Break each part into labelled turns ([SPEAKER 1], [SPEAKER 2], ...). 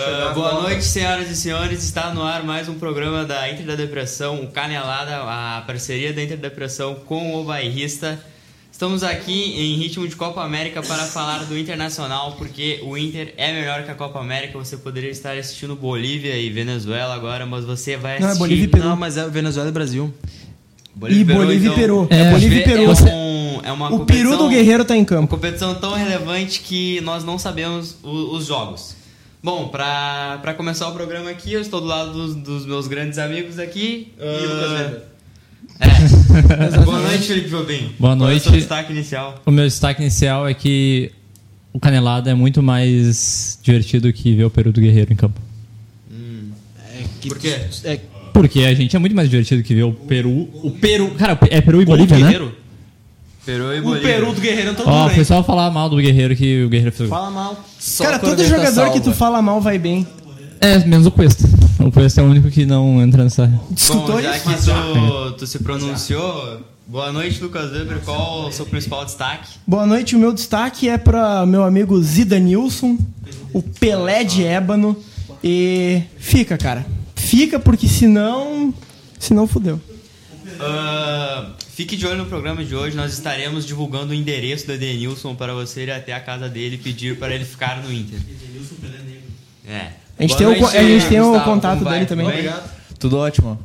[SPEAKER 1] Uh, boa noite, senhoras e senhores. Está no ar mais um programa da Inter da Depressão, o Canelada, a parceria da Inter da Depressão com o Bairrista. Estamos aqui em ritmo de Copa América para falar do Internacional, porque o Inter é melhor que a Copa América. Você poderia estar assistindo Bolívia e Venezuela agora, mas você vai
[SPEAKER 2] Não, é
[SPEAKER 1] assistir...
[SPEAKER 2] Bolívia e Peru.
[SPEAKER 3] Não, mas é Venezuela e Brasil.
[SPEAKER 2] E Bolívia e Peru.
[SPEAKER 1] É,
[SPEAKER 2] É, Bolívia e
[SPEAKER 1] é
[SPEAKER 2] Peru.
[SPEAKER 1] um-
[SPEAKER 2] Você-
[SPEAKER 1] é uma
[SPEAKER 2] O peru do
[SPEAKER 1] competição-
[SPEAKER 2] Guerreiro tá em
[SPEAKER 1] É Uma
[SPEAKER 2] campo.
[SPEAKER 1] competição tão relevante que nós não sabemos o- os jogos. Bom, pra, pra começar o programa aqui, eu estou do lado dos, dos meus grandes amigos aqui.
[SPEAKER 3] E Lucas Weber.
[SPEAKER 1] É. Boa noite, Felipe Jobim.
[SPEAKER 4] Boa
[SPEAKER 1] Qual é o
[SPEAKER 4] noite.
[SPEAKER 1] seu destaque inicial.
[SPEAKER 4] O meu destaque inicial é que o Canelada é muito mais divertido que ver o Peru do Guerreiro em campo.
[SPEAKER 1] Por quê?
[SPEAKER 3] É,
[SPEAKER 4] Porque a gente é muito mais divertido que ver o Peru. O Peru. Cara, é Peru e Bolívia, né?
[SPEAKER 3] Guerreiro?
[SPEAKER 1] Peru e
[SPEAKER 3] O
[SPEAKER 1] Bolívia.
[SPEAKER 3] Peru do Guerreiro, todo
[SPEAKER 4] Ó,
[SPEAKER 3] mundo.
[SPEAKER 4] foi só falar mal do Guerreiro que o Guerreiro fez. o gol.
[SPEAKER 3] Fala mal. Só
[SPEAKER 2] Cara, todo
[SPEAKER 3] corneta
[SPEAKER 2] jogador que
[SPEAKER 3] tá
[SPEAKER 2] tu
[SPEAKER 3] salva.
[SPEAKER 2] fala mal vai bem.
[SPEAKER 4] É, menos o Cuesta. O Cuesta é o único que não entra nessa.
[SPEAKER 2] Escutou
[SPEAKER 1] Bom, já
[SPEAKER 2] isso?
[SPEAKER 1] que tu, tu se pronunciou, boa noite, Lucas Weber. Qual é o seu principal destaque?
[SPEAKER 2] Boa noite, o meu destaque é pra meu amigo Zida Nilson, o Pelé de Ébano. E fica, cara. Fica, porque senão. Senão fudeu.
[SPEAKER 1] Ah, fique de olho no programa de hoje, nós estaremos divulgando o endereço do Edenilson para você ir até a casa dele e pedir para ele ficar no Inter. É.
[SPEAKER 2] A gente
[SPEAKER 1] Boa
[SPEAKER 2] tem o
[SPEAKER 1] noite,
[SPEAKER 2] co- a gente tem o
[SPEAKER 1] Gustavo,
[SPEAKER 2] contato
[SPEAKER 1] como vai?
[SPEAKER 2] dele também.
[SPEAKER 1] Tudo bem?
[SPEAKER 3] Tudo ótimo.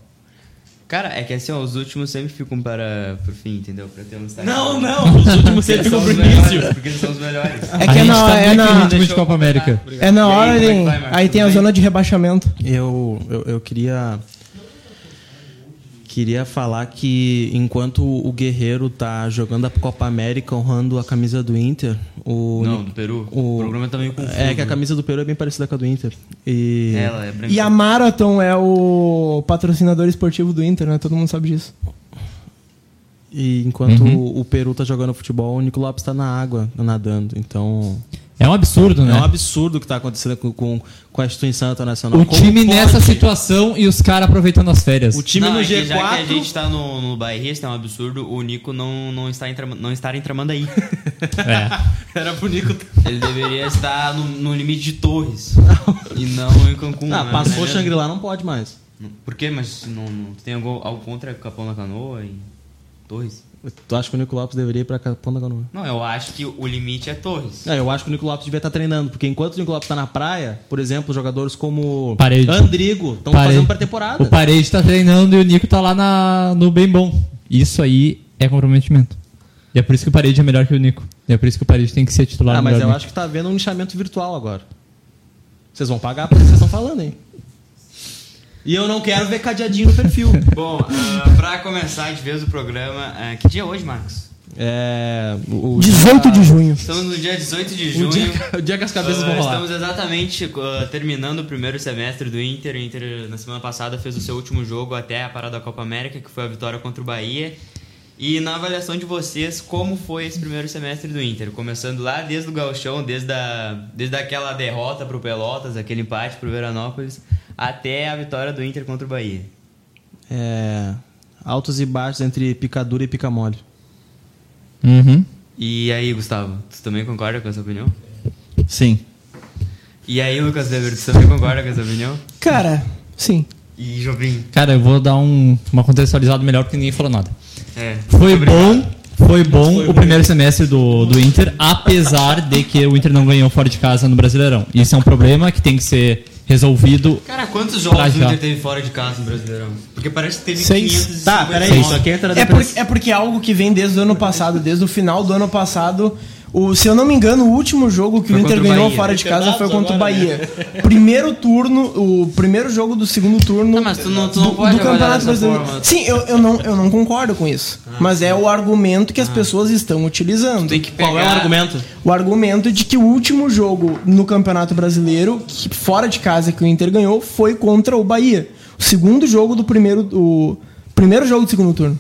[SPEAKER 1] Cara, é que assim, ó, os últimos sempre ficam para pro fim, entendeu? Para ter um destaque.
[SPEAKER 3] Não, não. Os últimos
[SPEAKER 1] Porque
[SPEAKER 3] sempre
[SPEAKER 1] eles são
[SPEAKER 3] ficam pro
[SPEAKER 1] os melhores,
[SPEAKER 3] início.
[SPEAKER 1] Porque eles são os melhores.
[SPEAKER 2] É
[SPEAKER 4] a
[SPEAKER 2] que é
[SPEAKER 4] gente
[SPEAKER 2] na,
[SPEAKER 4] tá
[SPEAKER 2] é,
[SPEAKER 4] muito em
[SPEAKER 2] na,
[SPEAKER 4] ritmo de Copa América.
[SPEAKER 2] é na
[SPEAKER 1] E aí,
[SPEAKER 2] hora,
[SPEAKER 1] como é que
[SPEAKER 2] hein?
[SPEAKER 1] vai, Marcos?
[SPEAKER 2] aí tem a
[SPEAKER 1] Tudo bem?
[SPEAKER 2] zona de rebaixamento.
[SPEAKER 3] Eu, eu, eu queria. Queria falar que enquanto o Guerreiro tá jogando a Copa América, honrando a camisa do Inter, o.
[SPEAKER 1] Não, do Peru. O,
[SPEAKER 3] O-
[SPEAKER 1] programa tá meio confuso.
[SPEAKER 3] É que a camisa do Peru é bem parecida com a do Inter. E.
[SPEAKER 1] Ela é branca.
[SPEAKER 2] E a Marathon é o patrocinador esportivo do Inter, né? Todo mundo sabe disso.
[SPEAKER 3] E enquanto
[SPEAKER 4] Uhum.
[SPEAKER 3] o Peru tá jogando futebol, o Nico Lopes tá na água nadando. Então.
[SPEAKER 4] É um absurdo,
[SPEAKER 3] É um
[SPEAKER 4] né?
[SPEAKER 3] absurdo o que tá acontecendo com, com, com a instituição internacional.
[SPEAKER 4] O
[SPEAKER 3] Como
[SPEAKER 4] time
[SPEAKER 3] pode?
[SPEAKER 4] nessa situação e os caras aproveitando as férias.
[SPEAKER 3] O time
[SPEAKER 1] Não,
[SPEAKER 3] no
[SPEAKER 1] é que
[SPEAKER 3] G4.
[SPEAKER 1] Já que a gente tá no, no bairrista, é um absurdo o Nico não, não, está em, Trama- não estar em Tramandaí.
[SPEAKER 4] É.
[SPEAKER 3] Era pro Nico.
[SPEAKER 1] Ele deveria estar no, no limite de Torres. e não em Cancún.
[SPEAKER 3] Ah,
[SPEAKER 1] né?
[SPEAKER 3] passou o
[SPEAKER 1] Não é mesmo?
[SPEAKER 3] Shangri-La, não pode mais.
[SPEAKER 1] Por quê? Mas não, não tem algum, algo contra Capão da Canoa e Torres?
[SPEAKER 3] Tu acha que o Nico Lopes deveria ir pra Capão da Canoa?
[SPEAKER 1] Não, eu acho que o limite é Torres.
[SPEAKER 3] É, eu acho que o Nico Lopes devia estar treinando, porque enquanto o Nico Lopes tá na praia, por exemplo, jogadores como
[SPEAKER 4] Parede.
[SPEAKER 3] Andrigo estão
[SPEAKER 4] Parede.
[SPEAKER 3] fazendo pré-temporada.
[SPEAKER 4] O Parede tá treinando e o Nico tá lá na, no bem bom. Isso aí é comprometimento. E é por isso que o Parede é melhor que o Nico. E é por isso que o Parede tem que ser titular
[SPEAKER 3] Ah,
[SPEAKER 4] no
[SPEAKER 3] mas
[SPEAKER 4] melhor
[SPEAKER 3] eu
[SPEAKER 4] do
[SPEAKER 3] acho que tá havendo um lixamento virtual agora. Vocês vão pagar porque vocês estão falando, hein? E eu não quero ver cadeadinho no perfil.
[SPEAKER 1] Bom, ah, pra começar de vez o programa, ah, que dia é hoje, Marcos?
[SPEAKER 3] É. O, o-
[SPEAKER 2] 18 de junho.
[SPEAKER 1] Estamos no dia 18 de
[SPEAKER 3] o
[SPEAKER 1] junho.
[SPEAKER 3] Um dia, o dia que as cabeças
[SPEAKER 1] Ah,
[SPEAKER 3] vão rolar.
[SPEAKER 1] Estamos exatamente ah, terminando o primeiro semestre do Inter. O Inter, na semana passada, fez o seu último jogo até a parada da Copa América, que foi a vitória contra o Bahia. E na avaliação de vocês, como foi esse primeiro semestre do Inter? Começando lá desde o Galchão, desde, a, desde aquela derrota pro Pelotas, aquele empate pro Veranópolis, até a vitória do Inter contra o Bahia.
[SPEAKER 3] É, altos e baixos entre picadura e pica mole.
[SPEAKER 4] Uhum.
[SPEAKER 1] E aí, Gustavo, tu também concorda com essa opinião?
[SPEAKER 5] Sim.
[SPEAKER 1] E aí, Lucas Weber, tu também concorda com essa opinião?
[SPEAKER 2] Cara, sim.
[SPEAKER 1] E Jobim?
[SPEAKER 4] Cara, eu vou dar um, uma contextualizada melhor porque ninguém falou nada.
[SPEAKER 1] É.
[SPEAKER 4] Foi bom, foi bom o primeiro semestre do, do Inter, apesar de que o Inter não ganhou fora de casa no Brasileirão. Isso é um problema que tem que ser resolvido.
[SPEAKER 1] Cara, quantos jogos
[SPEAKER 4] Pra
[SPEAKER 1] o
[SPEAKER 4] já.
[SPEAKER 1] Inter teve fora de casa no Brasileirão? Porque parece que teve
[SPEAKER 2] Seis.
[SPEAKER 1] 500
[SPEAKER 3] Tá, peraí, isso aqui entra
[SPEAKER 2] É, por- é porque é algo que vem desde o ano passado, desde o final do ano passado. O, se eu não me engano, o último jogo que
[SPEAKER 1] Foi
[SPEAKER 2] o Inter
[SPEAKER 1] contra o
[SPEAKER 2] ganhou
[SPEAKER 1] Bahia.
[SPEAKER 2] fora de casa foi contra o
[SPEAKER 3] Agora,
[SPEAKER 2] Bahia. Primeiro turno, o primeiro jogo do segundo turno
[SPEAKER 1] Tá, mas tu não- tu não
[SPEAKER 2] do,
[SPEAKER 1] pode
[SPEAKER 2] do
[SPEAKER 1] avaliar dessa
[SPEAKER 2] Campeonato Brasileiro.
[SPEAKER 1] forma. Ah.
[SPEAKER 2] Sim, eu, eu, não, eu não concordo com isso. mas é o argumento que as pessoas estão utilizando.
[SPEAKER 1] Tem que pegar...
[SPEAKER 3] Qual é o argumento?
[SPEAKER 2] O argumento de que o último jogo no Campeonato Brasileiro, que fora de casa que o Inter ganhou, foi contra o Bahia. O segundo jogo do primeiro. O primeiro jogo do segundo turno.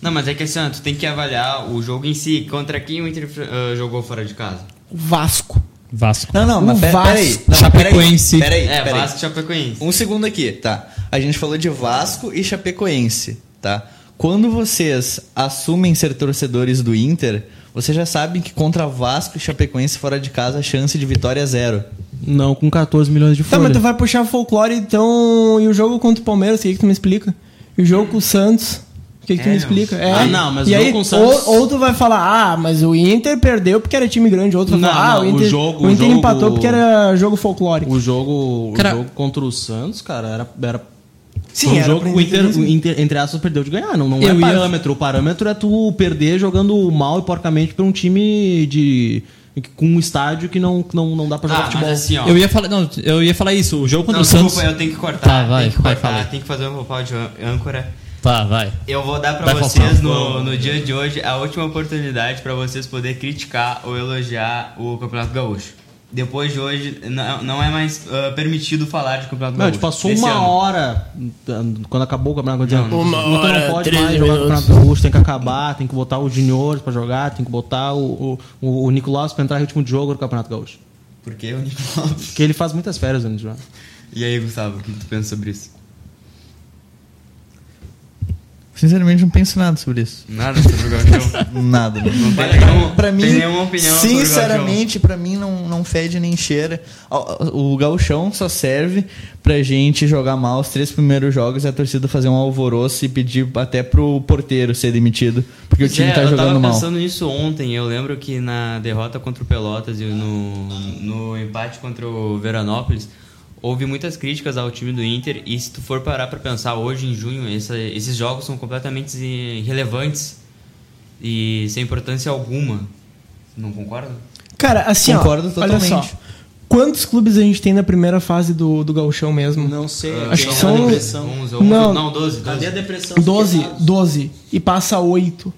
[SPEAKER 1] Não, mas é que assim, ó, tu tem que avaliar o jogo em si. Contra quem o Inter ah, jogou fora de casa?
[SPEAKER 2] O Vasco.
[SPEAKER 4] Vasco.
[SPEAKER 5] Não, não,
[SPEAKER 2] O
[SPEAKER 5] mas pe-
[SPEAKER 2] Vasco.
[SPEAKER 5] peraí. Não,
[SPEAKER 4] Chapecoense.
[SPEAKER 5] Peraí,
[SPEAKER 1] é,
[SPEAKER 5] peraí. peraí.
[SPEAKER 1] Vasco e Chapecoense.
[SPEAKER 5] Um segundo aqui, tá? A gente falou de Vasco e Chapecoense, tá? Quando vocês assumem ser torcedores do Inter, vocês já sabem que contra Vasco e Chapecoense fora de casa a chance de vitória é zero.
[SPEAKER 3] Não, com 14 milhões de
[SPEAKER 2] Tá,
[SPEAKER 3] folha.
[SPEAKER 2] mas tu vai puxar folclore, então. E o jogo contra o Palmeiras, o que, que tu me explica? E o jogo com o Santos. O que, que tu me
[SPEAKER 1] É,
[SPEAKER 2] explica? É.
[SPEAKER 3] Ah, não, mas
[SPEAKER 2] e
[SPEAKER 3] o jogo
[SPEAKER 2] aí,
[SPEAKER 3] com o Santos-
[SPEAKER 2] Ou, ou tu vai falar, ah, mas o Inter perdeu porque era time grande. Outro vai
[SPEAKER 3] Não,
[SPEAKER 2] falar, ah,
[SPEAKER 3] não,
[SPEAKER 2] o
[SPEAKER 3] o
[SPEAKER 2] Inter,
[SPEAKER 3] jogo-
[SPEAKER 2] o Inter
[SPEAKER 3] o jogo-
[SPEAKER 2] empatou porque era jogo folclórico.
[SPEAKER 3] O jogo,
[SPEAKER 4] Cara-
[SPEAKER 3] o jogo contra o Santos, cara, era. era
[SPEAKER 2] Sim,
[SPEAKER 3] foi um
[SPEAKER 2] era
[SPEAKER 3] jogo
[SPEAKER 2] pra
[SPEAKER 3] que o Inter,
[SPEAKER 2] Inter-
[SPEAKER 3] o Inter, entre aspas, perdeu de ganhar. Não, não é
[SPEAKER 4] Eu ia-
[SPEAKER 3] parâmetro. O parâmetro é tu perder jogando mal e porcamente pra um time de. com um estádio que não, que não, não dá pra jogar
[SPEAKER 1] Ah,
[SPEAKER 3] futebol.
[SPEAKER 1] mas assim, ó.
[SPEAKER 4] Eu ia falar, não, eu ia falar isso. O jogo contra
[SPEAKER 1] Não,
[SPEAKER 4] o Santos.
[SPEAKER 1] desculpa, eu tenho que cortar.
[SPEAKER 4] Tá, vai,
[SPEAKER 1] tenho que
[SPEAKER 4] vai,
[SPEAKER 1] cortar,
[SPEAKER 4] fala aí.
[SPEAKER 1] tenho que fazer um pau de ân- âncora.
[SPEAKER 4] Tá, vai.
[SPEAKER 1] Eu vou dar pra
[SPEAKER 4] Vai,
[SPEAKER 1] vocês
[SPEAKER 4] Faustão.
[SPEAKER 1] no, no dia de hoje a última oportunidade pra vocês poderem criticar ou elogiar o Campeonato Gaúcho. Depois de hoje, não, não é mais ah, permitido falar de Campeonato
[SPEAKER 3] Meu, a
[SPEAKER 1] Gaúcho.
[SPEAKER 3] gente passou
[SPEAKER 1] desse
[SPEAKER 3] uma
[SPEAKER 1] ano.
[SPEAKER 3] hora t- quando acabou o campeonato gaúcho. dizendo,
[SPEAKER 2] Uma
[SPEAKER 3] "Não, tu
[SPEAKER 2] hora,
[SPEAKER 3] não pode
[SPEAKER 2] três
[SPEAKER 3] mais jogar o
[SPEAKER 2] minutos."
[SPEAKER 3] campeonato gaúcho, tem que acabar, tem que botar os juniores pra jogar, tem que botar o, o, o Nicolau pra entrar em ritmo de jogo do campeonato gaúcho.
[SPEAKER 1] Por que o Nicolau?
[SPEAKER 3] Porque ele faz muitas férias né, antes de jogar.
[SPEAKER 1] E aí, Gustavo, o que tu pensa sobre isso?
[SPEAKER 5] Sinceramente, não penso nada sobre isso.
[SPEAKER 1] Nada sobre o Gauchão.
[SPEAKER 5] Nada.
[SPEAKER 1] Não
[SPEAKER 5] Não.
[SPEAKER 1] tem nenhum-
[SPEAKER 5] Pra mim,
[SPEAKER 1] tem nenhuma opinião sobre o Gauchão.
[SPEAKER 5] sinceramente, pra mim não, não fede nem cheira. O o gauchão só serve pra gente jogar mal os três primeiros jogos e a torcida fazer um alvoroço e pedir até pro porteiro ser demitido, porque o time
[SPEAKER 1] É,
[SPEAKER 5] tá
[SPEAKER 1] eu
[SPEAKER 5] jogando
[SPEAKER 1] tava
[SPEAKER 5] mal.
[SPEAKER 1] pensando nisso ontem. Eu lembro que na derrota contra o Pelotas e no, no empate contra o Veranópolis, houve muitas críticas ao time do Inter. E se tu for parar pra pensar hoje, em junho, essa- esses jogos são completamente irrelevantes e sem importância alguma. Não concorda?
[SPEAKER 2] Cara, assim,
[SPEAKER 5] Concordo
[SPEAKER 2] ó, olha só.
[SPEAKER 5] totalmente.
[SPEAKER 2] Quantos clubes a gente tem na primeira fase do, do Gauchão mesmo?
[SPEAKER 3] Não sei.
[SPEAKER 2] Acho que
[SPEAKER 1] é
[SPEAKER 2] são-
[SPEAKER 1] não.
[SPEAKER 2] Não.
[SPEAKER 1] não, 12. 12.
[SPEAKER 3] Cadê a depressão?
[SPEAKER 2] 12, 12. E passa 8.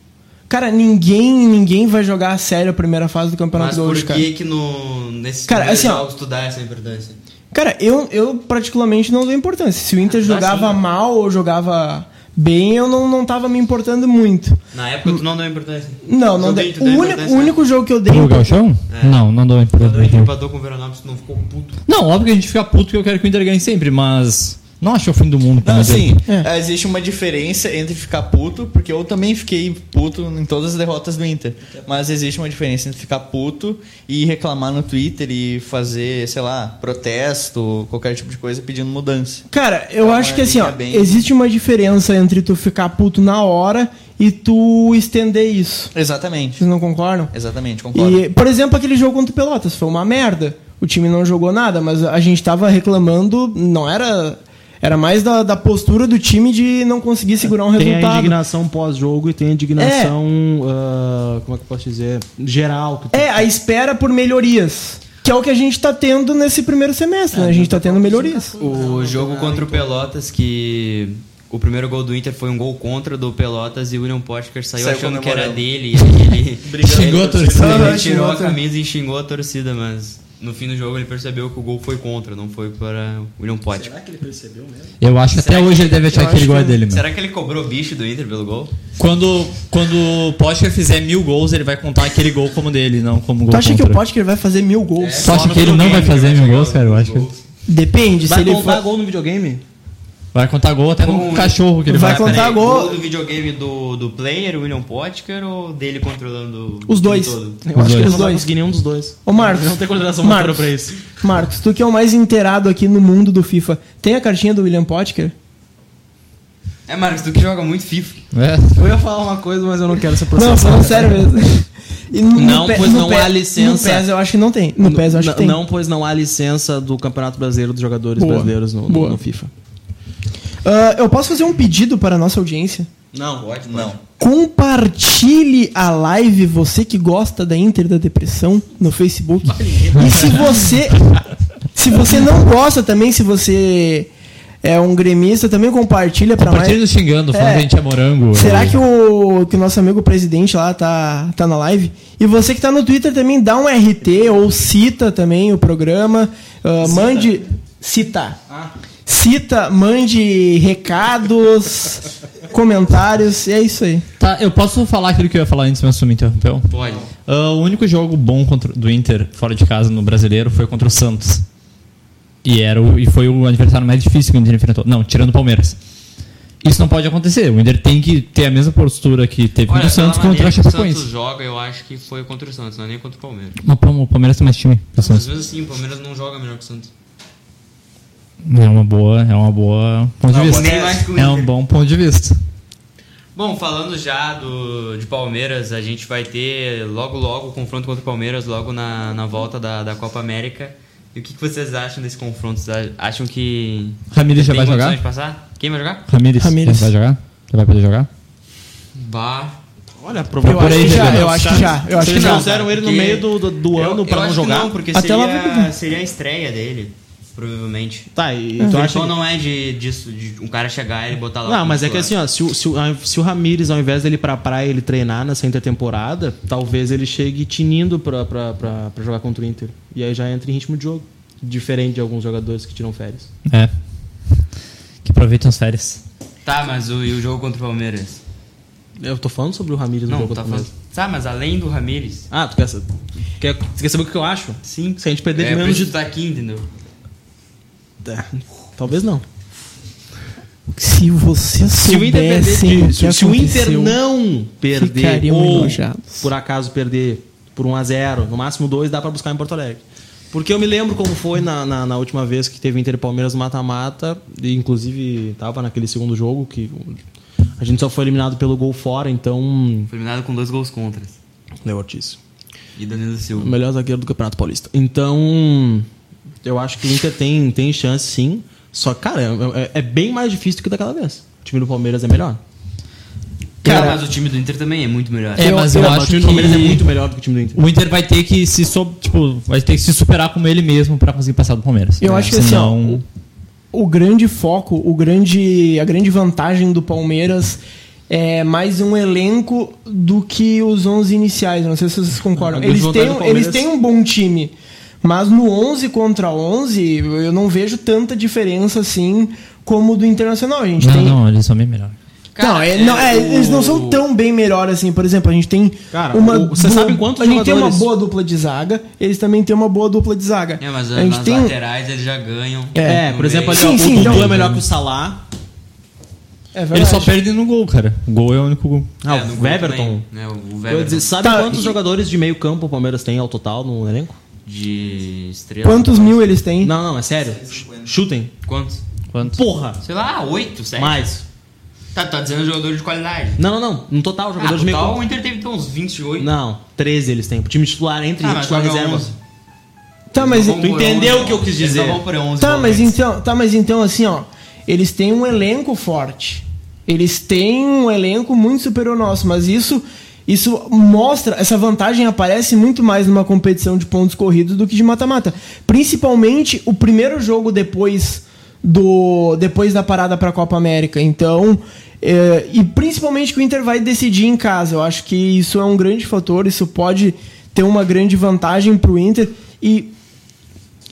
[SPEAKER 2] Cara, ninguém, ninguém vai jogar a sério a primeira fase do
[SPEAKER 1] Mas
[SPEAKER 2] Campeonato
[SPEAKER 1] por
[SPEAKER 2] Gaúcho, cara.
[SPEAKER 1] que que no, nesses
[SPEAKER 2] Cara,
[SPEAKER 1] primeiros
[SPEAKER 2] assim, ó.
[SPEAKER 1] jogos tu dá essa importância?
[SPEAKER 2] Cara, eu, eu particularmente não dou importância. Se o Inter
[SPEAKER 1] Ah,
[SPEAKER 2] jogava
[SPEAKER 1] sim.
[SPEAKER 2] mal ou jogava bem, eu não, não tava me importando muito.
[SPEAKER 1] Na época tu não deu importância.
[SPEAKER 2] Não, não
[SPEAKER 1] Joguei,
[SPEAKER 2] dei.
[SPEAKER 1] tu
[SPEAKER 2] O
[SPEAKER 1] deu
[SPEAKER 2] único,
[SPEAKER 1] importância,
[SPEAKER 2] o
[SPEAKER 1] né?
[SPEAKER 2] único jogo que eu dei.
[SPEAKER 4] O Galchão?
[SPEAKER 1] É.
[SPEAKER 4] Não, um não dou
[SPEAKER 1] Quando o Inter
[SPEAKER 4] importância.
[SPEAKER 1] empatou com o Veranópolis, tu não ficou puto.
[SPEAKER 4] Não, óbvio que a gente fica puto que eu quero que o Inter ganhe sempre, mas. Não acho o fim do mundo.
[SPEAKER 5] Não,
[SPEAKER 4] meu Deus.
[SPEAKER 5] assim,
[SPEAKER 2] É.
[SPEAKER 5] existe uma diferença entre ficar puto, porque eu também fiquei puto em todas as derrotas do Inter. Mas existe uma diferença entre ficar puto e reclamar no Twitter e fazer, sei lá, protesto, qualquer tipo de coisa pedindo mudança.
[SPEAKER 2] Cara, eu
[SPEAKER 5] Tá,
[SPEAKER 2] acho que
[SPEAKER 5] mas
[SPEAKER 2] assim, ó,
[SPEAKER 5] fica bem.
[SPEAKER 2] existe uma diferença entre tu ficar puto na hora e tu estender isso.
[SPEAKER 5] Exatamente.
[SPEAKER 2] Vocês não concordam?
[SPEAKER 5] Exatamente, concordo.
[SPEAKER 2] E, por exemplo, aquele jogo contra o Pelotas foi uma merda. O time não jogou nada, mas a gente tava reclamando, não era. Era mais da, da postura do time de não conseguir segurar um
[SPEAKER 3] Tem a
[SPEAKER 2] resultado.
[SPEAKER 3] indignação pós-jogo e tem a indignação. ah, como é que eu posso dizer? Geral. que tu-
[SPEAKER 2] É, a espera por melhorias. Que é o que a gente tá tendo nesse primeiro semestre, né? A gente tá tendo melhorias.
[SPEAKER 1] O jogo contra o Pelotas, que o primeiro gol do Inter foi um gol contra do Pelotas e o William Potker saiu,
[SPEAKER 5] Saiu
[SPEAKER 1] achando que era
[SPEAKER 5] comemorando.
[SPEAKER 1] dele. E aí ele,
[SPEAKER 4] Xingou a torcida.
[SPEAKER 1] ele tirou a
[SPEAKER 2] Xingou a
[SPEAKER 1] camisa e xingou a torcida, mas no fim do jogo ele percebeu que o gol foi contra, não foi para o William Potker. Será,
[SPEAKER 4] Eu acho que até hoje ele deve achar que ele gosta dele, meu.
[SPEAKER 1] que ele cobrou bicho do Inter pelo gol?
[SPEAKER 4] Quando, quando o Potker fizer mil gols, ele vai contar aquele gol como dele, não como gol
[SPEAKER 2] Tu acha que o
[SPEAKER 4] contra.
[SPEAKER 2] Potker vai fazer mil gols?
[SPEAKER 4] Tu acha que ele não vai fazer mil gols, cara? Eu acho que ele
[SPEAKER 2] Depende, se
[SPEAKER 3] Vai
[SPEAKER 2] ele
[SPEAKER 3] contar
[SPEAKER 2] for...
[SPEAKER 3] gol no videogame?
[SPEAKER 4] vai contar gol até
[SPEAKER 1] Como-
[SPEAKER 4] no um cachorro que ele
[SPEAKER 2] Vai
[SPEAKER 4] vai.
[SPEAKER 2] contar
[SPEAKER 1] Peraí,
[SPEAKER 2] gol.
[SPEAKER 1] do videogame do, do player, o William Potker, ou dele controlando o time
[SPEAKER 2] Os dois.
[SPEAKER 1] todo?
[SPEAKER 2] Eu acho que
[SPEAKER 4] dois.
[SPEAKER 2] eles
[SPEAKER 3] Não vai
[SPEAKER 2] dois.
[SPEAKER 3] conseguir nenhum dos dois.
[SPEAKER 2] Ô, Marcos.
[SPEAKER 3] Não tem consideração
[SPEAKER 2] Marcos.
[SPEAKER 3] motora pra isso.
[SPEAKER 2] Marcos, tu que é o mais inteirado aqui no mundo do FIFA, tem a cartinha do William Potker?
[SPEAKER 1] É, Marcos, tu que joga muito FIFA.
[SPEAKER 4] É.
[SPEAKER 3] Eu ia falar uma coisa, mas eu não quero ser
[SPEAKER 2] Não,
[SPEAKER 3] processado.
[SPEAKER 2] falando sério mesmo. E no- no
[SPEAKER 3] Não,
[SPEAKER 2] Pe-
[SPEAKER 3] pois
[SPEAKER 2] no
[SPEAKER 3] não
[SPEAKER 2] Pe-
[SPEAKER 3] há licença.
[SPEAKER 2] No PES eu acho que não tem. No PES eu acho que
[SPEAKER 3] N-
[SPEAKER 2] tem.
[SPEAKER 3] Não, pois não há licença do Campeonato Brasileiro dos Jogadores
[SPEAKER 2] Boa.
[SPEAKER 3] Brasileiros no, no-
[SPEAKER 2] Boa.
[SPEAKER 3] no FIFA.
[SPEAKER 2] Ah, eu posso fazer um pedido para a nossa audiência?
[SPEAKER 3] Não,
[SPEAKER 5] Pode? tá? Não.
[SPEAKER 2] Compartilhe a live, você que gosta da Inter da Depressão, no Facebook. E se você. Se você não gosta também, se você é um gremista, também compartilha pra mais.
[SPEAKER 4] Compartilha xingando, falando
[SPEAKER 2] É.
[SPEAKER 4] que a gente é morango.
[SPEAKER 2] Será que o, que o nosso amigo presidente lá tá, tá na live? E você que tá no Twitter também dá um RT ou cita também o programa. ah, mande. Cita. Cita, mande recados, comentários, e é isso aí.
[SPEAKER 4] Tá, eu posso falar aquilo que eu ia falar antes, mas tu me então, interrompeu?
[SPEAKER 1] Pode.
[SPEAKER 4] Ah, o único jogo bom contra- do Inter fora de casa no brasileiro foi contra o Santos. E, era o- e foi o adversário mais difícil que o Inter enfrentou. Não, tirando o Palmeiras. Isso não pode acontecer. O Inter tem que ter a mesma postura que teve contra
[SPEAKER 1] Olha,
[SPEAKER 4] o Santos
[SPEAKER 1] pela
[SPEAKER 4] contra a
[SPEAKER 1] maneira que O Santos
[SPEAKER 4] Chapecoense.
[SPEAKER 1] joga, eu acho que foi contra o Santos, não é nem contra o Palmeiras.
[SPEAKER 4] Mas pô, o Palmeiras tem mais time que o
[SPEAKER 1] Mas, às
[SPEAKER 4] Santos.
[SPEAKER 1] vezes assim, o Palmeiras não joga melhor que o Santos.
[SPEAKER 4] É uma boa, é uma boa ponto de vista.
[SPEAKER 1] nem mais que o
[SPEAKER 4] É um
[SPEAKER 1] Inter.
[SPEAKER 4] bom ponto de vista.
[SPEAKER 1] Bom, falando já do, de Palmeiras, a gente vai ter logo logo o confronto contra o Palmeiras, logo na, na volta da, da Copa América. E o que, que vocês acham desse confronto? Vocês a- acham que.
[SPEAKER 4] Ramires já
[SPEAKER 1] tem
[SPEAKER 4] vai
[SPEAKER 1] condições
[SPEAKER 4] jogar?
[SPEAKER 1] De passar? Quem vai jogar?
[SPEAKER 4] Ramires,
[SPEAKER 2] Ramires.
[SPEAKER 4] vai jogar? Você vai poder jogar?
[SPEAKER 1] Bah.
[SPEAKER 3] Olha,
[SPEAKER 2] Eu
[SPEAKER 4] Por
[SPEAKER 2] acho
[SPEAKER 4] aí,
[SPEAKER 2] que já,
[SPEAKER 4] Renan.
[SPEAKER 2] eu acho que já. Eu acho que
[SPEAKER 3] Vocês
[SPEAKER 2] já.
[SPEAKER 3] trouxeram ele no
[SPEAKER 1] Porque
[SPEAKER 3] meio do, do, do
[SPEAKER 1] Eu-
[SPEAKER 3] ano
[SPEAKER 1] eu
[SPEAKER 3] pra não
[SPEAKER 1] acho que
[SPEAKER 3] jogar?
[SPEAKER 1] não, porque
[SPEAKER 2] Até lá vai
[SPEAKER 1] seria,
[SPEAKER 2] perguntar.
[SPEAKER 1] seria a estreia dele, provavelmente.
[SPEAKER 3] Tá, e
[SPEAKER 1] O
[SPEAKER 3] tu acha
[SPEAKER 1] Verton
[SPEAKER 3] que...
[SPEAKER 1] não é de, disso, de um cara chegar e ele botar lá.
[SPEAKER 3] Não,
[SPEAKER 1] o
[SPEAKER 3] mas é que
[SPEAKER 1] titular.
[SPEAKER 3] assim, ó, se o, se o, se o Ramires, ao invés dele ir pra praia ele treinar nessa intertemporada, talvez ele chegue tinindo pra, pra, pra, pra jogar contra o Inter. E aí já entra em ritmo de jogo. Diferente de alguns jogadores que tiram férias.
[SPEAKER 4] É. Que aproveitem as férias.
[SPEAKER 1] Tá, mas o, e o jogo contra o Palmeiras?
[SPEAKER 3] Eu tô falando sobre o Ramires no
[SPEAKER 1] Não,
[SPEAKER 3] jogo
[SPEAKER 1] tá
[SPEAKER 3] contra o
[SPEAKER 1] falando. Tá, mas além do Ramires.
[SPEAKER 3] Palmeiras. Ah, tu quer, sa- quer, tu quer saber o que eu acho?
[SPEAKER 1] Sim.
[SPEAKER 3] Se a gente perder de
[SPEAKER 1] é, por
[SPEAKER 3] menos
[SPEAKER 1] isso
[SPEAKER 3] de-
[SPEAKER 1] tá aqui, entendeu?
[SPEAKER 3] Tá. Talvez não.
[SPEAKER 2] Se vocês
[SPEAKER 3] Se o Inter perder,
[SPEAKER 2] soubessem o
[SPEAKER 3] de-
[SPEAKER 2] que
[SPEAKER 3] se, se o Inter
[SPEAKER 2] aconteceu-
[SPEAKER 3] não perder
[SPEAKER 2] ficariam
[SPEAKER 3] ou
[SPEAKER 2] enojados.
[SPEAKER 3] por acaso perder por 1 a 0, no máximo 2, dá pra buscar em Porto Alegre. Porque eu me lembro como foi na, na, na última vez que teve Inter e Palmeiras no mata-mata, e inclusive tava naquele segundo jogo que a gente só foi eliminado pelo gol fora, então
[SPEAKER 1] Foi eliminado com dois gols contras.
[SPEAKER 3] Léo Ortiz.
[SPEAKER 1] E Danilo
[SPEAKER 3] O
[SPEAKER 1] Silva.
[SPEAKER 3] melhor zagueiro do Campeonato Paulista. Então, eu acho que o Inter tem, tem chance sim. Só, cara, é, é bem mais difícil do que daquela vez. O time do Palmeiras é melhor.
[SPEAKER 1] Cara, mas o time do Inter também é muito melhor.
[SPEAKER 4] É, mas eu,
[SPEAKER 3] o
[SPEAKER 4] acho
[SPEAKER 3] time
[SPEAKER 4] que
[SPEAKER 3] do Palmeiras é muito melhor do que o time do Inter.
[SPEAKER 4] o Inter vai ter que se sob- tipo, vai ter que se superar como ele mesmo pra conseguir passar do Palmeiras.
[SPEAKER 2] Eu
[SPEAKER 4] É,
[SPEAKER 2] acho que assim, ó,
[SPEAKER 4] senão-
[SPEAKER 2] o, o grande foco, o grande, a grande vantagem do Palmeiras é mais um elenco do que os 11 iniciais. Não sei se vocês concordam.
[SPEAKER 3] A grande
[SPEAKER 2] Eles
[SPEAKER 3] vantagem do
[SPEAKER 2] têm,
[SPEAKER 3] Palmeiras-
[SPEAKER 2] eles têm um bom time. Mas no 11 contra 11, eu não vejo tanta diferença assim como do Internacional. A gente
[SPEAKER 4] Não,
[SPEAKER 2] tem.
[SPEAKER 4] não, eles são bem melhor.
[SPEAKER 2] não, é- não, é, eles não são tão bem melhor assim. Por exemplo, a gente tem
[SPEAKER 3] Cara,
[SPEAKER 2] uma.
[SPEAKER 3] o- você
[SPEAKER 2] du-
[SPEAKER 3] sabe quantos
[SPEAKER 2] A gente tem uma
[SPEAKER 3] jogadores-
[SPEAKER 2] boa dupla de zaga, eles também têm uma boa dupla de zaga.
[SPEAKER 1] É, mas
[SPEAKER 2] a
[SPEAKER 1] nas
[SPEAKER 2] gente tem. um-
[SPEAKER 1] laterais eles já ganham.
[SPEAKER 3] um- É, por exemplo, ali, ó,
[SPEAKER 2] Sim,
[SPEAKER 3] o
[SPEAKER 2] sim,
[SPEAKER 3] Dudu
[SPEAKER 2] não.
[SPEAKER 3] é melhor que o Salah.
[SPEAKER 2] É
[SPEAKER 4] Eles
[SPEAKER 2] verdade.
[SPEAKER 4] só perdem no gol, cara. O gol é o único gol.
[SPEAKER 3] Ah, o Weverton.
[SPEAKER 1] Né, o
[SPEAKER 3] Eu ia dizer,
[SPEAKER 1] Weverton
[SPEAKER 3] sabe
[SPEAKER 2] Tá,
[SPEAKER 3] quantos
[SPEAKER 2] e-
[SPEAKER 3] jogadores de meio campo o Palmeiras tem ao total no elenco?
[SPEAKER 1] de estrela.
[SPEAKER 2] Quantos mil eles têm?
[SPEAKER 3] Não, não, é sério. Ch- Chutem.
[SPEAKER 1] Quantos?
[SPEAKER 4] Quantos?
[SPEAKER 3] Porra!
[SPEAKER 1] Sei lá, oito, sete.
[SPEAKER 3] Mais.
[SPEAKER 1] Tá, tá dizendo jogador de qualidade.
[SPEAKER 3] Não, não, não. No total,
[SPEAKER 1] Ah,
[SPEAKER 3] jogadores de meio
[SPEAKER 1] total, o
[SPEAKER 3] campo.
[SPEAKER 1] Inter teve então uns 28.
[SPEAKER 3] Não, 13 eles têm. O time titular entre
[SPEAKER 1] Ah, mas
[SPEAKER 3] titular e
[SPEAKER 1] joga
[SPEAKER 3] reserva.
[SPEAKER 1] 11.
[SPEAKER 2] Tá, mas,
[SPEAKER 1] Eles não vão
[SPEAKER 3] Tu
[SPEAKER 1] por
[SPEAKER 3] entendeu
[SPEAKER 1] 11,
[SPEAKER 3] o que eu quis
[SPEAKER 1] eles não
[SPEAKER 3] dizer.
[SPEAKER 1] vão por 11
[SPEAKER 2] tá, mas
[SPEAKER 1] volantes.
[SPEAKER 2] então, tá, mas então assim, ó, eles têm um elenco forte. Eles têm um elenco muito superior ao nosso, mas isso isso mostra, essa vantagem aparece muito mais numa competição de pontos corridos do que de mata-mata. Principalmente o primeiro jogo depois do depois da parada para a Copa América. Então, é, e principalmente que o Inter vai decidir em casa. Eu acho que isso é um grande fator, isso pode ter uma grande vantagem pro Inter e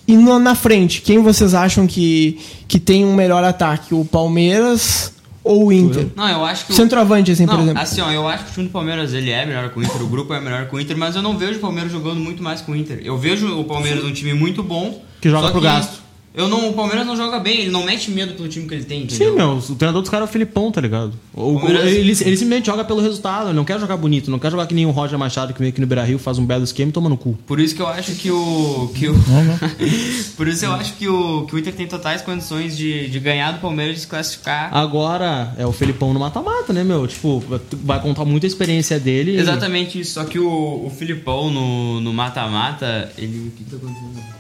[SPEAKER 2] E no- na frente, quem vocês acham que, que tem um melhor ataque? O Palmeiras ou o Inter?
[SPEAKER 1] Não, eu acho que. o-
[SPEAKER 2] Centroavante, assim,
[SPEAKER 1] não,
[SPEAKER 2] por exemplo.
[SPEAKER 1] Assim, ó, eu acho que o time do Palmeiras ele é melhor que o Inter, o grupo é melhor que o Inter, mas eu não vejo o Palmeiras jogando muito mais com o Inter. Eu vejo o Palmeiras um time muito bom.
[SPEAKER 3] Que joga
[SPEAKER 1] só
[SPEAKER 3] pro gasto.
[SPEAKER 1] Eu não, o Palmeiras não joga bem, ele não mete medo pelo time que ele tem, entendeu?
[SPEAKER 3] Sim, meu, o treinador dos caras é o Filipão, tá ligado? O, o,
[SPEAKER 1] Palmeiras-
[SPEAKER 3] ele, ele simplesmente joga pelo resultado, ele não quer jogar bonito, não quer jogar que nem o Roger Machado que vem aqui no Beira Rio, faz um belo esquema e toma no cu.
[SPEAKER 1] Por isso que eu acho que o. Que o por isso eu acho que o, que o Inter tem totais condições de, de ganhar do Palmeiras e se classificar.
[SPEAKER 3] Agora é o Felipão no mata-mata, né, meu? Tipo, vai contar muito a experiência dele.
[SPEAKER 1] Exatamente isso, só que o, o Filipão no no mata-mata, ele. O que tá acontecendo?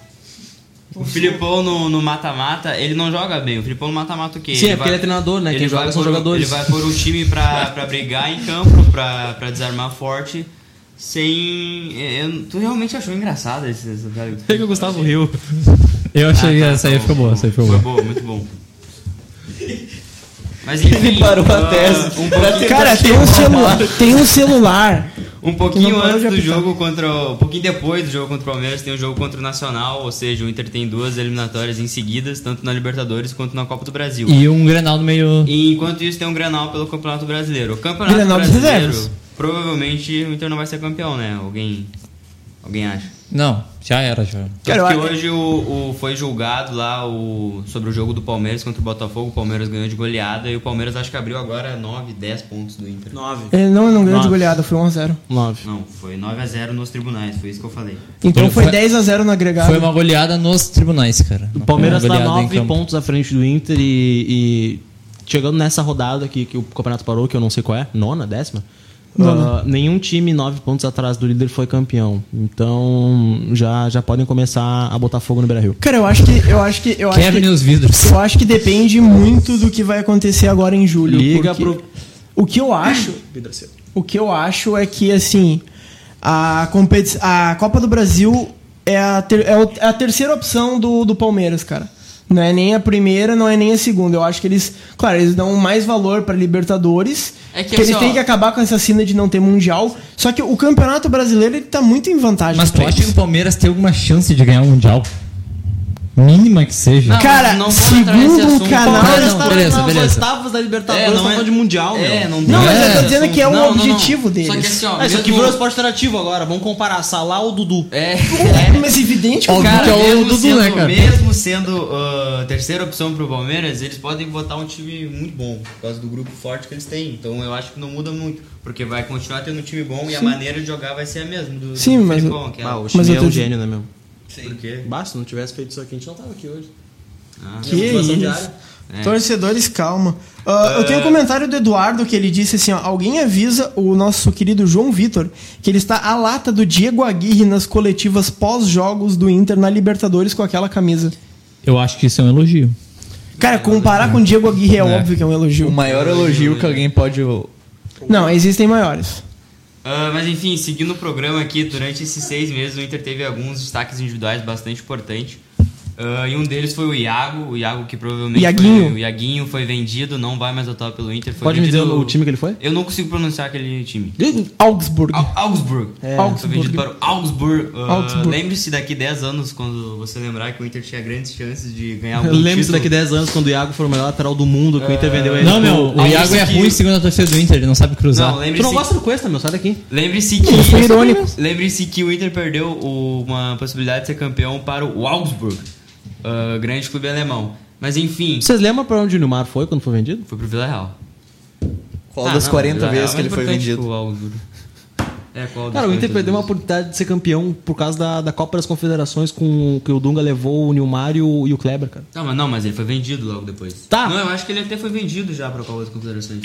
[SPEAKER 1] O Filipão no no mata-mata, ele não joga bem. O Filipão no mata-mata o quê?
[SPEAKER 3] Sim, é porque ele é treinador, né? Quem
[SPEAKER 1] vai
[SPEAKER 3] joga são
[SPEAKER 1] pôr o-
[SPEAKER 3] jogadores.
[SPEAKER 1] Ele vai pôr o time pra, pra brigar em campo, pra, pra desarmar forte, sem. eu- tu realmente achou engraçado esse. esse
[SPEAKER 3] Tem que o Gustavo Rio.
[SPEAKER 4] Eu achei que
[SPEAKER 1] Ah, tá,
[SPEAKER 4] essa aí
[SPEAKER 1] tá
[SPEAKER 4] ficou
[SPEAKER 1] bom,
[SPEAKER 4] boa,
[SPEAKER 1] tá
[SPEAKER 4] essa aí
[SPEAKER 1] bom.
[SPEAKER 4] ficou boa.
[SPEAKER 1] Foi boa, muito bom. Mas enfim,
[SPEAKER 5] Ele parou
[SPEAKER 1] ah,
[SPEAKER 5] a tese.
[SPEAKER 1] um
[SPEAKER 5] pra
[SPEAKER 1] pouquinho-
[SPEAKER 5] tentar
[SPEAKER 2] Cara, tem um,
[SPEAKER 5] chegar
[SPEAKER 2] celular,
[SPEAKER 5] lá.
[SPEAKER 2] tem um celular.
[SPEAKER 1] Um
[SPEAKER 2] Que não
[SPEAKER 1] pouquinho
[SPEAKER 2] parou de
[SPEAKER 1] antes do
[SPEAKER 2] apitar.
[SPEAKER 1] jogo contra. o- Um pouquinho depois do jogo contra o Palmeiras, tem o jogo contra o Nacional, ou seja, o Inter tem duas eliminatórias em seguidas, tanto na Libertadores quanto na Copa do Brasil.
[SPEAKER 4] E um Grenal no meio.
[SPEAKER 1] E enquanto isso, tem um Granal pelo Campeonato Brasileiro. O Campeonato
[SPEAKER 2] Grenal das
[SPEAKER 1] Brasileiro,
[SPEAKER 2] reservas.
[SPEAKER 1] provavelmente o Inter não vai ser campeão, né? Alguém. Alguém acha?
[SPEAKER 4] Não, já era, já.
[SPEAKER 1] Tanto
[SPEAKER 2] Cara,
[SPEAKER 1] que
[SPEAKER 2] eu-
[SPEAKER 1] hoje o, o- foi julgado lá o, sobre o jogo do Palmeiras contra o Botafogo. O Palmeiras ganhou de goleada e o Palmeiras acho que abriu agora 9, 10 pontos do Inter.
[SPEAKER 3] Nove.
[SPEAKER 2] Ele É, não, não ganhou
[SPEAKER 3] Nossa.
[SPEAKER 2] de goleada, foi 1x0.
[SPEAKER 3] Nove.
[SPEAKER 1] Não, foi 9x0 nos tribunais, foi isso que eu falei.
[SPEAKER 2] Então
[SPEAKER 4] Foi-
[SPEAKER 2] foi,
[SPEAKER 4] foi-
[SPEAKER 2] 10x0 no agregado.
[SPEAKER 4] Foi uma goleada nos tribunais, cara.
[SPEAKER 3] O Palmeiras
[SPEAKER 4] Uma
[SPEAKER 3] tá
[SPEAKER 4] goleada em
[SPEAKER 3] nove
[SPEAKER 4] campo.
[SPEAKER 3] pontos à frente do Inter e, e chegando nessa rodada que, que o campeonato parou, que eu não sei qual é, nona, décima. ah, nenhum time nove pontos atrás do líder foi campeão. Então já, já podem começar a botar fogo no Beira Rio.
[SPEAKER 2] Cara, eu acho que. Eu acho que. Eu acho
[SPEAKER 4] Kevin e
[SPEAKER 2] que-
[SPEAKER 4] os vidros.
[SPEAKER 2] Eu acho que depende muito do que vai acontecer agora em julho.
[SPEAKER 3] Liga
[SPEAKER 2] porque-
[SPEAKER 3] pro-
[SPEAKER 2] O que eu acho. O que eu acho é que, assim. A, competi... a Copa do Brasil é a, ter- é o- é a terceira opção do, do Palmeiras, cara. Não é nem a primeira, não é nem a segunda. Eu acho que eles. Claro, eles dão mais valor pra Libertadores.
[SPEAKER 1] É que,
[SPEAKER 2] porque eles
[SPEAKER 1] assim,
[SPEAKER 2] têm
[SPEAKER 1] ó-
[SPEAKER 2] que acabar com essa cena de não ter Mundial. Só que o Campeonato Brasileiro ele tá muito em vantagem.
[SPEAKER 4] Mas tu
[SPEAKER 2] pra
[SPEAKER 4] acha que é
[SPEAKER 2] eles.
[SPEAKER 4] o Palmeiras tem alguma chance de ganhar o Mundial? Mínima que seja.
[SPEAKER 1] Não,
[SPEAKER 2] Cara,
[SPEAKER 1] não vou entrar nesse
[SPEAKER 2] segundo
[SPEAKER 1] assunto.
[SPEAKER 2] o canal.
[SPEAKER 4] Palmeiras tá beleza,
[SPEAKER 3] nas
[SPEAKER 4] beleza.
[SPEAKER 3] oitavas da
[SPEAKER 5] É,
[SPEAKER 3] Libertadores, tá falando de Mundial, meu.
[SPEAKER 1] é, não,
[SPEAKER 2] Não,
[SPEAKER 1] tem esse
[SPEAKER 2] mas eu tô dizendo
[SPEAKER 1] assunto.
[SPEAKER 2] que é um
[SPEAKER 1] Não, não, não.
[SPEAKER 2] objetivo deles.
[SPEAKER 1] Só que assim, ó,
[SPEAKER 3] Ah, isso aqui
[SPEAKER 1] mesmo-
[SPEAKER 3] virou esporte interativo agora. Vamos comparar Salah ou Dudu.
[SPEAKER 1] É,
[SPEAKER 2] Mas evidente que
[SPEAKER 4] Óbvio
[SPEAKER 1] Cara,
[SPEAKER 4] que é o
[SPEAKER 1] mesmo
[SPEAKER 4] Dudu,
[SPEAKER 1] sendo,
[SPEAKER 4] né, cara?
[SPEAKER 1] Mesmo sendo ah, terceira opção pro Palmeiras, eles podem botar um time muito bom, por causa do grupo forte que eles têm. Então eu acho que não muda muito, porque vai continuar tendo um time bom e a maneira de jogar vai ser a mesma. Do,
[SPEAKER 2] Sim,
[SPEAKER 1] do
[SPEAKER 2] mas
[SPEAKER 1] Felipão,
[SPEAKER 2] eu-
[SPEAKER 1] aquela.
[SPEAKER 3] o
[SPEAKER 2] Mas eu
[SPEAKER 3] Chile é
[SPEAKER 2] tô
[SPEAKER 3] um
[SPEAKER 2] de-
[SPEAKER 3] gênio, né, meu?
[SPEAKER 1] Por quê?
[SPEAKER 3] Basta, se não tivesse feito isso aqui, a gente não tava aqui hoje.
[SPEAKER 1] Ah.
[SPEAKER 2] Que
[SPEAKER 3] Situação de
[SPEAKER 2] isso.
[SPEAKER 3] área.
[SPEAKER 1] É.
[SPEAKER 2] Torcedores, calma. Ah, Eu tenho um comentário do Eduardo que ele disse assim: ó, alguém avisa o nosso querido João Vitor que ele está à lata do Diego Aguirre nas coletivas pós-jogos do Inter na Libertadores com aquela camisa.
[SPEAKER 4] Eu acho que isso é um elogio.
[SPEAKER 2] Cara, comparar com o Diego Aguirre é, óbvio que é um elogio.
[SPEAKER 5] O maior elogio que alguém pode.
[SPEAKER 2] Não, existem maiores.
[SPEAKER 1] Ah, mas enfim, seguindo o programa aqui, durante esses seis meses o Inter teve alguns destaques individuais bastante importantes. Ah, e um deles foi o Iago, o Iago que provavelmente
[SPEAKER 2] Iaguinho.
[SPEAKER 1] foi, o Iaguinho foi vendido, não vai mais atuar pelo Inter. Foi
[SPEAKER 3] Pode me dizer
[SPEAKER 1] vendido-
[SPEAKER 3] o o time que ele foi?
[SPEAKER 1] Eu não consigo pronunciar aquele time.
[SPEAKER 2] Augsburg.
[SPEAKER 1] Au- Augsburg.
[SPEAKER 2] É.
[SPEAKER 1] Foi vendido para o Augsburg. Ah,
[SPEAKER 2] Augsburg.
[SPEAKER 1] Lembre-se daqui 10 anos, quando você lembrar que o Inter tinha grandes chances de ganhar algum
[SPEAKER 3] Eu lembro se
[SPEAKER 1] título.
[SPEAKER 3] daqui 10 anos, quando o Iago for o melhor lateral do mundo, que o Inter vendeu ele.
[SPEAKER 4] Não, meu,
[SPEAKER 3] pro-
[SPEAKER 4] o
[SPEAKER 1] é
[SPEAKER 4] Iago
[SPEAKER 1] isso
[SPEAKER 4] é
[SPEAKER 1] que-
[SPEAKER 4] ruim segundo a torcida do Inter, ele não sabe cruzar.
[SPEAKER 1] Não,
[SPEAKER 3] é. Tu não
[SPEAKER 1] lembre-se
[SPEAKER 3] gosta do Cuesta, meu, sai daqui.
[SPEAKER 1] Lembre-se que.
[SPEAKER 2] Isso é irônico.
[SPEAKER 1] Lembre-se que o Inter perdeu o- uma possibilidade de ser campeão para o Augsburg, ah, grande clube alemão. Mas enfim,
[SPEAKER 3] Vocês lembram pra onde o Nilmar foi quando foi vendido?
[SPEAKER 1] foi pro Vila Real.
[SPEAKER 5] Qual
[SPEAKER 2] Ah,
[SPEAKER 5] das
[SPEAKER 1] não,
[SPEAKER 5] 40
[SPEAKER 1] Vila Real
[SPEAKER 5] vezes
[SPEAKER 1] é
[SPEAKER 5] que ele foi
[SPEAKER 1] importante
[SPEAKER 5] vendido?
[SPEAKER 1] pro Augsburg. É, qual das
[SPEAKER 3] Cara, o Inter
[SPEAKER 1] 40
[SPEAKER 3] perdeu uma
[SPEAKER 1] vezes?
[SPEAKER 3] oportunidade de ser campeão por causa da, da Copa das Confederações com o- que o Dunga levou o Nilmar e o, e o Kleber, cara.
[SPEAKER 1] Não mas, não, mas ele foi vendido logo depois.
[SPEAKER 3] Tá.
[SPEAKER 1] Não, eu acho que ele até foi vendido já para Copa das Confederações.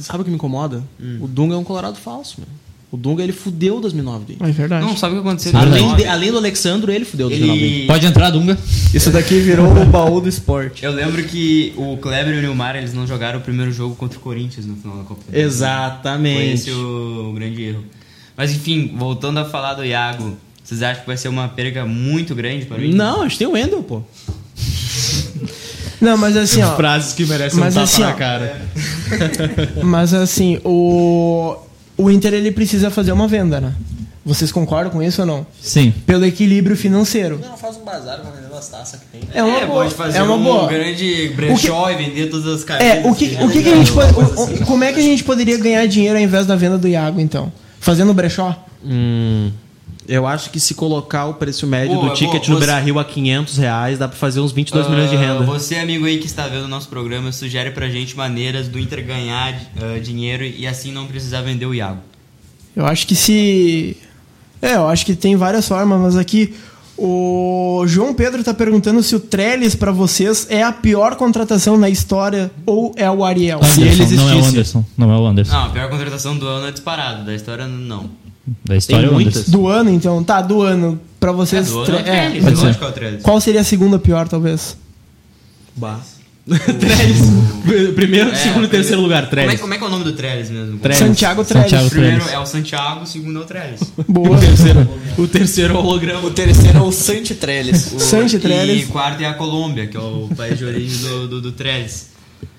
[SPEAKER 3] Sabe o que me incomoda? O Dunga é um colorado falso, meu. O Dunga, ele fudeu 2009 do Inter.
[SPEAKER 2] É verdade.
[SPEAKER 1] Não, sabe o que aconteceu?
[SPEAKER 3] Além, de- além do Alexandre, ele fudeu 2009 do Inter.
[SPEAKER 1] ele...
[SPEAKER 4] Pode entrar, Dunga.
[SPEAKER 5] Isso daqui virou o baú do esporte.
[SPEAKER 1] Eu lembro que o Kleber e o Neymar eles não jogaram o primeiro jogo contra o Corinthians no final da Copa. Foi
[SPEAKER 3] Exatamente.
[SPEAKER 1] esse o, o grande erro. Mas enfim, voltando a falar do Iago, vocês acham que vai ser uma perca muito grande para o Inter?
[SPEAKER 3] Não, a gente tem o Wendel, pô.
[SPEAKER 2] Não, mas assim, ó.
[SPEAKER 3] Frases que merecem um
[SPEAKER 2] Mas assim, ó,
[SPEAKER 3] cara.
[SPEAKER 2] Mas assim, o. O Inter ele precisa fazer uma venda, né? Vocês concordam com isso ou não?
[SPEAKER 4] Sim.
[SPEAKER 2] Pelo equilírio financeiro.
[SPEAKER 3] Não, faz um bazar pra vender as taças que tem. né?
[SPEAKER 2] É uma
[SPEAKER 1] é,
[SPEAKER 2] boa.
[SPEAKER 1] pode fazer
[SPEAKER 2] é uma
[SPEAKER 1] um
[SPEAKER 2] boa.
[SPEAKER 1] grande brechó e vender todas as camisas.
[SPEAKER 2] É, o que, o que, que a gente pode. o- o- como é que a gente poderia ganhar dinheiro ao invés da venda do Iago, então? Fazendo brechó?
[SPEAKER 3] Hum, eu acho que se colocar o preço médio
[SPEAKER 1] Boa,
[SPEAKER 3] do ticket
[SPEAKER 1] boa,
[SPEAKER 3] no
[SPEAKER 1] é você-
[SPEAKER 3] Beira Rio a 500 reais, dá pra fazer uns 22
[SPEAKER 1] Ah,
[SPEAKER 2] é
[SPEAKER 3] milhões de renda.
[SPEAKER 1] Você, amigo aí que está vendo o nosso programa, sugere pra gente maneiras do Inter ganhar ah, dinheiro e assim não precisar vender o Iago.
[SPEAKER 2] Eu acho que se. É, eu acho que tem várias formas, mas aqui. O João Pedro tá perguntando se o Trellis pra vocês é a pior contratação na história ou é o Ariel.
[SPEAKER 3] ele
[SPEAKER 4] Anderson, não é o
[SPEAKER 3] existisse.
[SPEAKER 4] Anderson. Não é o Anderson.
[SPEAKER 1] Não, a pior contratação do ano é disparado, da história não.
[SPEAKER 4] Da história é o
[SPEAKER 3] muitas.
[SPEAKER 4] Anderson.
[SPEAKER 2] Do ano, então? Tá, do ano. Pra vocês.
[SPEAKER 1] do ano
[SPEAKER 2] Tre- é.
[SPEAKER 1] é o
[SPEAKER 4] pode ser.
[SPEAKER 1] lógico que é o Trellis.
[SPEAKER 2] Qual seria a segunda pior, talvez?
[SPEAKER 3] Bah. Trellis. Primeiro,
[SPEAKER 1] É,
[SPEAKER 3] segundo e
[SPEAKER 1] primeiro-
[SPEAKER 3] terceiro
[SPEAKER 1] Como
[SPEAKER 3] lugar,
[SPEAKER 1] é,
[SPEAKER 3] Trellis.
[SPEAKER 1] como é que é o nome do Trellis mesmo?
[SPEAKER 3] Trellis.
[SPEAKER 2] Santiago Trellis.
[SPEAKER 1] O
[SPEAKER 4] Santiago.
[SPEAKER 1] primeiro
[SPEAKER 4] Trellis.
[SPEAKER 1] é o Santiago, o segundo é o Trellis.
[SPEAKER 2] Boa.
[SPEAKER 3] O terceiro é o holograma.
[SPEAKER 5] O terceiro é o Santi Trellis.
[SPEAKER 1] O-
[SPEAKER 2] Santi Trellis.
[SPEAKER 1] E quarto é a Colômbia, que é o país de origem do, do, do Trellis.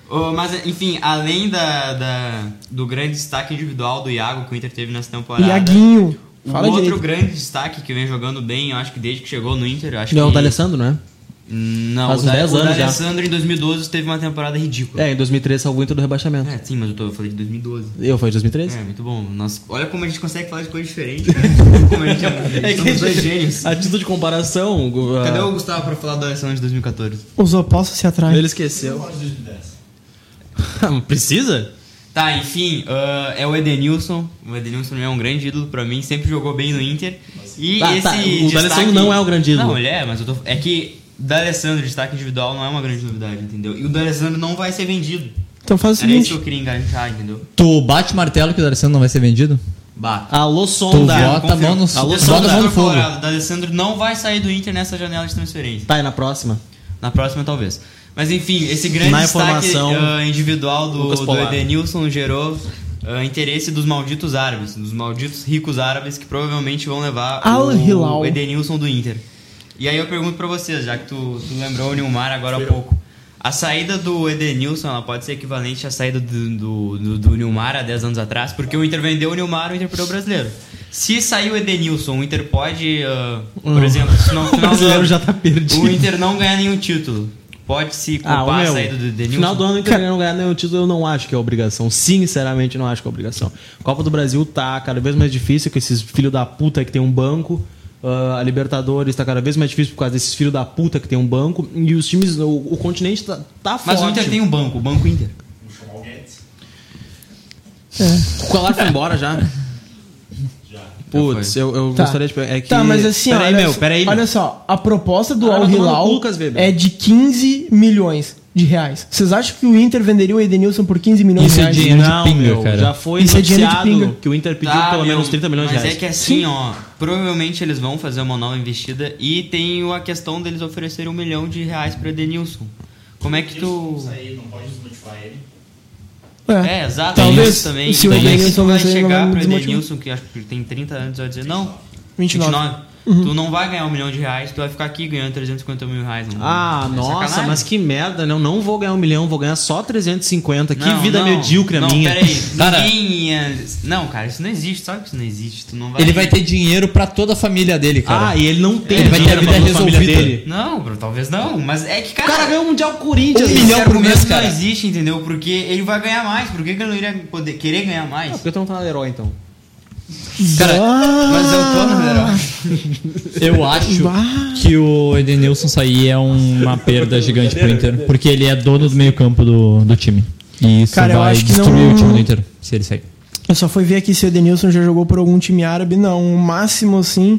[SPEAKER 1] Ô, mas, enfim, além da, da- do grande destaque individual do Iago que o Inter teve nessa
[SPEAKER 4] né?
[SPEAKER 1] temporada.
[SPEAKER 2] Iaguinho.
[SPEAKER 1] O
[SPEAKER 2] Fala
[SPEAKER 1] outro
[SPEAKER 2] direito.
[SPEAKER 1] grande destaque que vem jogando bem, eu acho que desde que chegou no Inter, eu acho
[SPEAKER 3] Não, o
[SPEAKER 1] que
[SPEAKER 3] D'Alessandro, né?
[SPEAKER 1] Não,
[SPEAKER 3] Faz
[SPEAKER 1] o
[SPEAKER 3] uns
[SPEAKER 1] Da-
[SPEAKER 3] 10
[SPEAKER 1] o
[SPEAKER 3] anos já.
[SPEAKER 1] Alessandro em 2012 teve uma temporada ridícula.
[SPEAKER 3] É, em 2013 salvou o Inter do rebaixamento.
[SPEAKER 1] É, sim, mas eu, tô, eu falei de 2012.
[SPEAKER 3] Eu falei de 2013?
[SPEAKER 1] É, muito bom. Nós, olha como a gente consegue falar de coisa diferente. né? como a gente é,
[SPEAKER 3] É que
[SPEAKER 1] somos dois
[SPEAKER 3] a- Ah.
[SPEAKER 1] gênios.
[SPEAKER 3] A título de comparação, o- a-
[SPEAKER 1] Cadê o Gustavo pra falar do Alessandro de 2014?
[SPEAKER 2] Os opostos se atraem.
[SPEAKER 3] ele esqueceu. Precisa?
[SPEAKER 1] Tá, enfim, ah, é o Edenilson. O Edenilson é um grande ídolo pra mim, sempre jogou bem no Inter. E
[SPEAKER 3] Ah,
[SPEAKER 1] esse
[SPEAKER 3] tá, o
[SPEAKER 1] destaque...
[SPEAKER 3] D'Alessandro não é um grande ídolo.
[SPEAKER 1] Não, ele é, mas eu tô... É que D'Alessandro, destaque individual, não é uma grande novidade, entendeu? E o D'Alessandro não vai ser
[SPEAKER 3] É
[SPEAKER 1] vendido.
[SPEAKER 2] Então faz o
[SPEAKER 1] Era isso que
[SPEAKER 2] seguinte.
[SPEAKER 1] eu queria enganchar, entendeu?
[SPEAKER 4] Tu bate martelo que o D'Alessandro não vai ser vendido?
[SPEAKER 1] Bah.
[SPEAKER 3] Alô,
[SPEAKER 4] Tu
[SPEAKER 3] sonda.
[SPEAKER 4] bota a
[SPEAKER 1] confirmo.
[SPEAKER 4] mão no,
[SPEAKER 3] Alô,
[SPEAKER 4] bota a mão no fogo.
[SPEAKER 1] O D'Alessandro não vai sair do Inter nessa janela de transferência.
[SPEAKER 3] Tá, e na próxima?
[SPEAKER 1] Na próxima, talvez. Mas enfim, esse grande
[SPEAKER 3] Na
[SPEAKER 1] destaque
[SPEAKER 3] informação,
[SPEAKER 1] ah, individual do,
[SPEAKER 3] Lucas
[SPEAKER 1] do
[SPEAKER 3] Polaro.
[SPEAKER 1] Edenilson gerou ah, interesse dos malditos árabes, dos malditos ricos árabes que provavelmente vão levar
[SPEAKER 2] Al Hilal.
[SPEAKER 1] o Edenilson do Inter. E aí eu pergunto pra vocês, já que tu, tu lembrou o Neymar agora há pouco. A saída do Edenilson ela pode ser equivalente à saída do, do, do, do Neymar há 10 anos atrás, porque o Inter vendeu o Neymar, o Inter perdeu o brasileiro. Se sair o Edenilson, o Inter pode, ah, por exemplo, se não,
[SPEAKER 3] Hum. O brasileiro já tá
[SPEAKER 1] o
[SPEAKER 3] perdido.
[SPEAKER 1] Inter não ganha nenhum título. Pode se
[SPEAKER 3] Ah, o
[SPEAKER 1] culpar a
[SPEAKER 3] meu.
[SPEAKER 1] saída do Denilson.
[SPEAKER 3] Final do ano o Inter não ganhar nenhum título, eu não acho que é obrigação. Sinceramente, não acho que é obrigação. Copa do Brasil tá cada vez mais difícil com esses filhos da puta que tem um banco. Ah, a Libertadores tá cada vez mais difícil por causa desses filhos da puta que tem um banco. E os times, o, o continente tá, tá
[SPEAKER 1] Mas o
[SPEAKER 3] forte.
[SPEAKER 1] Inter tem um banco, o Banco Inter.
[SPEAKER 3] O Colar foi embora já? Putz, eu, eu
[SPEAKER 2] Tá.
[SPEAKER 3] gostaria de. pe- É que...
[SPEAKER 2] Tá, mas assim,
[SPEAKER 3] peraí,
[SPEAKER 2] olha,
[SPEAKER 3] meu,
[SPEAKER 2] só-
[SPEAKER 3] peraí.
[SPEAKER 2] olha só, a proposta do
[SPEAKER 3] Ah,
[SPEAKER 2] Al
[SPEAKER 3] vai tomar no
[SPEAKER 2] Hilal
[SPEAKER 3] cu, Lucas Weber.
[SPEAKER 2] é de 15 milhões de reais. Vocês acham que o Inter venderia o Edenilson por 15 milhões
[SPEAKER 4] Isso
[SPEAKER 2] de
[SPEAKER 4] é
[SPEAKER 2] reais?
[SPEAKER 4] dinheiro de
[SPEAKER 3] Não,
[SPEAKER 4] pinga,
[SPEAKER 3] meu,
[SPEAKER 4] cara.
[SPEAKER 3] já foi
[SPEAKER 2] Isso é dinheiro de
[SPEAKER 3] noticiado
[SPEAKER 2] pinga.
[SPEAKER 3] que o Inter pediu
[SPEAKER 1] Tá,
[SPEAKER 3] pelo
[SPEAKER 1] meu,
[SPEAKER 3] menos 30 milhões
[SPEAKER 1] mas
[SPEAKER 3] de reais.
[SPEAKER 1] é que assim, ó, provavelmente eles vão fazer uma nova investida e tem a questão deles oferecer um milhão de reais pro Edenilson. Como é que tu.
[SPEAKER 2] É.
[SPEAKER 1] É, exato,
[SPEAKER 2] Talvez,
[SPEAKER 1] isso também.
[SPEAKER 2] se o
[SPEAKER 1] Então,
[SPEAKER 2] Edenilson
[SPEAKER 1] tu vai
[SPEAKER 2] vencer, ele não vai
[SPEAKER 1] chegar
[SPEAKER 2] me
[SPEAKER 1] pro
[SPEAKER 2] desmotivar.
[SPEAKER 1] Edenilson, que acho que tem 30 anos, vai dizer, não,
[SPEAKER 2] 29.
[SPEAKER 1] 29.
[SPEAKER 2] Uhum.
[SPEAKER 1] Tu não vai ganhar um milhão de reais, tu vai ficar aqui ganhando 350 mil reais. Não,
[SPEAKER 3] Ah,
[SPEAKER 1] não é
[SPEAKER 3] nossa,
[SPEAKER 1] sacanagem?
[SPEAKER 3] mas que merda, né? Eu não vou ganhar um milhão, vou ganhar só 350. Que
[SPEAKER 1] Não,
[SPEAKER 3] vida
[SPEAKER 1] não,
[SPEAKER 3] medíocre a
[SPEAKER 1] não,
[SPEAKER 3] minha.
[SPEAKER 1] Peraí,
[SPEAKER 4] Cara.
[SPEAKER 1] ninguém ia- Não, cara, isso não existe. Sabe que isso não existe. Tu não vai.
[SPEAKER 4] Ele vai ter dinheiro pra toda a família dele, cara.
[SPEAKER 3] Ah, e ele não tem
[SPEAKER 1] É,
[SPEAKER 4] Ele vai ter a
[SPEAKER 3] dinheiro
[SPEAKER 4] vida
[SPEAKER 3] pra toda família
[SPEAKER 4] resolvida.
[SPEAKER 3] dele.
[SPEAKER 1] Não, bro, talvez não. Mas é que,
[SPEAKER 3] O
[SPEAKER 1] cara.
[SPEAKER 3] cara ganhou o Mundial Corinthians.
[SPEAKER 4] Um
[SPEAKER 1] esse
[SPEAKER 3] né?
[SPEAKER 4] milhão por mês,
[SPEAKER 1] argumento
[SPEAKER 4] cara.
[SPEAKER 1] Não existe, entendeu? Porque ele vai ganhar mais. Por que, que ele não iria poder, querer ganhar mais?
[SPEAKER 3] Ah, Por que tu não tá no herói, então?
[SPEAKER 2] Ah,
[SPEAKER 4] Cara,
[SPEAKER 1] Mas eu
[SPEAKER 3] né,
[SPEAKER 1] tô
[SPEAKER 2] um
[SPEAKER 1] no verão.
[SPEAKER 4] eu acho que o Edenilson sair é uma perda gigante pro Inter, porque ele é dono do meio-campo do, do time. E isso
[SPEAKER 2] Cara, eu
[SPEAKER 4] vai
[SPEAKER 2] acho que
[SPEAKER 4] destruir
[SPEAKER 2] não-
[SPEAKER 4] o time do Inter se ele sair.
[SPEAKER 2] Eu só fui ver aqui se o Edenilson já jogou por algum time árabe. Não, o máximo, assim,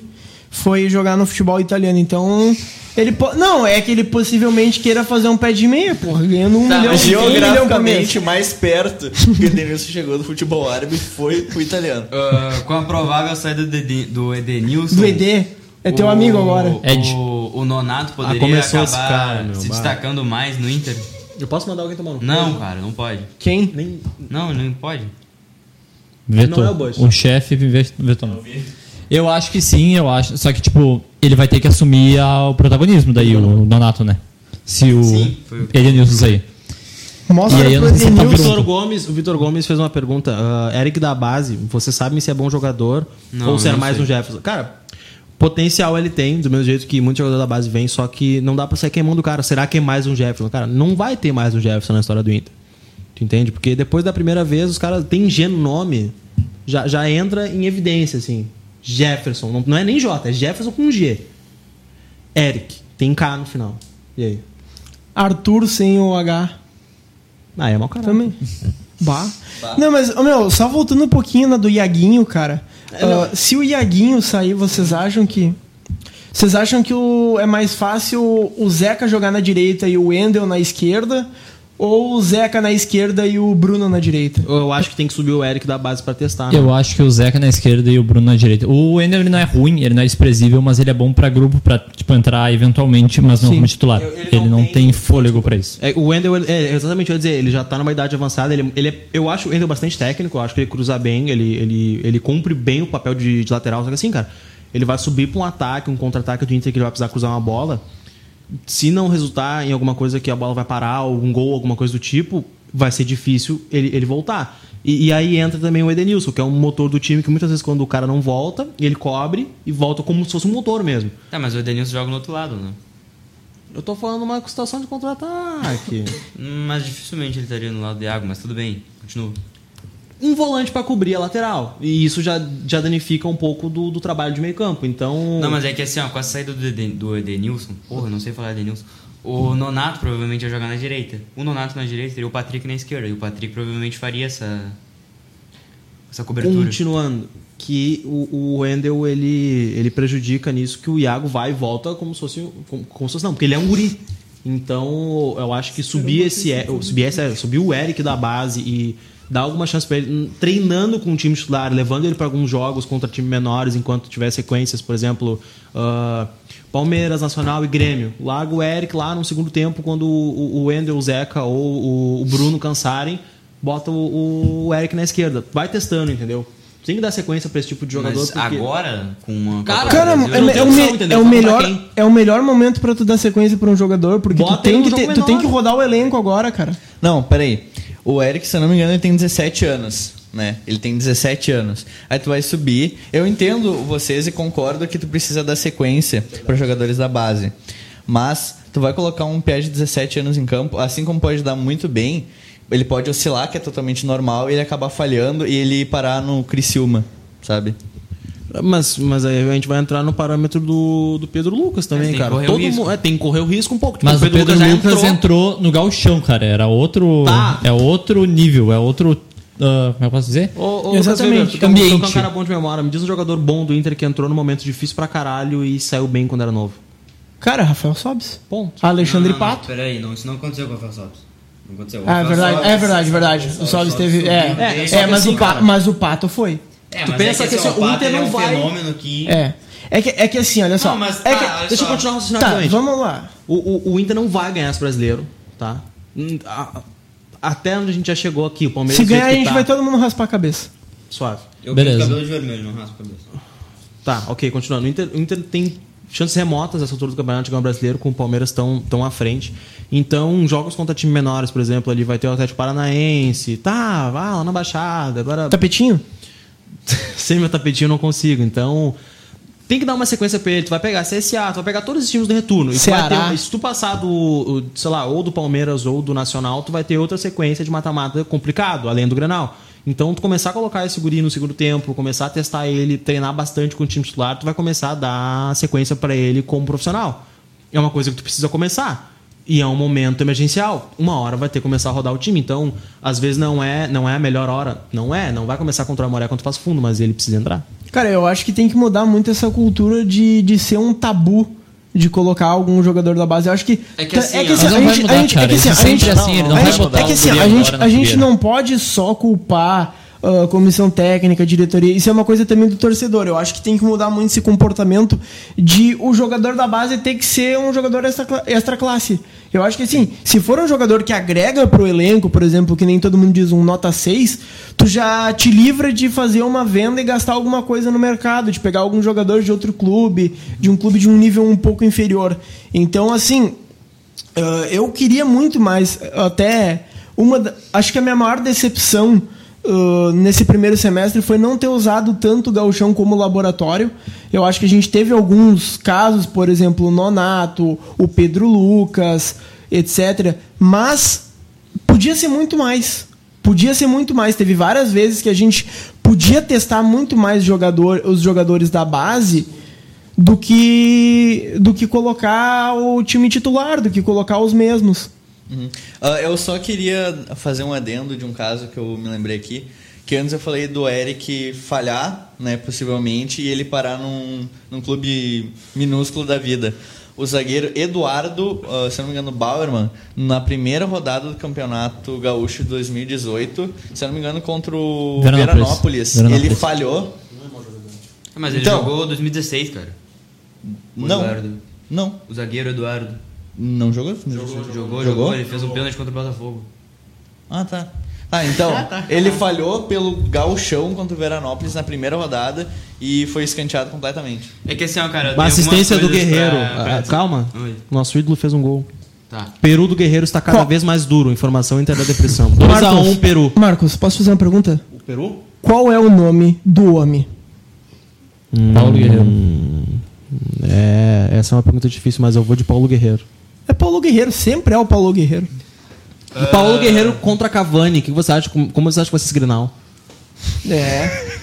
[SPEAKER 2] foi jogar no futebol italiano. Então, ele... po- Não, é que ele possivelmente queira fazer um pé de meia, porra. Ganhando um
[SPEAKER 1] Tá,
[SPEAKER 2] milhão,
[SPEAKER 1] mas
[SPEAKER 2] um milhão por mês.
[SPEAKER 5] Geograficamente mais perto que o Edenilson chegou do futebol árabe foi pro italiano.
[SPEAKER 1] Ah, com a provável saída do, Eden- do Edenilson.
[SPEAKER 2] Do ED. É teu
[SPEAKER 1] o-
[SPEAKER 2] amigo agora.
[SPEAKER 4] Ed.
[SPEAKER 1] O, o Nonato poderia
[SPEAKER 3] Ah, começou esse
[SPEAKER 1] acabar
[SPEAKER 3] cara, meu,
[SPEAKER 1] se
[SPEAKER 3] bah.
[SPEAKER 1] destacando mais no Inter?
[SPEAKER 3] Eu posso mandar alguém tomar no cu?
[SPEAKER 1] Não, cara, não pode.
[SPEAKER 2] Quem?
[SPEAKER 3] Nem...
[SPEAKER 1] Não, não pode.
[SPEAKER 4] Vetou.
[SPEAKER 3] Não é o Boys.
[SPEAKER 4] o um chefe ve- vetou. não. Eu acho que sim, eu acho. Só que, tipo, ele vai ter que assumir a- o protagonismo daí, o Donato, né? Se o
[SPEAKER 1] Sim, foi o que-
[SPEAKER 4] Edenilson sair.
[SPEAKER 2] Mostra
[SPEAKER 4] E aí eu
[SPEAKER 2] pro
[SPEAKER 4] não sei se tá
[SPEAKER 3] O
[SPEAKER 2] Edenilson.
[SPEAKER 3] Vitor Gomes, o Vitor Gomes fez uma pergunta. ah, Eric da base, vocês sabem se é bom jogador
[SPEAKER 1] Não,
[SPEAKER 3] ou se era
[SPEAKER 1] não
[SPEAKER 3] mais
[SPEAKER 1] sei.
[SPEAKER 3] um Jefferson? Cara, potencial ele tem, do mesmo jeito que muitos jogadores da base vêm, só que não dá pra sair queimando o cara. Será que é mais um Jefferson? Cara, não vai ter mais um Jefferson na história do Inter. Tu entende? Porque depois da primeira vez, os caras têm G no nome, já, já entra em evidência, assim. Jefferson, não, não é nem J, é Jefferson com G. Eric, tem K no final. E aí?
[SPEAKER 4] tá-
[SPEAKER 2] Arthur sem o H.
[SPEAKER 3] Ah, é mau caralho.
[SPEAKER 2] Também. Bah. Não, mas, ô, meu, só voltando um pouquinho na do Iaguinho, cara. Ah, se o Iaguinho sair, vocês acham que. Vocês acham que o, é mais fácil o Zeca jogar na direita e o Wendel na esquerda? Ou o Zeca na esquerda e o Bruno na direita?
[SPEAKER 3] Eu acho que tem que subir o Eric da base pra testar. né?
[SPEAKER 4] Eu acho que o Zeca na esquerda e o Bruno na direita. O Ender ele não é ruim, ele não é desprezível, mas ele é bom pra grupo, pra tipo, entrar eventualmente, mas não como titular. ele não, tem, fôlego pra isso.
[SPEAKER 3] É, o Wendel, ele- é, exatamente, eu ia dizer, ele já tá numa idade avançada, ele, ele é- eu acho o Wendel bastante técnico, eu acho que ele cruza bem, ele, ele, ele cumpre bem o papel de, de lateral, só que assim, cara, ele vai subir pra um ataque, um contra-ataque do Inter que ele vai precisar cruzar uma bola, se não resultar em alguma coisa que a bola vai parar, ou um gol, alguma coisa do tipo, vai ser difícil ele, ele voltar. E, e aí entra também o Edenilson, que é um motor do time que muitas vezes quando o cara não volta, ele cobre e volta como se fosse um motor mesmo.
[SPEAKER 1] Tá, mas o Edenilson joga no outro lado, né?
[SPEAKER 3] Eu tô falando uma situação de contra-ataque.
[SPEAKER 1] Hum, Mas dificilmente ele estaria no lado de água, mas tudo bem, continua.
[SPEAKER 3] um volante pra cobrir a lateral. E isso já, já danifica um pouco do, do trabalho de meio campo. Então.
[SPEAKER 1] Não, mas é que assim, ó, com a saída do, Eden, do Edenilson, porra, eu não sei falar Edenilson. O Nonato provavelmente ia jogar na direita. O Nonato na direita teria o Patrick na esquerda. E o Patrick provavelmente faria essa. essa cobertura.
[SPEAKER 3] Continuando, que o, o Wendel ele, ele prejudica nisso que o Iago vai e volta como se fosse. um, Como, como se fosse não, porque ele é um guri. Então eu acho que subir esse. é- Subir, essa, subir o Eric da base e dar alguma chance pra ele, hum, treinando com o time titular, levando ele pra alguns jogos contra times menores enquanto tiver sequências, por exemplo. ah, Palmeiras, Nacional e Grêmio. Larga o Eric lá no segundo tempo quando o o Wendel, o Zeca ou o- o Bruno cansarem bota o, o Eric na esquerda. Vai testando, entendeu? Tem que dar sequência pra esse tipo de jogador.
[SPEAKER 1] mas
[SPEAKER 3] porque-
[SPEAKER 1] agora, com uma.
[SPEAKER 3] Cara,
[SPEAKER 1] Copa do
[SPEAKER 2] Cara,
[SPEAKER 1] Brasil,
[SPEAKER 2] é,
[SPEAKER 1] não
[SPEAKER 2] me-
[SPEAKER 1] tem
[SPEAKER 2] é o
[SPEAKER 1] opção.
[SPEAKER 2] me-
[SPEAKER 3] opção, entendeu?
[SPEAKER 2] é o
[SPEAKER 3] Pra
[SPEAKER 2] melhor,
[SPEAKER 3] quem?
[SPEAKER 2] é o melhor momento pra tu dar sequência pra um jogador, porque tu
[SPEAKER 3] Bota
[SPEAKER 2] tem,
[SPEAKER 3] ele
[SPEAKER 2] que
[SPEAKER 3] num
[SPEAKER 2] ter-
[SPEAKER 3] jogo
[SPEAKER 2] tu tem que
[SPEAKER 3] menor.
[SPEAKER 2] rodar o elenco agora, cara.
[SPEAKER 5] Não, peraí. O Eric, se eu não me engano, ele tem 17 anos, né? Ele tem 17 anos. Aí tu vai subir. Eu entendo vocês e concordo que tu precisa dar sequência para jogadores da base. Mas tu vai colocar um pé de 17 anos em campo, assim como pode dar muito bem, ele pode oscilar, que é totalmente normal, e ele acabar falhando e ele parar no Criciúma, sabe?
[SPEAKER 3] Mas, mas aí a gente vai entrar no parâmetro do, do Pedro Lucas
[SPEAKER 1] Mas É, tem
[SPEAKER 3] também,
[SPEAKER 1] que
[SPEAKER 3] cara.
[SPEAKER 1] correr o
[SPEAKER 3] Todo
[SPEAKER 1] risco.
[SPEAKER 3] mundo é, tem que correr o risco um pouco. Tipo,
[SPEAKER 4] Mas o Pedro,
[SPEAKER 3] já
[SPEAKER 4] Lucas entrou... no galchão, cara. Era outro.
[SPEAKER 3] Tá.
[SPEAKER 4] É outro nível, é outro. ah, como é que eu posso dizer?
[SPEAKER 3] Ô, ô,
[SPEAKER 2] Exatamente,
[SPEAKER 3] Exatamente. Tu ambiente. é um
[SPEAKER 4] ambiente.
[SPEAKER 3] cara bom de memória. Me diz um jogador bom do Inter que entrou num momento difícil pra caralho e saiu bem quando era novo.
[SPEAKER 2] Cara, Rafael Sobis.
[SPEAKER 3] Ponto.
[SPEAKER 2] Alexandre
[SPEAKER 6] não, não,
[SPEAKER 2] Pato.
[SPEAKER 6] Peraí, não, isso não aconteceu com o Rafael Sobis. Não aconteceu. O
[SPEAKER 2] Ah, é
[SPEAKER 6] Rafael
[SPEAKER 2] verdade,
[SPEAKER 6] Sobis-
[SPEAKER 2] é verdade, verdade. O
[SPEAKER 6] Sobis
[SPEAKER 2] Sobis teve.
[SPEAKER 6] subiu
[SPEAKER 2] É,
[SPEAKER 6] bem,
[SPEAKER 2] é,
[SPEAKER 6] só que
[SPEAKER 2] mas, o
[SPEAKER 6] assim,
[SPEAKER 2] Pa-
[SPEAKER 6] cara,
[SPEAKER 2] mas o Pato foi.
[SPEAKER 6] É, mas
[SPEAKER 3] tu pensa
[SPEAKER 6] é
[SPEAKER 3] que
[SPEAKER 6] que,
[SPEAKER 3] assim,
[SPEAKER 6] assim,
[SPEAKER 3] o
[SPEAKER 6] Pato,
[SPEAKER 3] Inter
[SPEAKER 6] ele é
[SPEAKER 3] não
[SPEAKER 6] um
[SPEAKER 3] vai-
[SPEAKER 6] fenômeno que...
[SPEAKER 2] É. É que, é que assim, olha só.
[SPEAKER 6] Não, mas
[SPEAKER 2] é
[SPEAKER 6] tá,
[SPEAKER 2] que-
[SPEAKER 6] olha
[SPEAKER 3] Deixa eu
[SPEAKER 6] só.
[SPEAKER 3] continuar raciocínio
[SPEAKER 2] Tá,
[SPEAKER 3] rapidamente.
[SPEAKER 2] vamos lá.
[SPEAKER 3] O, o, o Inter não vai ganhar esse brasileiro, tá? Hum, a- a- Até onde a gente já chegou aqui, o Palmeiras.
[SPEAKER 2] Se
[SPEAKER 3] do jeito
[SPEAKER 2] ganhar, a
[SPEAKER 3] que
[SPEAKER 2] gente
[SPEAKER 3] tá,
[SPEAKER 2] vai todo mundo raspar a cabeça.
[SPEAKER 3] Suave.
[SPEAKER 6] Eu Beleza.
[SPEAKER 4] Beleza.
[SPEAKER 6] cabelo de vermelho, não raspo a cabeça.
[SPEAKER 3] Tá, ok, continuando. O Inter, o Inter tem chances remotas essa altura do Campeonato de Ganhar Brasileiro, com o Palmeiras tão, tão à frente. Então, jogos contra times menores, por exemplo, ali vai ter o Atlético Paranaense, tá, vai lá na Baixada, agora
[SPEAKER 2] Tapetinho?
[SPEAKER 3] sem meu tapetinho eu não consigo. Então, tem que dar uma sequência pra ele. Tu vai pegar CSA, tu vai pegar todos os times do retorno. E tu vai
[SPEAKER 2] Ceará.
[SPEAKER 3] ter- se tu passar do, o- sei lá, ou do Palmeiras ou do Nacional, tu vai ter outra sequência de mata-mata complicado, além do Grenal. Então, tu começar a colocar esse guri no segundo tempo, começar a testar ele, treinar bastante com o time titular, tu vai começar a dar sequência pra ele como profissional. É uma coisa que tu precisa começar. E é um momento emergencial. Uma hora vai ter que começar a rodar o time. Então, às vezes não é, não é a melhor hora. Não é, não vai começar contra a Moré quando faz fundo, mas ele precisa entrar.
[SPEAKER 2] Cara, eu acho que tem que mudar muito essa cultura de, de ser um tabu de colocar algum jogador da base. Eu acho que.
[SPEAKER 1] É que assim, ó,
[SPEAKER 2] assim,
[SPEAKER 4] Mas não
[SPEAKER 2] a
[SPEAKER 4] vai
[SPEAKER 2] gente-
[SPEAKER 4] mudar,
[SPEAKER 2] a gente-
[SPEAKER 4] cara.
[SPEAKER 2] é que assim,
[SPEAKER 4] Isso
[SPEAKER 2] a gente-
[SPEAKER 4] sempre é assim, ele não
[SPEAKER 2] a
[SPEAKER 4] vai
[SPEAKER 2] gente-
[SPEAKER 4] botar
[SPEAKER 2] É que
[SPEAKER 4] um
[SPEAKER 2] assim,
[SPEAKER 4] guri
[SPEAKER 2] a gente,
[SPEAKER 4] agora na
[SPEAKER 2] a gente
[SPEAKER 4] fogueira.
[SPEAKER 2] não pode só culpar ah, comissão técnica, diretoria. Isso é uma coisa também do torcedor. Eu acho que tem que mudar muito esse comportamento de o jogador da base ter que ser um jogador extra, cla- extra classe. Eu acho que assim, se for um jogador que agrega pro elenco, por exemplo, que nem todo mundo diz um nota 6, tu já te livra de fazer uma venda e gastar alguma coisa no mercado, de pegar algum jogador de outro clube, de um clube de um nível um pouco inferior. Então, assim, Uh, eu queria muito mais, até uma, da- acho que a minha maior decepção uh, nesse primeiro semestre foi não ter usado tanto o gauchão como laboratório. Eu acho que a gente teve alguns casos, por exemplo, o Nonato, o Pedro Lucas, etc. Mas podia ser muito mais. Podia ser muito mais. Teve várias vezes que a gente podia testar muito mais jogador, os jogadores da base do que do que colocar o time titular, do que colocar os mesmos.
[SPEAKER 5] Uhum. Ah, eu só queria fazer um adendo de um caso que eu me lembrei aqui. Que antes eu falei do Eric falhar, né, possivelmente, e ele parar num, num clube minúsculo da vida. O zagueiro Eduardo, ah, se eu não me engano, Bauerman, na primeira rodada do Campeonato Gaúcho de 2018, se eu não me engano, contra o
[SPEAKER 4] Veranópolis.
[SPEAKER 5] Veranópolis, ele
[SPEAKER 4] Veranópolis.
[SPEAKER 5] falhou.
[SPEAKER 1] Mas ele
[SPEAKER 5] Então-
[SPEAKER 1] jogou 2016, cara. O
[SPEAKER 5] não,
[SPEAKER 1] Eduardo.
[SPEAKER 5] não,
[SPEAKER 1] O zagueiro Eduardo.
[SPEAKER 5] não jogou?
[SPEAKER 1] Jogou, jogou,
[SPEAKER 5] Jogou?
[SPEAKER 1] ele fez um pênalti contra o Botafogo.
[SPEAKER 5] Ah, tá. Ah, então, ele falhou pelo gauchão contra o Veranópolis na primeira rodada e foi escanteado completamente.
[SPEAKER 1] É que assim, ó, cara. tem
[SPEAKER 3] A assistência do
[SPEAKER 1] algumas coisas
[SPEAKER 3] Guerreiro.
[SPEAKER 1] pra- pra-
[SPEAKER 3] Ah, calma.
[SPEAKER 1] Oi.
[SPEAKER 3] Nosso ídolo fez um gol.
[SPEAKER 1] Tá.
[SPEAKER 3] Peru do Guerreiro está cada
[SPEAKER 2] Qual?
[SPEAKER 3] vez mais duro. Informação interna da depressão. 2x1 Peru.
[SPEAKER 2] Marcos, posso fazer uma pergunta?
[SPEAKER 3] O Peru?
[SPEAKER 2] Qual é o nome do homem?
[SPEAKER 4] Paulo Guerreiro.
[SPEAKER 3] É, essa é uma pergunta difícil, mas eu vou de Paulo Guerreiro.
[SPEAKER 2] É Paulo Guerreiro, sempre é o Paulo Guerreiro.
[SPEAKER 3] E Paulo Guerreiro contra Cavani, o que você acha? Como, como você acha que vai ser esse Grenal?
[SPEAKER 2] É.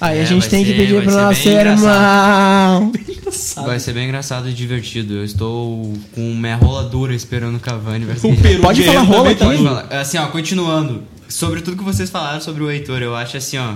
[SPEAKER 2] Aí
[SPEAKER 1] É,
[SPEAKER 2] a gente
[SPEAKER 1] vai
[SPEAKER 2] tem
[SPEAKER 1] ser-
[SPEAKER 2] que pedir
[SPEAKER 1] vai
[SPEAKER 2] pro
[SPEAKER 1] ser
[SPEAKER 2] nosso
[SPEAKER 1] bem
[SPEAKER 2] irmão.
[SPEAKER 1] Vai ser bem engraçado e divertido. Eu estou com minha rola dura esperando o Cavani. Vai ser...
[SPEAKER 2] Pode falar rola
[SPEAKER 3] Então,
[SPEAKER 2] aqui.
[SPEAKER 1] Pode falar. Assim, ó, continuando. Sobre tudo que vocês falaram sobre o Heitor, eu acho assim, ó.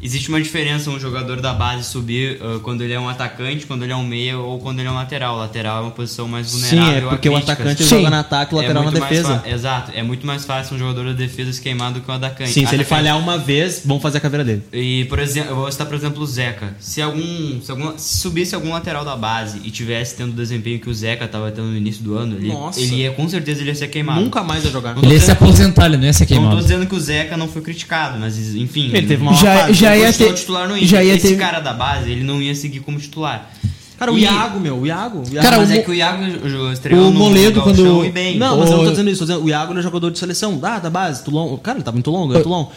[SPEAKER 1] Existe uma diferença um jogador da base subir uh, quando ele é um atacante, quando ele é um meia ou quando ele é um lateral. O lateral é uma posição mais
[SPEAKER 3] Sim,
[SPEAKER 1] vulnerável.
[SPEAKER 3] é
[SPEAKER 1] a
[SPEAKER 3] porque o
[SPEAKER 1] críticas.
[SPEAKER 3] atacante
[SPEAKER 2] Sim.
[SPEAKER 3] joga no ataque, o
[SPEAKER 1] É
[SPEAKER 3] lateral
[SPEAKER 1] muito
[SPEAKER 3] na
[SPEAKER 1] mais
[SPEAKER 3] defesa.
[SPEAKER 1] fa- Exato, é muito mais fácil um jogador da defesa se queimar do que um atacante.
[SPEAKER 3] Sim, se ele
[SPEAKER 1] Atacante.
[SPEAKER 3] falhar uma vez, vão fazer a caveira dele.
[SPEAKER 1] E, por exemplo, eu vou citar, por exemplo, o Zeca. Se algum. Se, algum, se subisse algum lateral da base e tivesse tendo o desempenho que o Zeca tava tendo no início do ano, ele,
[SPEAKER 3] Nossa.
[SPEAKER 1] ele ia, com certeza ele ia ser queimado.
[SPEAKER 3] Nunca mais vai jogar.
[SPEAKER 1] Não
[SPEAKER 4] Ele ia
[SPEAKER 1] tô
[SPEAKER 4] se
[SPEAKER 1] dizendo-
[SPEAKER 4] aposentar, ele não ia ser
[SPEAKER 1] Não tô
[SPEAKER 4] queimado.
[SPEAKER 1] dizendo que o Zeca não foi criticado, mas enfim.
[SPEAKER 3] Ele teve uma má
[SPEAKER 2] Já,
[SPEAKER 3] fase.
[SPEAKER 2] já
[SPEAKER 1] ele
[SPEAKER 2] ia
[SPEAKER 1] continuou
[SPEAKER 2] ter.
[SPEAKER 1] titular no Inter.
[SPEAKER 2] Já ia
[SPEAKER 1] Esse
[SPEAKER 2] ter.
[SPEAKER 1] cara da base, ele não ia seguir como titular.
[SPEAKER 3] Cara, o
[SPEAKER 1] E-
[SPEAKER 3] Iago, meu, o Iago. O Iago é
[SPEAKER 1] Cara,
[SPEAKER 4] Cara,
[SPEAKER 1] mas
[SPEAKER 4] o
[SPEAKER 1] é
[SPEAKER 4] Mo-
[SPEAKER 1] que o Iago jo- estreou
[SPEAKER 4] o
[SPEAKER 1] no
[SPEAKER 4] Moledo, quando-
[SPEAKER 1] Gauchão e bem.
[SPEAKER 3] Não, mas eu não
[SPEAKER 2] Ô,
[SPEAKER 3] tô dizendo isso. Tô dizendo, o Iago ele é jogador de seleção. Ah, da base, Tulon. Cara, ele tá muito longo, é Tulon.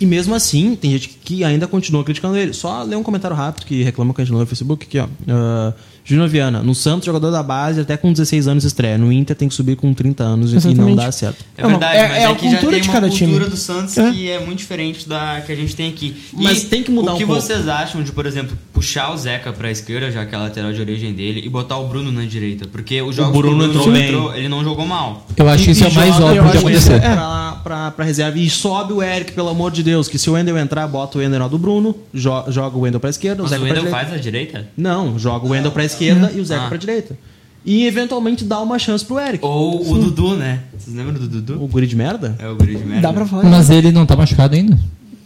[SPEAKER 3] E mesmo assim, tem gente que- que ainda continua criticando ele. Só lê um comentário rápido que reclama que a gente não lê no Facebook aqui, ó. Ah, Júnior Viana, no Santos, jogador da base, até com 16 anos estreia. No Inter tem que subir com 30 anos e- e não
[SPEAKER 2] Exatamente.
[SPEAKER 3] dá certo.
[SPEAKER 1] É
[SPEAKER 2] É uma-
[SPEAKER 1] verdade,
[SPEAKER 2] é-
[SPEAKER 1] mas
[SPEAKER 2] é a
[SPEAKER 1] que já
[SPEAKER 2] cultura
[SPEAKER 1] tem
[SPEAKER 2] de
[SPEAKER 1] uma
[SPEAKER 2] cada
[SPEAKER 1] cultura
[SPEAKER 2] time.
[SPEAKER 1] do Santos
[SPEAKER 2] É.
[SPEAKER 1] que é muito diferente da que a gente tem aqui.
[SPEAKER 3] Mas tem que mudar
[SPEAKER 1] o
[SPEAKER 3] um
[SPEAKER 1] que
[SPEAKER 3] pouco.
[SPEAKER 1] vocês acham de, por exemplo, puxar o Zeca pra esquerda, já que é a lateral de origem dele, e botar o Bruno na direita? Porque o jogo
[SPEAKER 3] Bruno entrou bem.
[SPEAKER 1] ele não jogou mal.
[SPEAKER 4] Eu acho que isso é o mais óbvio de
[SPEAKER 3] que
[SPEAKER 4] acontecer.
[SPEAKER 3] Pra, pra, pra reserva. E sobe o Eric, pelo amor de Deus, que se o Wendel entrar, bota o Wendel no do Bruno, jo- joga o Wendel pra esquerda,
[SPEAKER 1] Mas
[SPEAKER 3] o Zeca
[SPEAKER 1] o
[SPEAKER 3] pra
[SPEAKER 1] Wendel
[SPEAKER 3] direita.
[SPEAKER 1] faz a direita?
[SPEAKER 3] Não, joga o Wendel pra esquerda e o Zeca
[SPEAKER 1] Ah.
[SPEAKER 3] pra direita. E eventualmente dá uma chance pro Eric.
[SPEAKER 1] Ou o Dudu, né? Vocês lembram do Dudu?
[SPEAKER 3] O guri de merda?
[SPEAKER 1] É o guri de merda.
[SPEAKER 2] Dá pra falar.
[SPEAKER 4] Mas ele não tá machucado ainda.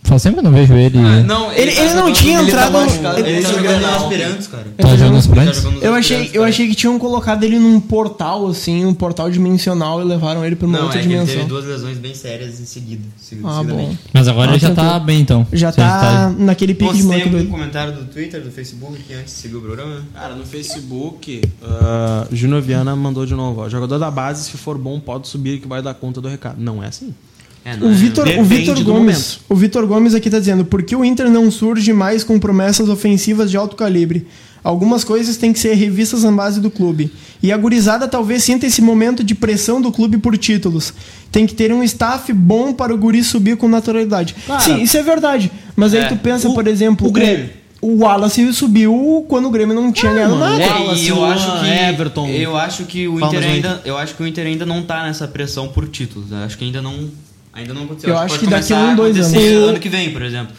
[SPEAKER 4] Faz sempre que eu não vejo ele.
[SPEAKER 1] Ah, não,
[SPEAKER 2] Ele,
[SPEAKER 1] tá
[SPEAKER 2] ele não
[SPEAKER 1] jogando-
[SPEAKER 2] tinha
[SPEAKER 1] ele tá
[SPEAKER 2] entrado.
[SPEAKER 1] machucado,
[SPEAKER 2] ele-
[SPEAKER 1] Ele tá jogando
[SPEAKER 5] Grenal.
[SPEAKER 1] nas Pirantes, cara. é
[SPEAKER 4] tá jogando as
[SPEAKER 1] Ele tá
[SPEAKER 4] plantas?
[SPEAKER 1] jogando nas
[SPEAKER 2] Eu achei,
[SPEAKER 1] Pirantes,
[SPEAKER 2] eu
[SPEAKER 1] cara.
[SPEAKER 2] achei que tinham colocado ele num portal, assim, um portal dimensional e levaram ele pra uma
[SPEAKER 1] Não,
[SPEAKER 2] outra
[SPEAKER 1] é que ele
[SPEAKER 2] dimensão.
[SPEAKER 1] teve duas lesões bem sérias em seguida. segui-
[SPEAKER 2] Ah, bom.
[SPEAKER 1] seguidamente.
[SPEAKER 4] Mas agora
[SPEAKER 2] Ah,
[SPEAKER 4] ele já
[SPEAKER 2] tranquilo.
[SPEAKER 4] tá bem, então.
[SPEAKER 2] Já tá naquele pique
[SPEAKER 1] né?
[SPEAKER 2] de
[SPEAKER 1] Você é tem
[SPEAKER 2] moleque
[SPEAKER 1] algum
[SPEAKER 2] doido.
[SPEAKER 1] um comentário do Twitter, do Facebook, que antes seguiu o programa?
[SPEAKER 3] Cara, no Facebook, ah, Júnior Viana mandou de novo. Ó, jogador da base, se for bom, pode subir que vai dar conta do recado. Não é assim.
[SPEAKER 1] É,
[SPEAKER 2] O Vitor, o
[SPEAKER 3] Depende
[SPEAKER 2] Vitor
[SPEAKER 3] do
[SPEAKER 2] Gomes,
[SPEAKER 3] momento.
[SPEAKER 2] o Vitor Gomes aqui tá dizendo: "Por que o Inter não surge mais com promessas ofensivas de alto calibre? Algumas coisas têm que ser revistas na base do clube. E a gurizada talvez sinta esse momento de pressão do clube por títulos. Tem que ter um staff bom para o guri subir com naturalidade."
[SPEAKER 3] Cara,
[SPEAKER 2] Sim, isso é verdade. Mas aí
[SPEAKER 1] é.
[SPEAKER 2] tu pensa,
[SPEAKER 3] O-
[SPEAKER 2] por exemplo,
[SPEAKER 3] o Grêmio.
[SPEAKER 2] O Wallace subiu quando o Grêmio não tinha ganhado
[SPEAKER 3] mano,
[SPEAKER 2] nada.
[SPEAKER 3] é- Wallace,
[SPEAKER 1] né? e eu
[SPEAKER 3] Luan,
[SPEAKER 1] acho que
[SPEAKER 3] Everton,
[SPEAKER 1] eu acho que o
[SPEAKER 3] Palmas
[SPEAKER 1] Inter
[SPEAKER 3] no
[SPEAKER 1] ainda, eu acho que o Inter ainda não tá nessa pressão por títulos. né? Eu acho que ainda não ainda não aconteceu.
[SPEAKER 2] Eu acho que
[SPEAKER 1] pode
[SPEAKER 2] daqui a
[SPEAKER 1] começar
[SPEAKER 2] um, dois
[SPEAKER 1] acontecer
[SPEAKER 2] anos.
[SPEAKER 1] ano que vem, por exemplo.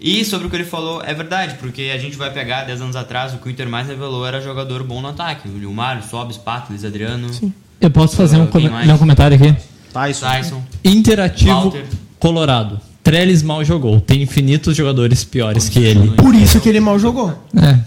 [SPEAKER 1] E sobre o que ele falou, é verdade, porque a gente vai pegar 10 anos atrás, o que o Inter mais revelou era jogador bom no ataque. O Nilmar, Sobes, Pato, Luiz Adriano,
[SPEAKER 4] Eu posso fazer um,
[SPEAKER 1] Alguém
[SPEAKER 4] come-
[SPEAKER 1] mais?
[SPEAKER 4] meu comentário aqui?
[SPEAKER 3] Tyson.
[SPEAKER 1] Tyson.
[SPEAKER 4] Interativo
[SPEAKER 1] Walter.
[SPEAKER 4] Colorado. Trellis mal jogou. Tem infinitos jogadores piores que
[SPEAKER 3] é
[SPEAKER 4] ele.
[SPEAKER 2] Por isso que ele mal jogou.
[SPEAKER 4] É.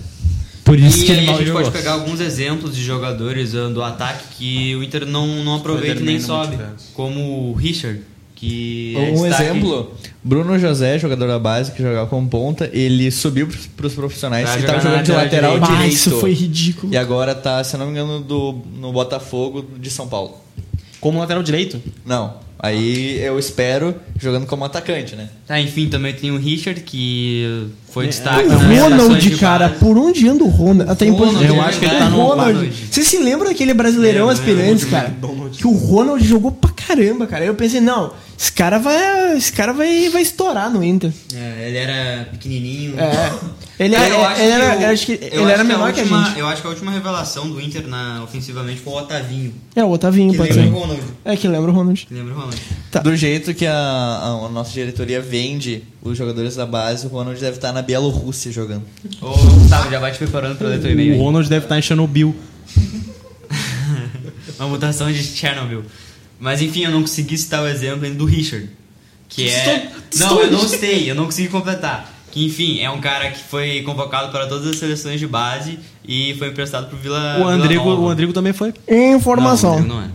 [SPEAKER 4] Por isso
[SPEAKER 1] e
[SPEAKER 4] que
[SPEAKER 1] aí
[SPEAKER 4] ele
[SPEAKER 1] a
[SPEAKER 4] mal
[SPEAKER 1] gente
[SPEAKER 4] jogou.
[SPEAKER 1] pode pegar alguns exemplos de jogadores ah, do ataque que o Inter não, não aproveita e nem sobe, como o Richard, que é
[SPEAKER 5] Um
[SPEAKER 1] destaque.
[SPEAKER 5] exemplo, Bruno José, jogador da base, que jogava como ponta, ele subiu pros- pros profissionais
[SPEAKER 1] Tá
[SPEAKER 5] e tava
[SPEAKER 1] jogando na
[SPEAKER 5] jogando de
[SPEAKER 1] lateral
[SPEAKER 5] lateral
[SPEAKER 2] Ah,
[SPEAKER 5] direito.
[SPEAKER 2] isso foi ridículo.
[SPEAKER 5] E agora tá, se eu não me engano, do, no Botafogo de São Paulo.
[SPEAKER 3] Como lateral direito?
[SPEAKER 5] Não. Aí eu espero jogando como atacante, né?
[SPEAKER 1] Tá, enfim, também tem o Richard, que foi destaque.
[SPEAKER 2] É, O
[SPEAKER 1] nas
[SPEAKER 2] Ronald,
[SPEAKER 1] relações de
[SPEAKER 2] cara,
[SPEAKER 1] base.
[SPEAKER 2] por onde anda o Ronald? Até
[SPEAKER 1] Ronald,
[SPEAKER 2] impossível.
[SPEAKER 1] eu acho que ele tá
[SPEAKER 2] O
[SPEAKER 1] no É,
[SPEAKER 2] Ronald.
[SPEAKER 1] Ronald.
[SPEAKER 2] Você se lembra daquele brasileirão
[SPEAKER 1] Lembro, lembro,
[SPEAKER 2] aspirantes, cara? Que o Ronald jogou pra caramba, cara. Aí Eu pensei, não, esse cara vai, esse cara vai, vai estourar no Inter.
[SPEAKER 1] É, ele era pequenininho.
[SPEAKER 2] É. Ele,
[SPEAKER 1] Cara,
[SPEAKER 2] era,
[SPEAKER 1] eu acho
[SPEAKER 2] ele era,
[SPEAKER 1] que o-
[SPEAKER 2] eu acho que
[SPEAKER 1] eu
[SPEAKER 2] ele
[SPEAKER 1] acho
[SPEAKER 2] era
[SPEAKER 1] que
[SPEAKER 2] menor que a
[SPEAKER 1] última-
[SPEAKER 2] gente.
[SPEAKER 1] Eu acho que a última revelação do Inter na, ofensivamente foi o Otavinho.
[SPEAKER 2] É, o Otavinho,
[SPEAKER 1] Que
[SPEAKER 2] pode
[SPEAKER 1] lembra o
[SPEAKER 2] ser.
[SPEAKER 1] Ronald.
[SPEAKER 2] É que lembra o Ronald.
[SPEAKER 1] Que lembra o Ronald.
[SPEAKER 2] Tá.
[SPEAKER 5] Do jeito que a, a- a nossa diretoria vende os jogadores da base, o Ronald deve estar na Bielorrússia jogando.
[SPEAKER 1] Ô, Gustavo, já vai te preparando pra ler teu e-mail.
[SPEAKER 3] O
[SPEAKER 1] aí.
[SPEAKER 3] Ronald deve estar em Chernobyl.
[SPEAKER 1] Uma mutação de Chernobyl. Mas enfim, eu não consegui citar o exemplo ainda do Richard. Que é. Não, eu não citei, eu não consegui completar. Que enfim, é um cara que foi convocado para todas as seleções de base e foi emprestado pro Vila.
[SPEAKER 3] O Andrigo,
[SPEAKER 1] Vila Nova.
[SPEAKER 3] o Andrigo também foi.
[SPEAKER 1] Não,
[SPEAKER 2] Informação.
[SPEAKER 1] o Andrigo não é.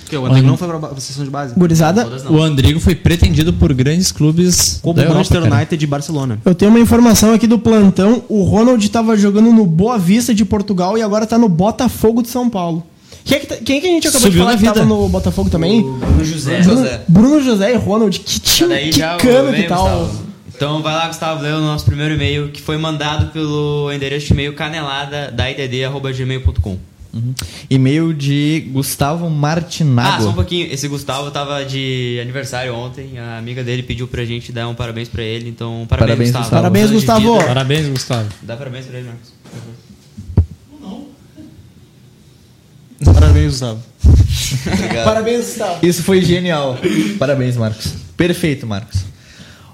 [SPEAKER 3] Porque o Andrigo não foi pra ba- pra seleção de base.
[SPEAKER 2] Gurizada,
[SPEAKER 1] Todas não.
[SPEAKER 4] O Andrigo foi pretendido por grandes clubes
[SPEAKER 3] Como
[SPEAKER 4] da Europa,
[SPEAKER 3] Manchester
[SPEAKER 4] cara.
[SPEAKER 3] United e Barcelona.
[SPEAKER 2] eu tenho uma informação aqui do plantão. O Ronald tava jogando no Boa Vista de Portugal e agora tá no Botafogo de São Paulo. Quem é que, tá- quem é que a gente acabou
[SPEAKER 4] Subiu
[SPEAKER 2] de falar
[SPEAKER 4] na
[SPEAKER 2] que tava
[SPEAKER 4] vida.
[SPEAKER 2] no Botafogo também?
[SPEAKER 1] O Bruno José. Tá
[SPEAKER 2] Bruno,
[SPEAKER 5] José.
[SPEAKER 2] Bruno José e Ronald, que time,
[SPEAKER 1] Daí
[SPEAKER 2] que
[SPEAKER 1] já
[SPEAKER 2] cano
[SPEAKER 1] vem,
[SPEAKER 2] que tá tal.
[SPEAKER 1] Gustavo. Então vai lá, Gustavo, lê o nosso primeiro e-mail que foi mandado pelo endereço de e-mail canelada da idd.gmail.com.
[SPEAKER 5] Uhum. E-mail de Gustavo
[SPEAKER 1] Ah, só um
[SPEAKER 5] Martinago.
[SPEAKER 1] pouquinho. Esse Gustavo tava de aniversário ontem. A amiga dele pediu pra gente dar um parabéns pra ele. Então, parabéns,
[SPEAKER 5] Parabéns,
[SPEAKER 1] Gustavo.
[SPEAKER 5] Gustavo.
[SPEAKER 2] Parabéns,
[SPEAKER 1] Anos de
[SPEAKER 2] Gustavo.
[SPEAKER 1] vida.
[SPEAKER 4] Parabéns, Gustavo.
[SPEAKER 1] Dá parabéns pra ele, Marcos.
[SPEAKER 3] Parabéns, Gustavo.
[SPEAKER 2] Parabéns, Gustavo.
[SPEAKER 5] Isso foi genial. Parabéns, Marcos. Perfeito, Marcos.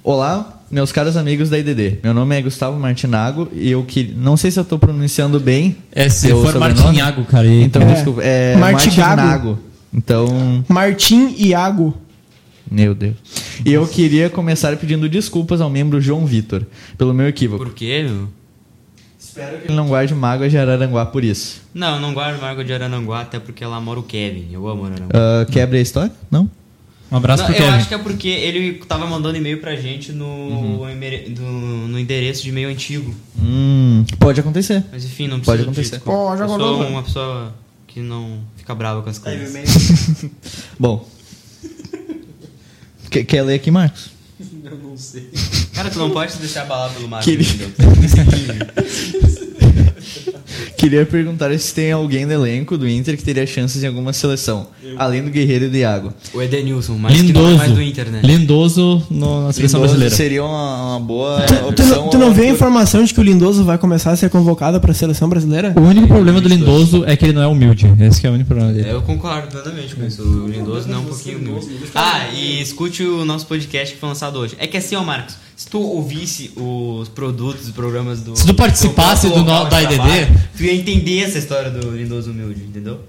[SPEAKER 5] Olá, meus caros amigos da IDD. Meu nome é Gustavo Martinago e eu que não sei se eu tô pronunciando bem.
[SPEAKER 4] É, se
[SPEAKER 5] seu
[SPEAKER 4] for
[SPEAKER 5] sobrenome.
[SPEAKER 4] Martinhago, cara. e-
[SPEAKER 5] Então,
[SPEAKER 2] É.
[SPEAKER 5] desculpa. É
[SPEAKER 2] Martigago.
[SPEAKER 5] Martinago. Então,
[SPEAKER 2] Martim Iago.
[SPEAKER 5] meu Deus. E eu queria começar pedindo desculpas ao membro João Vitor pelo meu equívoco.
[SPEAKER 1] Por quê, meu?
[SPEAKER 5] Espero que ele não guarde mágoa de Araranguá por isso.
[SPEAKER 1] Não, eu não guardo Margot de Arananguá, até porque lá mora o Kevin. Eu amo Arananguá.
[SPEAKER 5] Ah, quebra a história? Não?
[SPEAKER 4] Um abraço
[SPEAKER 1] Não,
[SPEAKER 4] pro
[SPEAKER 1] eu
[SPEAKER 4] Kevin.
[SPEAKER 1] acho que é porque ele tava mandando e-mail pra gente no, emere- do- no endereço de e-mail antigo.
[SPEAKER 5] Hum, pode acontecer.
[SPEAKER 1] Mas enfim, não
[SPEAKER 5] Pode
[SPEAKER 1] precisa
[SPEAKER 5] acontecer.
[SPEAKER 1] disso.
[SPEAKER 2] Pô, já
[SPEAKER 1] eu sou
[SPEAKER 2] acordou,
[SPEAKER 1] uma pessoa que não fica brava com as coisas.
[SPEAKER 5] Bom. Quer, quer ler aqui, Marcos?
[SPEAKER 1] Cara, tu não pode se deixar abalar pelo Marcos.
[SPEAKER 5] Que ele-
[SPEAKER 1] entendeu?
[SPEAKER 5] Queria perguntar se tem alguém no elenco do Inter que teria chances em alguma seleção, além do Guerreiro e do Iago.
[SPEAKER 1] O Edenilson, mas que não é mais
[SPEAKER 4] Lindoso.
[SPEAKER 1] do Inter, né?
[SPEAKER 4] Lindoso no- na seleção
[SPEAKER 5] Lindoso
[SPEAKER 4] brasileira.
[SPEAKER 5] Seria uma, uma boa
[SPEAKER 1] É,
[SPEAKER 2] Tu
[SPEAKER 5] opção.
[SPEAKER 2] não, tu não vê a
[SPEAKER 5] Arthur.
[SPEAKER 2] informação de que o Lindoso vai começar a ser convocado pra seleção brasileira?
[SPEAKER 4] O único problema do Lindoso é que ele não é humilde. Esse que é o único problema dele.
[SPEAKER 1] Eu concordo plenamente com isso. O Lindoso não é um pouquinho humilde. Ah, e escute o nosso podcast que foi lançado hoje. É que assim, ó, Marcos, se tu ouvisse os produtos, os programas do.
[SPEAKER 4] Se tu participasse
[SPEAKER 1] teu próprio
[SPEAKER 4] do no-
[SPEAKER 1] local de
[SPEAKER 4] da IDD,
[SPEAKER 1] trabalho, tu ia entender essa história do Lindoso Humilde, entendeu?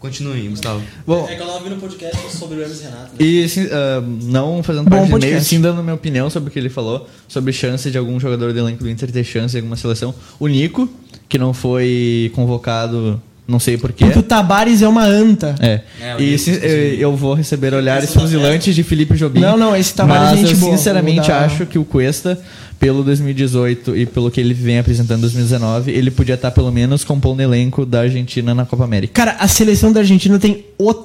[SPEAKER 1] Continue, Gustavo.
[SPEAKER 5] Bom,
[SPEAKER 3] que eu tava ouvindo um podcast sobre o Hermes Renato.
[SPEAKER 5] e sim, ah, não fazendo
[SPEAKER 2] Bom
[SPEAKER 5] parte do meio,
[SPEAKER 2] podcast.
[SPEAKER 5] sim dando minha opinião sobre o que ele falou, sobre chance de algum jogador do elenco do Inter ter chance em alguma seleção. O Nico, que não foi convocado, não sei porquê.
[SPEAKER 2] Porque o Tabares é uma anta.
[SPEAKER 5] É.
[SPEAKER 1] É, o
[SPEAKER 5] e
[SPEAKER 1] Nico,
[SPEAKER 5] se- eu, eu vou receber olhares
[SPEAKER 1] é
[SPEAKER 5] fuzilantes de Felipe Jobim.
[SPEAKER 2] Não, não, esse Tavares é
[SPEAKER 5] mas
[SPEAKER 2] gente
[SPEAKER 5] eu
[SPEAKER 2] boa.
[SPEAKER 5] sinceramente
[SPEAKER 2] Vou dar-
[SPEAKER 5] acho que o Cuesta, pelo 2018 e pelo que ele vem apresentando em 2019, ele podia estar pelo menos compondo elenco da Argentina na Copa América.
[SPEAKER 2] Cara, a seleção da Argentina tem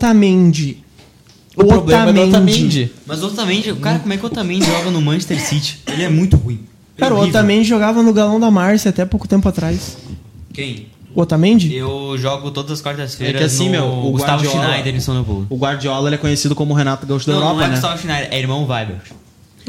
[SPEAKER 2] Otamendi.
[SPEAKER 5] O problema é do Otamendi.
[SPEAKER 1] Mas o Otamendi, cara, como é que o Otamendi joga no Manchester City? Ele é muito ruim. Ele
[SPEAKER 2] Cara,
[SPEAKER 1] é
[SPEAKER 2] o
[SPEAKER 1] horrível.
[SPEAKER 2] Otamendi jogava no Galão da Márcia até pouco tempo atrás.
[SPEAKER 1] Quem?
[SPEAKER 2] O Otamendi?
[SPEAKER 1] Eu jogo todas as quartas-feiras.
[SPEAKER 3] É que assim,
[SPEAKER 1] no
[SPEAKER 3] meu, o
[SPEAKER 1] Gustavo
[SPEAKER 3] Guardiola-
[SPEAKER 1] Schneider em São Paulo.
[SPEAKER 3] O Guardiola ele é conhecido como o Renato Gaúcho da
[SPEAKER 1] Não,
[SPEAKER 3] Europa,
[SPEAKER 1] não é
[SPEAKER 3] né?
[SPEAKER 1] Gustavo Schneider, é irmão Weibert.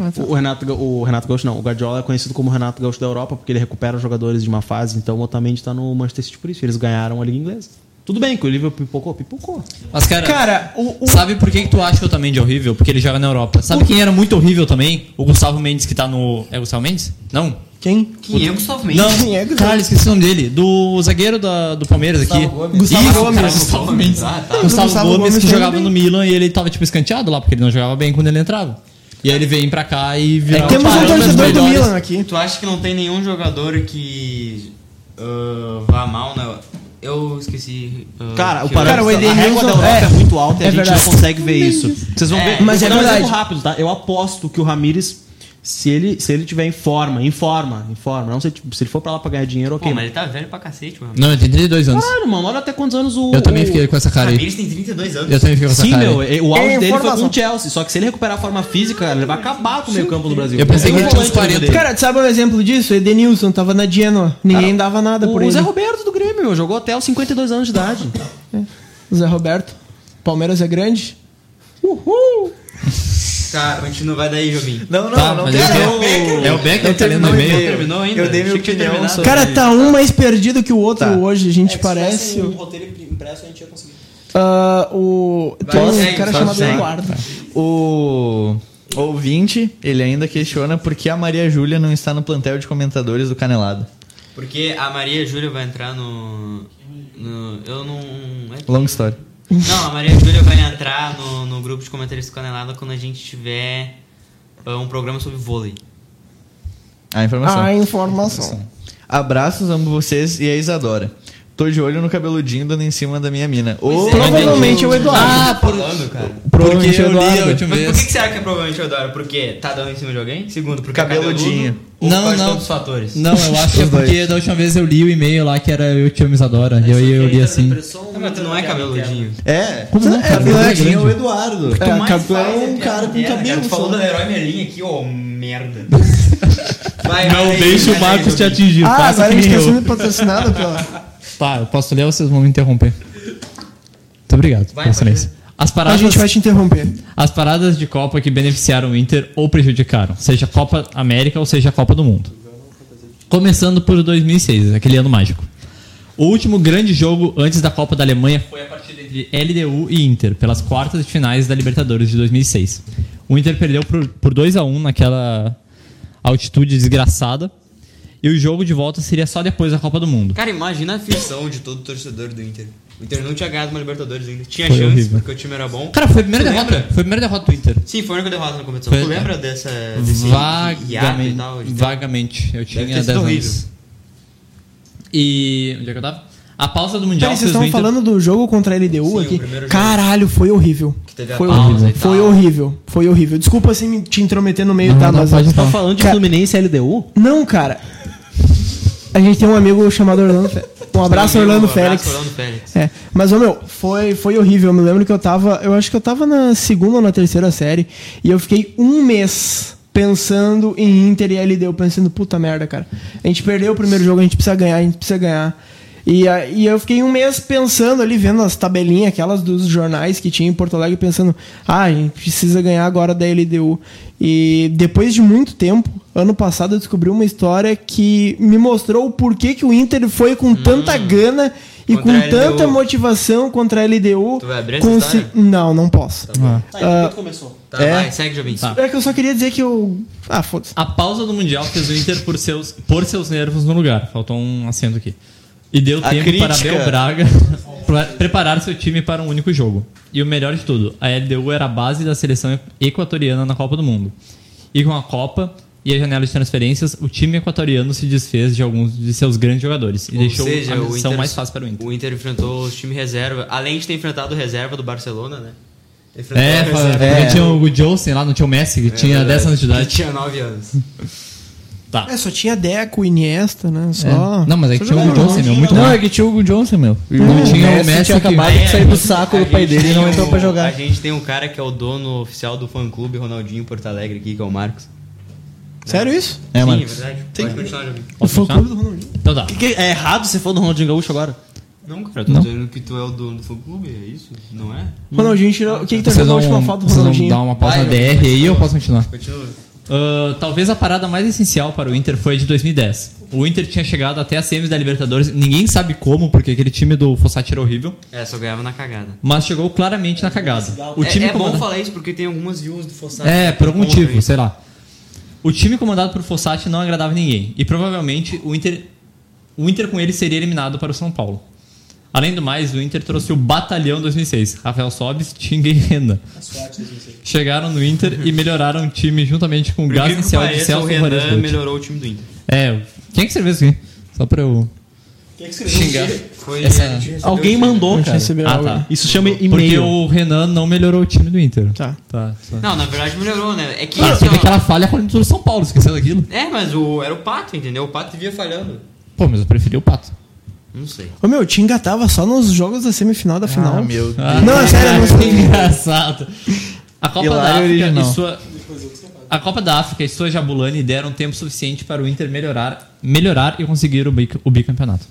[SPEAKER 2] Ah, tá.
[SPEAKER 3] O Renato, Ga- o Renato Gaúcho não, o Guardiola é conhecido como o Renato Gaúcho da Europa porque ele recupera os jogadores de uma fase, então o Otamendi tá no Manchester City por isso, eles ganharam a Liga Inglesa. Tudo bem que o Liverpool pipocou, pipocou.
[SPEAKER 4] Mas, cara,
[SPEAKER 2] Cara, o- o-
[SPEAKER 4] sabe por que, que tu acha que o Otamendi é horrível? Porque ele joga na Europa. Sabe quem era muito horrível também? O Gustavo Mendes, que tá no. É o Gustavo Mendes? Não.
[SPEAKER 2] Quem?
[SPEAKER 1] Quem é o Gustavo Mendes?
[SPEAKER 4] Não,
[SPEAKER 2] é Gustavo?
[SPEAKER 4] Caralho, esqueci o nome dele. Do zagueiro da- do Palmeiras aqui.
[SPEAKER 2] Gustavo
[SPEAKER 4] Isso,
[SPEAKER 2] Gomes.
[SPEAKER 4] cara, Gustavo Mendes.
[SPEAKER 1] Ah, tá.
[SPEAKER 4] Gustavo,
[SPEAKER 2] Gustavo
[SPEAKER 4] Gomes,
[SPEAKER 2] Gomes
[SPEAKER 4] que
[SPEAKER 2] foi
[SPEAKER 4] jogava
[SPEAKER 2] bem.
[SPEAKER 4] no Milan e ele tava tipo escanteado lá, porque ele não jogava bem quando ele entrava. E aí ele vem pra cá e vira.
[SPEAKER 2] Temos um
[SPEAKER 4] é dos
[SPEAKER 2] torcedor do
[SPEAKER 4] melhores.
[SPEAKER 2] Milan aqui.
[SPEAKER 1] Tu acha que não tem nenhum jogador que ah, vá mal na. Eu esqueci. ah,
[SPEAKER 3] Cara, o
[SPEAKER 1] que-
[SPEAKER 3] parâmetro,
[SPEAKER 4] tá-
[SPEAKER 2] Cara, o
[SPEAKER 3] a
[SPEAKER 2] Edenilson-
[SPEAKER 3] régua da Europa é,
[SPEAKER 2] é,
[SPEAKER 3] muito alta e
[SPEAKER 2] é
[SPEAKER 3] a gente
[SPEAKER 2] verdade.
[SPEAKER 3] não consegue ver isso. Vocês vão
[SPEAKER 1] É,
[SPEAKER 3] ver.
[SPEAKER 2] mas
[SPEAKER 3] Vou
[SPEAKER 2] é
[SPEAKER 3] dar um
[SPEAKER 2] verdade.
[SPEAKER 3] exemplo rápido, tá? Eu aposto que o Ramires, se ele, se ele tiver em forma, em forma, em forma, não sei, tipo, se ele for pra lá pra ganhar dinheiro, ok.
[SPEAKER 1] Pô, mas ele tá velho pra cacete, mano.
[SPEAKER 4] Não, ele tem 32 anos.
[SPEAKER 3] Claro, mano, olha até quantos anos o.
[SPEAKER 4] Eu também
[SPEAKER 3] o-
[SPEAKER 4] fiquei com essa cara aí.
[SPEAKER 1] Ramirez tem 32 anos.
[SPEAKER 4] Eu também fiquei com essa
[SPEAKER 3] Sim,
[SPEAKER 4] cara. aí.
[SPEAKER 3] meu, e- o
[SPEAKER 2] É
[SPEAKER 3] auge dele foi com
[SPEAKER 2] informação.
[SPEAKER 3] o Chelsea. Só que se ele recuperar a forma física, cara, ele vai acabar com o meio campo do Brasil.
[SPEAKER 4] Eu pensei
[SPEAKER 3] Não tem
[SPEAKER 4] que ele é
[SPEAKER 3] um
[SPEAKER 4] tinha uns
[SPEAKER 3] volante no nível
[SPEAKER 4] 40.
[SPEAKER 3] dele.
[SPEAKER 2] Cara, tu sabe um exemplo disso? Edenilson tava na Genoa. Ninguém dava nada por
[SPEAKER 3] o, o
[SPEAKER 2] ele.
[SPEAKER 3] Zé Roberto do Grêmio, meu, jogou até os 52 anos de idade.
[SPEAKER 2] Zé Roberto. Palmeiras é grande. Uhul!
[SPEAKER 1] Cara, continua, vai daí, Jobim.
[SPEAKER 5] Não, não,
[SPEAKER 4] Tá, mas ele
[SPEAKER 5] quero.
[SPEAKER 4] tem- é o Becker que tá lendo
[SPEAKER 5] terminou
[SPEAKER 4] o e-mail.
[SPEAKER 5] e-mail.
[SPEAKER 1] Não terminou ainda?
[SPEAKER 5] Eu dei minha
[SPEAKER 1] Achei que tinha
[SPEAKER 5] opinião
[SPEAKER 1] terminado.
[SPEAKER 5] sobre...
[SPEAKER 2] um Cara, tá um mais perdido que o outro
[SPEAKER 5] Tá.
[SPEAKER 2] hoje, gente, parece.
[SPEAKER 3] roteiro impresso, a gente ia conseguir.
[SPEAKER 2] Ah, o...
[SPEAKER 1] Vai,
[SPEAKER 2] Tem um
[SPEAKER 1] segue,
[SPEAKER 2] cara
[SPEAKER 1] só
[SPEAKER 2] chamado
[SPEAKER 1] segue.
[SPEAKER 2] Eduardo.
[SPEAKER 5] O ouvinte, ele ainda questiona por que a Maria Júlia não está no plantel de comentadores do Canelada.
[SPEAKER 1] Porque a Maria Júlia vai entrar no. no- eu não. é-
[SPEAKER 5] Long story.
[SPEAKER 1] Não, a Maria Júlia vai entrar no, no grupo de comentários do Canelada quando a gente tiver ah, um programa sobre vôlei.
[SPEAKER 5] A informação.
[SPEAKER 2] A informação.
[SPEAKER 5] Abraços, amo vocês e a Isadora. Tô de olho no cabeludinho dando em cima da minha mina. Ô,
[SPEAKER 1] é,
[SPEAKER 2] Provavelmente é o Eduardo.
[SPEAKER 1] Tá
[SPEAKER 4] Ah, por...
[SPEAKER 2] Provavelmente
[SPEAKER 4] porque eu
[SPEAKER 2] é o
[SPEAKER 4] li a
[SPEAKER 2] Eduardo.
[SPEAKER 1] Mas por
[SPEAKER 4] última
[SPEAKER 1] que,
[SPEAKER 4] vez.
[SPEAKER 1] que será que é provavelmente o Eduardo? Porque tá dando em cima de alguém? Segundo, porque
[SPEAKER 5] Cabeludinho.
[SPEAKER 1] É cabeludo, ou
[SPEAKER 4] Não,
[SPEAKER 1] pode
[SPEAKER 4] não.
[SPEAKER 1] ter outros fatores.
[SPEAKER 4] Não, eu acho que é
[SPEAKER 5] Os dois.
[SPEAKER 4] porque da última vez eu li o e-mail lá que era Eu Te Amo Isadora. E aí eu
[SPEAKER 1] é
[SPEAKER 4] li assim.
[SPEAKER 1] Não, mas tu não é cabeludinho.
[SPEAKER 5] É.
[SPEAKER 4] Como não, cara?
[SPEAKER 5] cabeludinho
[SPEAKER 4] Ele é grande.
[SPEAKER 5] é o Eduardo.
[SPEAKER 2] É, Cadu é
[SPEAKER 1] faz
[SPEAKER 2] um
[SPEAKER 1] piada
[SPEAKER 2] cara com
[SPEAKER 1] interna,
[SPEAKER 2] cabelo
[SPEAKER 1] Tu falou
[SPEAKER 2] só.
[SPEAKER 1] do herói Merlin aqui, ô merda. Vai, vai aí, vai aí, Jobim.
[SPEAKER 4] atingir.
[SPEAKER 2] Ah,
[SPEAKER 4] faça
[SPEAKER 2] agora
[SPEAKER 4] que
[SPEAKER 2] a gente
[SPEAKER 4] nem
[SPEAKER 2] tá
[SPEAKER 4] eu.
[SPEAKER 2] sendo patrocinado pela.
[SPEAKER 4] Tá, eu posso ler ou vocês vão me interromper? Muito obrigado.
[SPEAKER 1] Vai,
[SPEAKER 4] pela
[SPEAKER 1] pode
[SPEAKER 4] silêncio. As
[SPEAKER 2] A
[SPEAKER 4] paradas,
[SPEAKER 2] gente vai te interromper.
[SPEAKER 4] as paradas de Copa que beneficiaram o Inter ou prejudicaram, seja Copa América ou seja Copa do Mundo. Começando por 2006, aquele ano mágico. O último grande jogo antes da Copa da Alemanha foi a partida entre LDU e Inter, pelas quartas de finais da Libertadores de 2006. O Inter perdeu por, por 2 a 1 naquela altitude desgraçada, e o jogo de volta seria só depois da Copa do Mundo.
[SPEAKER 1] Cara, imagina a aflição de todo torcedor do Inter. O Inter não tinha ganhado uma Libertadores ainda. Tinha
[SPEAKER 4] Foi
[SPEAKER 1] chance,
[SPEAKER 4] horrível.
[SPEAKER 1] porque o time era bom.
[SPEAKER 4] Cara, foi a primeira
[SPEAKER 1] Tu
[SPEAKER 4] derrota.
[SPEAKER 1] lembra?
[SPEAKER 4] Foi a primeira derrota do Inter.
[SPEAKER 1] Sim, foi a única derrota na competição.
[SPEAKER 4] Foi-
[SPEAKER 1] tu lembra dessa. desse hiato e
[SPEAKER 4] Vagamente.
[SPEAKER 1] tal? de tempo?
[SPEAKER 4] vagamente. Eu tinha
[SPEAKER 1] Deve ter
[SPEAKER 4] 10
[SPEAKER 1] sido horrível.
[SPEAKER 4] anos. E. Onde é que eu tava? A pausa do Mundial.
[SPEAKER 2] Peraí,
[SPEAKER 4] fez
[SPEAKER 2] vocês
[SPEAKER 4] o
[SPEAKER 2] estavam
[SPEAKER 4] Inter-
[SPEAKER 2] falando do jogo contra a LDU
[SPEAKER 1] Sim, o
[SPEAKER 2] aqui?
[SPEAKER 1] primeiro jogo.
[SPEAKER 2] Caralho, foi horrível.
[SPEAKER 1] Que teve a
[SPEAKER 2] Foi
[SPEAKER 1] pausa
[SPEAKER 2] horrível.
[SPEAKER 1] e tal.
[SPEAKER 2] Foi horrível. Foi horrível. Desculpa assim me- te intrometer no meio,
[SPEAKER 4] Ah, tá. Não,
[SPEAKER 2] tá?
[SPEAKER 4] não,
[SPEAKER 2] Mas
[SPEAKER 4] pode
[SPEAKER 2] eu-
[SPEAKER 4] falar.
[SPEAKER 3] Tá falando de
[SPEAKER 2] Cara-
[SPEAKER 3] Fluminense e LDU?
[SPEAKER 2] Não, cara. A gente tem um amigo chamado Orlando Félix. Um abraço,
[SPEAKER 1] Amigo,
[SPEAKER 2] Orlando
[SPEAKER 1] um abraço,
[SPEAKER 2] Félix.
[SPEAKER 1] Orlando Félix.
[SPEAKER 2] É, mas, ô meu, foi, foi horrível. Eu me lembro que eu tava. Eu acho que eu tava na segunda ou na terceira série. E eu fiquei um mês pensando em Inter e LDU, pensando, puta merda, cara. A gente perdeu o primeiro jogo, a gente precisa ganhar, a gente precisa ganhar. E, a- e eu fiquei um mês pensando ali, vendo as tabelinhas, aquelas dos jornais que tinha em Porto Alegre, pensando, ah, a gente precisa ganhar agora da LDU. E depois de muito tempo, ano passado eu descobri uma história que me mostrou o porquê que o Inter foi com tanta gana e
[SPEAKER 1] Contra a
[SPEAKER 2] com tanta
[SPEAKER 1] LDU.
[SPEAKER 2] motivação contra a LDU.
[SPEAKER 1] Tu vai abrir essa história?
[SPEAKER 2] Não, não posso.
[SPEAKER 4] Ah.
[SPEAKER 3] começou.
[SPEAKER 1] Tá,
[SPEAKER 5] É.
[SPEAKER 1] vai, segue, Jovem.
[SPEAKER 4] Tá.
[SPEAKER 2] É que eu só queria dizer que eu. Ah, foda-se.
[SPEAKER 4] A pausa do Mundial fez o Inter por seus, por seus nervos no lugar. Faltou um acento aqui. E deu
[SPEAKER 5] A
[SPEAKER 4] tempo para
[SPEAKER 5] crítica.
[SPEAKER 4] Bel Braga pra- preparar seu time para um único jogo. E o melhor de tudo, a LDU era a base da seleção equatoriana na Copa do Mundo. E com a Copa e a janela de transferências, o time equatoriano se desfez de alguns de seus grandes jogadores. E
[SPEAKER 1] Ou
[SPEAKER 4] deixou
[SPEAKER 1] seja,
[SPEAKER 4] a
[SPEAKER 1] o
[SPEAKER 4] missão
[SPEAKER 1] Inter-
[SPEAKER 4] mais fácil para o Inter.
[SPEAKER 1] O Inter enfrentou os times reserva. Além de ter enfrentado o reserva do Barcelona, né? Enfrentou
[SPEAKER 4] É,
[SPEAKER 1] o
[SPEAKER 4] fa-
[SPEAKER 1] reserva.
[SPEAKER 4] porque tinha o Johnson lá, não tinha o Messi, que tinha 10 anos de
[SPEAKER 1] Que
[SPEAKER 4] idade.
[SPEAKER 1] tinha 9 anos.
[SPEAKER 4] Tá.
[SPEAKER 2] É, só tinha Deco, Iniesta, né?
[SPEAKER 7] É.
[SPEAKER 2] Só.
[SPEAKER 4] Não, mas é que tinha o Hugo Johnson, meu, muito
[SPEAKER 7] Não,
[SPEAKER 4] bom.
[SPEAKER 7] é que tinha o Hugo Johnson, meu.
[SPEAKER 4] Não tinha o
[SPEAKER 7] Messi
[SPEAKER 4] Messi
[SPEAKER 7] tinha
[SPEAKER 4] que-
[SPEAKER 7] acabado de sair do saco
[SPEAKER 1] É, A
[SPEAKER 7] do pai
[SPEAKER 1] gente
[SPEAKER 7] dele e não
[SPEAKER 1] tem
[SPEAKER 7] entrou
[SPEAKER 1] o-
[SPEAKER 7] pra jogar.
[SPEAKER 1] A gente tem um cara que é o dono oficial do fã-clube Ronaldinho Porto Alegre aqui, que é o Marcos.
[SPEAKER 2] Sério isso?
[SPEAKER 1] É,
[SPEAKER 7] mano.
[SPEAKER 1] verdade. Pode continuar, Jovem.
[SPEAKER 4] Posso
[SPEAKER 2] Foi o
[SPEAKER 4] continuar?
[SPEAKER 2] clube do Ronaldinho.
[SPEAKER 4] Então tá.
[SPEAKER 3] é errado você for do Ronaldinho Gaúcho agora?
[SPEAKER 1] Não, cara, eu tô
[SPEAKER 7] Não.
[SPEAKER 1] dizendo que tu é o dono do fã-clube, é isso? Não é?
[SPEAKER 2] Ronaldinho tirou. O que que tá
[SPEAKER 4] Vocês
[SPEAKER 2] fazendo a
[SPEAKER 4] vão,
[SPEAKER 2] última foto do
[SPEAKER 4] vocês vão
[SPEAKER 2] Ronaldinho?
[SPEAKER 4] dar uma pausa
[SPEAKER 1] Vai,
[SPEAKER 4] na DR aí eu posso continuar?
[SPEAKER 1] Continua.
[SPEAKER 4] Ah, talvez a parada mais essencial para o Inter foi a de 2010. O Inter tinha chegado até a semis da Libertadores, ninguém sabe como, porque aquele time do Fossati era horrível,
[SPEAKER 1] É, só ganhava na cagada.
[SPEAKER 4] mas chegou claramente na cagada. O
[SPEAKER 1] é,
[SPEAKER 4] time
[SPEAKER 1] é bom
[SPEAKER 4] comanda-
[SPEAKER 1] falar isso porque tem algumas views do Fossati.
[SPEAKER 4] É, por algum
[SPEAKER 1] Contra
[SPEAKER 4] motivo,
[SPEAKER 1] isso.
[SPEAKER 4] sei lá. O time comandado por Fossati não agradava ninguém. E provavelmente o Inter, o Inter com ele seria eliminado para o São Paulo. Além do mais, o Inter trouxe o Batalhão 2006. Rafael Sobis, Tinga e Renan. Chegaram no Inter e melhoraram o time juntamente com o
[SPEAKER 1] Por incrível que
[SPEAKER 4] Gazenciel de
[SPEAKER 1] pareça,
[SPEAKER 4] Celso né?
[SPEAKER 1] o
[SPEAKER 4] e
[SPEAKER 1] Renan
[SPEAKER 4] Varese Lute.
[SPEAKER 1] melhorou o time do Inter.
[SPEAKER 4] É, quem é que escreveu isso aqui? Só pra eu.
[SPEAKER 1] Foi
[SPEAKER 4] Essa-
[SPEAKER 1] a gente recebeu
[SPEAKER 3] Alguém
[SPEAKER 1] isso.
[SPEAKER 3] mandou,
[SPEAKER 2] Não tinha
[SPEAKER 3] cara.
[SPEAKER 2] recebido
[SPEAKER 4] Ah,
[SPEAKER 2] algo.
[SPEAKER 4] tá.
[SPEAKER 3] Isso chama
[SPEAKER 4] Porque
[SPEAKER 3] e-mail.
[SPEAKER 4] o Renan não melhorou o time do Inter.
[SPEAKER 2] Tá.
[SPEAKER 4] Tá, só.
[SPEAKER 1] Não, na verdade melhorou, né? É que
[SPEAKER 4] Ah,
[SPEAKER 1] assim,
[SPEAKER 4] teve
[SPEAKER 1] ó,
[SPEAKER 4] aquela falha contra o São Paulo, esqueceu daquilo.
[SPEAKER 1] É, mas o, era o Pato, entendeu? O Pato via falhando.
[SPEAKER 4] Pô, mas eu preferi o Pato.
[SPEAKER 1] Não sei.
[SPEAKER 2] Ô meu, te engatava só nos jogos da semifinal da final.
[SPEAKER 5] Ah, meu
[SPEAKER 2] Não, é sério, eu não
[SPEAKER 4] que
[SPEAKER 2] sei.
[SPEAKER 4] engraçado. A Copa
[SPEAKER 5] lá é
[SPEAKER 4] da África
[SPEAKER 5] original.
[SPEAKER 4] e sua. A Copa da África e sua Jabulani deram tempo suficiente para o Inter melhorar, melhorar e conseguir o, bic- o bicampeonato.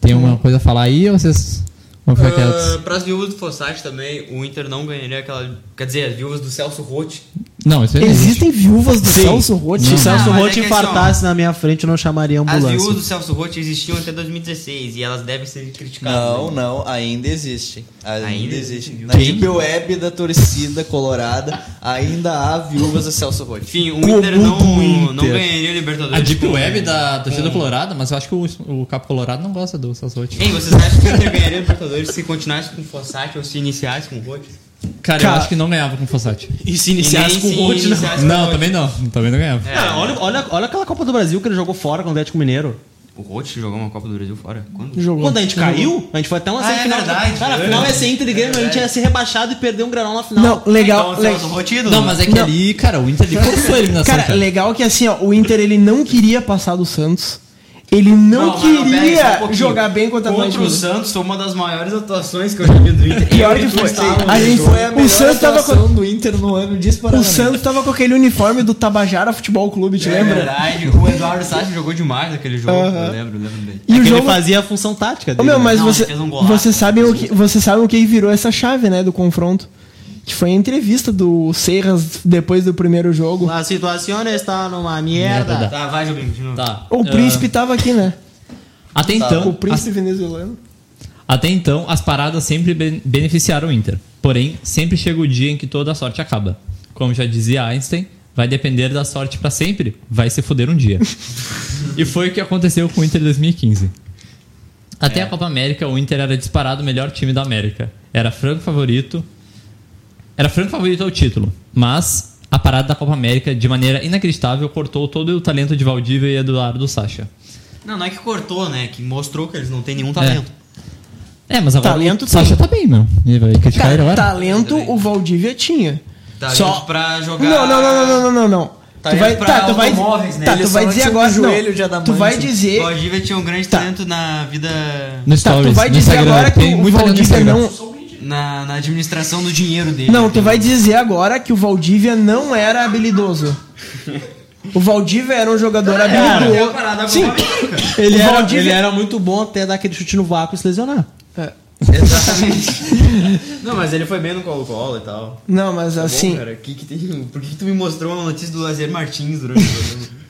[SPEAKER 4] Tem alguma coisa a falar aí ou vocês vão ficar quietos?
[SPEAKER 1] Ah, Para as viúvas do Fossati também, o Inter não ganharia aquela. Quer dizer, as viúvas do Celso Rotti.
[SPEAKER 4] Não, isso aí não existe.
[SPEAKER 2] Existem viúvas do
[SPEAKER 3] Sim.
[SPEAKER 2] Celso Rotti.
[SPEAKER 3] Se o Celso
[SPEAKER 1] Ah, mas é
[SPEAKER 3] Rotti
[SPEAKER 1] que é
[SPEAKER 3] infartasse na minha frente, eu não chamaria a
[SPEAKER 1] As
[SPEAKER 3] ambulância.
[SPEAKER 1] viúvas do Celso Rotti existiam até 2016 e elas devem ser criticadas.
[SPEAKER 5] Não,
[SPEAKER 1] né?
[SPEAKER 5] não, ainda existe. Ainda,
[SPEAKER 1] Ainda
[SPEAKER 5] existe.
[SPEAKER 1] existe.
[SPEAKER 5] Na Deep Web da torcida colorada, ainda há viúvas do Celso Rotti.
[SPEAKER 1] Enfim, o
[SPEAKER 3] Como
[SPEAKER 1] Inter não,
[SPEAKER 3] do Inter.
[SPEAKER 1] não ganharia o Libertadores.
[SPEAKER 4] A Deep
[SPEAKER 1] com-
[SPEAKER 4] Web da torcida colorada, mas eu acho que o, o Capo Colorado não gosta do Celso Roth.
[SPEAKER 1] Hein, vocês acham que o Inter ganharia o Libertadores se continuasse com o Fossati ou se iniciasse com o Rotti?
[SPEAKER 4] Cara,
[SPEAKER 2] Cara-
[SPEAKER 4] eu acho que não ganhava com o Fossati.
[SPEAKER 3] E se
[SPEAKER 1] E
[SPEAKER 3] iniciasse com
[SPEAKER 1] nem
[SPEAKER 3] o
[SPEAKER 1] se
[SPEAKER 3] Rotti, não.
[SPEAKER 1] iniciasse com o
[SPEAKER 4] Não,
[SPEAKER 1] Rotti.
[SPEAKER 4] também não. Também não ganhava.
[SPEAKER 1] É,
[SPEAKER 3] Cara, olha, olha, olha aquela Copa do Brasil que ele jogou fora com o Atlético Mineiro.
[SPEAKER 1] O Rotti jogou uma Copa do Brasil fora? Quando?
[SPEAKER 2] Jogou.
[SPEAKER 3] Quando a gente caiu, a gente foi até uma
[SPEAKER 1] Ah, é
[SPEAKER 3] semifinal.
[SPEAKER 1] verdade.
[SPEAKER 3] cara, a final ia ser Inter e
[SPEAKER 5] É
[SPEAKER 3] Grêmio, a gente ia ser rebaixado e perder um granal na final.
[SPEAKER 2] Não, legal.
[SPEAKER 1] Então, o
[SPEAKER 2] le-
[SPEAKER 1] Celso Rotti,
[SPEAKER 4] Não, mas é que
[SPEAKER 2] Não.
[SPEAKER 4] ali, cara, o Inter ali forçou a eliminação.
[SPEAKER 2] Cara, legal que assim, ó, o Inter ele não queria passar do Santos. Ele não,
[SPEAKER 1] mas pera aí, só um
[SPEAKER 2] queria
[SPEAKER 1] pouquinho.
[SPEAKER 2] jogar bem contra o Atlético.
[SPEAKER 1] o Santos foi uma das maiores atuações que eu já vi do Inter.
[SPEAKER 2] Pior que foi. A gente foi a o Santos tava com
[SPEAKER 5] do Inter no ano
[SPEAKER 2] o
[SPEAKER 5] disparadamente.
[SPEAKER 2] Santos tava com aquele uniforme do Tabajara Futebol Clube, te
[SPEAKER 1] É
[SPEAKER 2] lembra?
[SPEAKER 1] verdade, o Eduardo Sacha jogou demais naquele jogo.
[SPEAKER 2] Aham.
[SPEAKER 1] Eu lembro, lembro bem.
[SPEAKER 2] E o
[SPEAKER 3] É que
[SPEAKER 2] jogo
[SPEAKER 3] ele fazia a função tática
[SPEAKER 2] Ô,
[SPEAKER 3] dele.
[SPEAKER 2] meu, mas
[SPEAKER 1] Não,
[SPEAKER 2] você,
[SPEAKER 1] ele fez um golaço.
[SPEAKER 2] você sabe o que você sabe o que virou essa chave, né, do confronto? Que foi a entrevista do Serras depois do primeiro jogo.
[SPEAKER 3] A situação está numa merda.
[SPEAKER 4] Merda.
[SPEAKER 1] Tá, vai, Jobim, continua.
[SPEAKER 4] Tá.
[SPEAKER 2] O
[SPEAKER 4] Ah,
[SPEAKER 2] príncipe tava aqui, né?
[SPEAKER 4] até
[SPEAKER 2] O
[SPEAKER 4] então, as-
[SPEAKER 2] príncipe venezuelano.
[SPEAKER 4] até então, as paradas sempre ben- beneficiaram o Inter. Porém, sempre chega o dia em que toda a sorte acaba. Como já dizia Einstein, vai depender da sorte pra sempre, vai se fuder um dia. e foi o que aconteceu com o Inter em 2015. Até a Copa América, o Inter era disparado o melhor time da América. Era franco favorito. Era franco favorito ao título. Mas a parada da Copa América, de maneira inacreditável, cortou todo o talento de Valdívia e Eduardo Sacha.
[SPEAKER 1] Não, não é que cortou, né? Que mostrou que eles não têm nenhum talento.
[SPEAKER 4] É, mas agora
[SPEAKER 2] Talento
[SPEAKER 4] o Sacha tá bem, meu. Ele vai criticar ele
[SPEAKER 2] Cara,
[SPEAKER 4] agora?
[SPEAKER 2] talento o Valdívia tinha.
[SPEAKER 1] Talento
[SPEAKER 2] É. Só-
[SPEAKER 1] Tá pra jogar.
[SPEAKER 2] Não, não, não, não, não, não, não. Tu
[SPEAKER 5] Talento
[SPEAKER 2] vai,
[SPEAKER 5] pra
[SPEAKER 2] tá, tu vai,
[SPEAKER 5] automóveis, né?
[SPEAKER 2] tá, tu
[SPEAKER 5] Eles
[SPEAKER 2] vai
[SPEAKER 5] só
[SPEAKER 2] dizer
[SPEAKER 5] tinham
[SPEAKER 2] agora,
[SPEAKER 5] um joelho de
[SPEAKER 2] não. Tu
[SPEAKER 5] adamante.
[SPEAKER 2] vai
[SPEAKER 1] né? O
[SPEAKER 2] dizer,
[SPEAKER 1] Valdívia tinha um grande
[SPEAKER 2] Tá.
[SPEAKER 1] talento na vida.
[SPEAKER 4] No
[SPEAKER 2] tá, tu
[SPEAKER 4] Stories,
[SPEAKER 2] vai
[SPEAKER 4] no
[SPEAKER 2] dizer
[SPEAKER 4] Instagram.
[SPEAKER 2] agora que
[SPEAKER 4] Tem
[SPEAKER 2] o
[SPEAKER 4] muito talento no
[SPEAKER 2] Valdívia
[SPEAKER 4] Instagram.
[SPEAKER 2] não,
[SPEAKER 1] Na, na administração do dinheiro dele.
[SPEAKER 2] Não, tu vai dizer agora que o Valdívia não era habilidoso. O Valdívia era um jogador
[SPEAKER 1] é
[SPEAKER 2] habilidoso. Sim.
[SPEAKER 1] né,
[SPEAKER 3] Ele,
[SPEAKER 2] O
[SPEAKER 3] era,
[SPEAKER 2] Valdívia- É,
[SPEAKER 3] ele era muito bom até dar aquele chute no vácuo e se lesionar.
[SPEAKER 6] Exatamente. não, mas ele foi bem no colo-colo e tal.
[SPEAKER 2] Não,
[SPEAKER 4] Tá
[SPEAKER 2] mas assim.
[SPEAKER 6] Cara, que que tem... por que, que tu me mostrou uma notícia do Lazer Martins durante o jogo?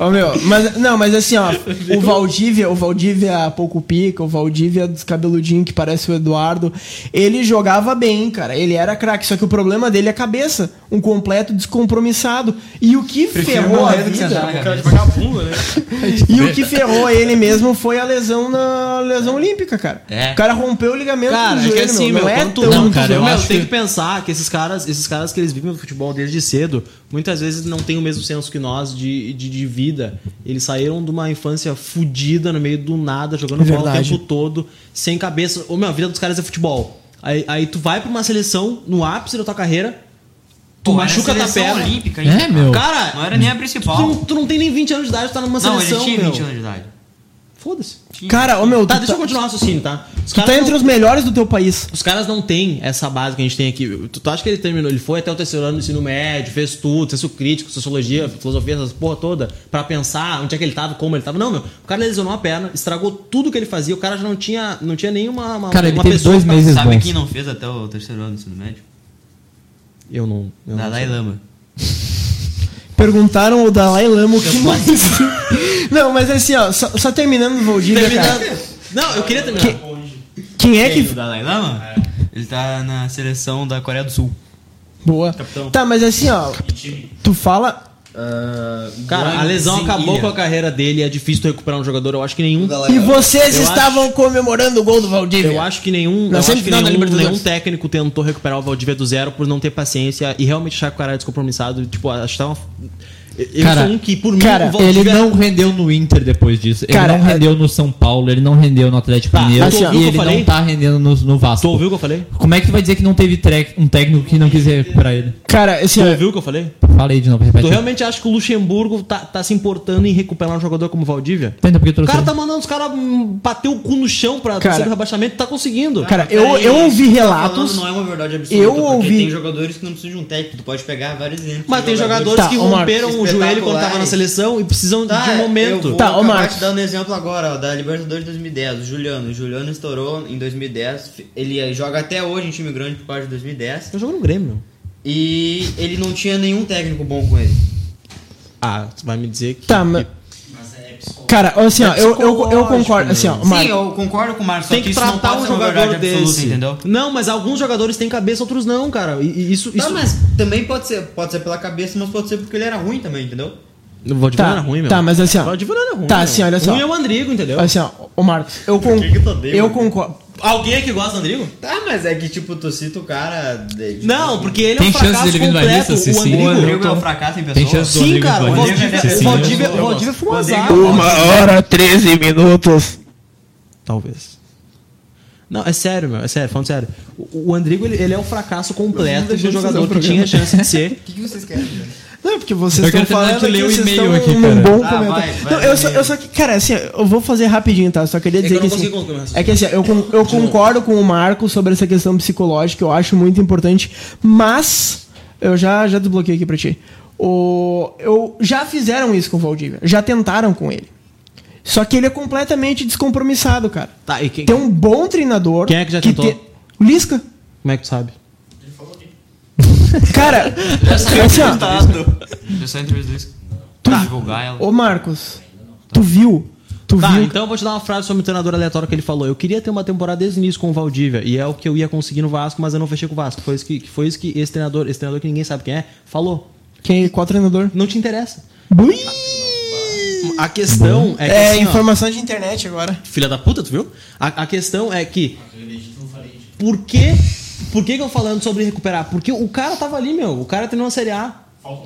[SPEAKER 2] Ô, meu, mas, não, mas assim, ó. O Valdívia, o Valdívia pouco pica, o Valdívia descabeludinho que parece o Eduardo. Ele jogava bem, cara. Ele era craque. Só que o problema dele é a cabeça. Um completo descompromissado. E o que ferrou a vida.
[SPEAKER 3] É né?
[SPEAKER 2] E o que ferrou ele mesmo foi a lesão na lesão olímpica, cara.
[SPEAKER 1] É.
[SPEAKER 2] O cara rompeu o ligamento
[SPEAKER 3] Cara,
[SPEAKER 2] do
[SPEAKER 3] é que
[SPEAKER 2] joelho,
[SPEAKER 3] assim,
[SPEAKER 2] meu.
[SPEAKER 3] meu,
[SPEAKER 2] Não é
[SPEAKER 3] quando tu-
[SPEAKER 2] tão
[SPEAKER 4] Não, cara, eu
[SPEAKER 3] meu,
[SPEAKER 4] acho
[SPEAKER 3] tem
[SPEAKER 4] que-
[SPEAKER 3] que pensar que esses caras, esses caras que eles vivem no futebol desde cedo, muitas vezes não têm o mesmo senso que nós de, de, de vida. Eles saíram de uma infância fudida no meio do nada, jogando bola o
[SPEAKER 2] Verdade.
[SPEAKER 3] tempo todo, sem cabeça. Ô, meu, a vida dos caras é futebol. Aí, aí tu vai pra uma seleção no ápice da tua carreira, tu
[SPEAKER 1] Pô, era
[SPEAKER 3] machuca é a tua
[SPEAKER 1] seleção
[SPEAKER 3] perna.
[SPEAKER 1] olímpica, hein?
[SPEAKER 4] É, meu.
[SPEAKER 3] Cara,
[SPEAKER 1] Não era nem a
[SPEAKER 3] tu,
[SPEAKER 1] principal.
[SPEAKER 3] não, tu não tem nem 20 anos de idade, tu tá numa
[SPEAKER 1] Não, ele
[SPEAKER 3] seleção.
[SPEAKER 1] tinha né?
[SPEAKER 3] meu.
[SPEAKER 1] 20 anos de idade.
[SPEAKER 3] Foda-se.
[SPEAKER 2] Cara, ô meu,
[SPEAKER 3] Tá,
[SPEAKER 2] tu
[SPEAKER 3] deixa eu
[SPEAKER 2] tá-
[SPEAKER 3] continuar o raciocínio, tá? Os
[SPEAKER 2] Tu
[SPEAKER 3] caras
[SPEAKER 2] tá
[SPEAKER 3] não-
[SPEAKER 2] entre os melhores do teu país.
[SPEAKER 3] Os caras não têm essa base que a gente tem aqui. Tu, tu acha que ele terminou? Ele foi até o terceiro ano do ensino médio, fez tudo, senso crítico, sociologia, filosofia, essas porra toda, pra pensar onde é que ele tava, como ele tava. Não, meu. O cara lesionou a perna, estragou tudo que ele fazia, o cara já não tinha, não tinha nenhuma uma,
[SPEAKER 4] Cara, ele
[SPEAKER 3] uma
[SPEAKER 4] teve dois
[SPEAKER 3] pra-
[SPEAKER 4] meses
[SPEAKER 1] Sabe
[SPEAKER 4] bons.
[SPEAKER 1] quem não fez até o terceiro ano do ensino médio?
[SPEAKER 3] Eu não. Eu não
[SPEAKER 1] Dalai
[SPEAKER 3] sei.
[SPEAKER 1] Lama.
[SPEAKER 2] Perguntaram o Dalai Lama o que mais. Não, mas assim, ó, só, só terminando o Valdívia, cara.
[SPEAKER 3] Não, eu queria terminar.
[SPEAKER 2] Quem é
[SPEAKER 1] O
[SPEAKER 2] que.
[SPEAKER 1] Dalai Lama? Ele tá na seleção da Coreia do Sul.
[SPEAKER 2] Boa. Tá, mas assim, ó. Tu fala.
[SPEAKER 3] Cara, a lesão
[SPEAKER 1] Zinguinha.
[SPEAKER 3] acabou com a carreira dele, é difícil tu recuperar um jogador, eu acho que nenhum.
[SPEAKER 2] E vocês
[SPEAKER 3] Eu
[SPEAKER 2] estavam comemorando o gol do Valdívia.
[SPEAKER 3] Eu acho que nenhum, eu
[SPEAKER 2] Na
[SPEAKER 3] acho que
[SPEAKER 2] semifinal da
[SPEAKER 3] nenhum,
[SPEAKER 2] né,
[SPEAKER 3] nenhum
[SPEAKER 2] Libertadores.
[SPEAKER 3] técnico tentou recuperar o Valdívia do zero por não ter paciência e realmente achar que o cara era descompromissado. Tipo, achar uma... Eu
[SPEAKER 4] Cara,
[SPEAKER 3] sou um que, por
[SPEAKER 2] cara,
[SPEAKER 3] mim, o
[SPEAKER 4] Ele
[SPEAKER 3] Valdívia...
[SPEAKER 4] não rendeu no Inter depois disso. Ele
[SPEAKER 2] Cara,
[SPEAKER 4] não
[SPEAKER 2] é-
[SPEAKER 4] rendeu no São Paulo, ele não rendeu no Atlético
[SPEAKER 3] Tá,
[SPEAKER 4] Mineiro
[SPEAKER 3] mas tu
[SPEAKER 4] e
[SPEAKER 3] ouviu o que
[SPEAKER 4] ele
[SPEAKER 3] eu falei?
[SPEAKER 4] não tá rendendo no, no
[SPEAKER 3] Tu
[SPEAKER 4] Vasco.
[SPEAKER 3] ouviu o que eu falei?
[SPEAKER 4] Como é que tu vai dizer que não teve tre- um técnico que não quis recuperar ele?
[SPEAKER 2] Cara, assim,
[SPEAKER 3] Tu
[SPEAKER 2] ó.
[SPEAKER 3] ouviu o que eu falei?
[SPEAKER 4] Fala aí de novo, repete.
[SPEAKER 3] Tu realmente acha que o Luxemburgo tá, tá se importando em recuperar um jogador como o Valdívia?
[SPEAKER 4] Entenda porque
[SPEAKER 3] O
[SPEAKER 4] trouxe
[SPEAKER 3] cara tá
[SPEAKER 4] ele.
[SPEAKER 3] mandando os caras hum, bater o cu no chão pra
[SPEAKER 2] Cara-
[SPEAKER 3] ser do rebaixamento, tá conseguindo.
[SPEAKER 2] Cara, eu, eu ouvi
[SPEAKER 3] Tá
[SPEAKER 6] Falando
[SPEAKER 2] relatos.
[SPEAKER 6] não é uma verdade absoluta,
[SPEAKER 2] Eu
[SPEAKER 6] porque
[SPEAKER 2] ouvi-
[SPEAKER 6] tem jogadores que não precisam de um técnico, tu pode pegar vários exemplos.
[SPEAKER 3] mas
[SPEAKER 6] de
[SPEAKER 3] tem jogadores
[SPEAKER 2] Tá,
[SPEAKER 3] que
[SPEAKER 2] ô, Marcos,
[SPEAKER 3] romperam o joelho quando tava na
[SPEAKER 6] espetaculares.
[SPEAKER 3] seleção e precisam
[SPEAKER 6] Tá,
[SPEAKER 3] de um
[SPEAKER 6] Eu
[SPEAKER 3] momento.
[SPEAKER 6] vou
[SPEAKER 2] Tá, ô,
[SPEAKER 6] acabar
[SPEAKER 2] Marcos.
[SPEAKER 6] te dando um exemplo agora, ó, da Libertadores 2010. O Juliano. O Juliano estourou em 2010. F- Ele eh, joga até hoje em time grande por causa de 2010.
[SPEAKER 3] Eu jogo Tá, no Grêmio, meu.
[SPEAKER 6] E ele não tinha nenhum técnico bom com ele.
[SPEAKER 3] Ah, tu vai me dizer que...
[SPEAKER 2] Tá, mas.
[SPEAKER 1] é
[SPEAKER 2] Cara, assim, ó, eu, eu, eu concordo. Assim, ó, Marco.
[SPEAKER 1] Sim, eu concordo com o Marcos, só
[SPEAKER 3] tem que
[SPEAKER 1] isso não
[SPEAKER 3] tratar
[SPEAKER 1] pode
[SPEAKER 3] um
[SPEAKER 1] ser uma verdade
[SPEAKER 3] jogador
[SPEAKER 1] absoluta,
[SPEAKER 3] desse.
[SPEAKER 1] entendeu?
[SPEAKER 3] Não, mas alguns jogadores têm cabeça, outros não, cara. E, e isso.
[SPEAKER 6] Tá,
[SPEAKER 3] isso...
[SPEAKER 6] mas também pode ser, pode ser pela cabeça, mas pode ser porque ele era ruim também, entendeu?
[SPEAKER 3] O Valdivia
[SPEAKER 2] Tá,
[SPEAKER 3] não era é ruim, meu.
[SPEAKER 2] tá, mas assim, ó.
[SPEAKER 3] O Valdivia não era ruim.
[SPEAKER 2] Tá,
[SPEAKER 3] meu.
[SPEAKER 2] assim, olha só.
[SPEAKER 3] Ruim é o Andrigo, entendeu?
[SPEAKER 2] Assim, ó, ô Marcos, eu, con...
[SPEAKER 6] que tu odeia,
[SPEAKER 2] eu
[SPEAKER 6] mano?
[SPEAKER 2] concordo.
[SPEAKER 3] Alguém aqui gosta do Andrigo?
[SPEAKER 6] Tá, mas é que tipo, tu cita o cara. de-
[SPEAKER 3] Não, porque ele é
[SPEAKER 4] Tem
[SPEAKER 3] um
[SPEAKER 4] chance
[SPEAKER 3] fracasso
[SPEAKER 4] dele vir no
[SPEAKER 3] completo.
[SPEAKER 4] Barista, se
[SPEAKER 3] o
[SPEAKER 4] sim.
[SPEAKER 1] O
[SPEAKER 3] Andrigo...
[SPEAKER 1] Rodrigo é um fracasso em pessoa.
[SPEAKER 4] Tem chance
[SPEAKER 3] tá
[SPEAKER 4] do
[SPEAKER 3] Sim,
[SPEAKER 4] Rodrigo
[SPEAKER 3] cara, o
[SPEAKER 4] Guarini.
[SPEAKER 3] Valdívia,
[SPEAKER 1] Sim,
[SPEAKER 3] o
[SPEAKER 1] sim,
[SPEAKER 3] Valdívia,
[SPEAKER 1] eu gosto.
[SPEAKER 3] o Valdívia foi um
[SPEAKER 1] Rodrigo,
[SPEAKER 3] azar.
[SPEAKER 2] hora, 13 minutos.
[SPEAKER 3] Talvez. Não, é sério, meu, é sério, falando sério. O, o Andrigo, ele, ele é o fracasso completo de um jogador que tinha chance de ser.
[SPEAKER 6] O que, que vocês querem?
[SPEAKER 2] Não, sei, porque vocês
[SPEAKER 4] Eu quero
[SPEAKER 2] estão falando
[SPEAKER 4] terminar de ler
[SPEAKER 2] que
[SPEAKER 4] o
[SPEAKER 2] vocês
[SPEAKER 4] e-mail aqui,
[SPEAKER 2] estão num
[SPEAKER 4] cara.
[SPEAKER 2] bom
[SPEAKER 1] Ah, vai,
[SPEAKER 2] comentário.
[SPEAKER 1] vai,
[SPEAKER 2] não, eu
[SPEAKER 1] vai,
[SPEAKER 2] só,
[SPEAKER 1] vai.
[SPEAKER 2] eu só que, cara, assim, eu vou fazer rapidinho, tá? Só queria
[SPEAKER 3] que
[SPEAKER 2] dizer
[SPEAKER 3] eu
[SPEAKER 2] que,
[SPEAKER 3] não
[SPEAKER 2] assim,
[SPEAKER 3] consigo concluir o raciocínio.
[SPEAKER 2] é que assim, eu, con- eu concordo com o Marco sobre essa questão psicológica, eu acho muito importante, mas eu já já desbloqueei aqui pra ti. O, eu já fizeram isso com o Valdívia, já tentaram com ele. Só que ele é completamente descompromissado, cara.
[SPEAKER 3] Tá, e quem,
[SPEAKER 2] Tem um bom treinador.
[SPEAKER 3] Quem é que já tentou?
[SPEAKER 2] te- O Lisca.
[SPEAKER 3] como é que tu sabe?
[SPEAKER 2] Cara, assim, ó,
[SPEAKER 3] Ah,
[SPEAKER 1] Eu só entrevistei isso. Pra divulgar ela.
[SPEAKER 2] Ô Marcos, tu viu? Tu
[SPEAKER 3] Tá,
[SPEAKER 2] viu?
[SPEAKER 3] então eu vou te dar uma frase sobre o treinador aleatório que ele falou. Eu queria ter uma temporada desde o início com o Valdívia, e é o que eu ia conseguir no Vasco, mas eu não fechei com o Vasco. Foi isso que, que foi isso que esse treinador, esse treinador que ninguém sabe quem é, falou.
[SPEAKER 2] Quem, qual treinador?
[SPEAKER 3] Não te interessa.
[SPEAKER 2] Bui!
[SPEAKER 3] A questão é que.
[SPEAKER 2] É,
[SPEAKER 3] assim, ó,
[SPEAKER 2] informação de internet agora.
[SPEAKER 3] Filha da puta, tu viu? A, a questão é que. Por que. Por que, que eu falando sobre recuperar? Porque o cara tava ali, meu. O cara treinou a Série A.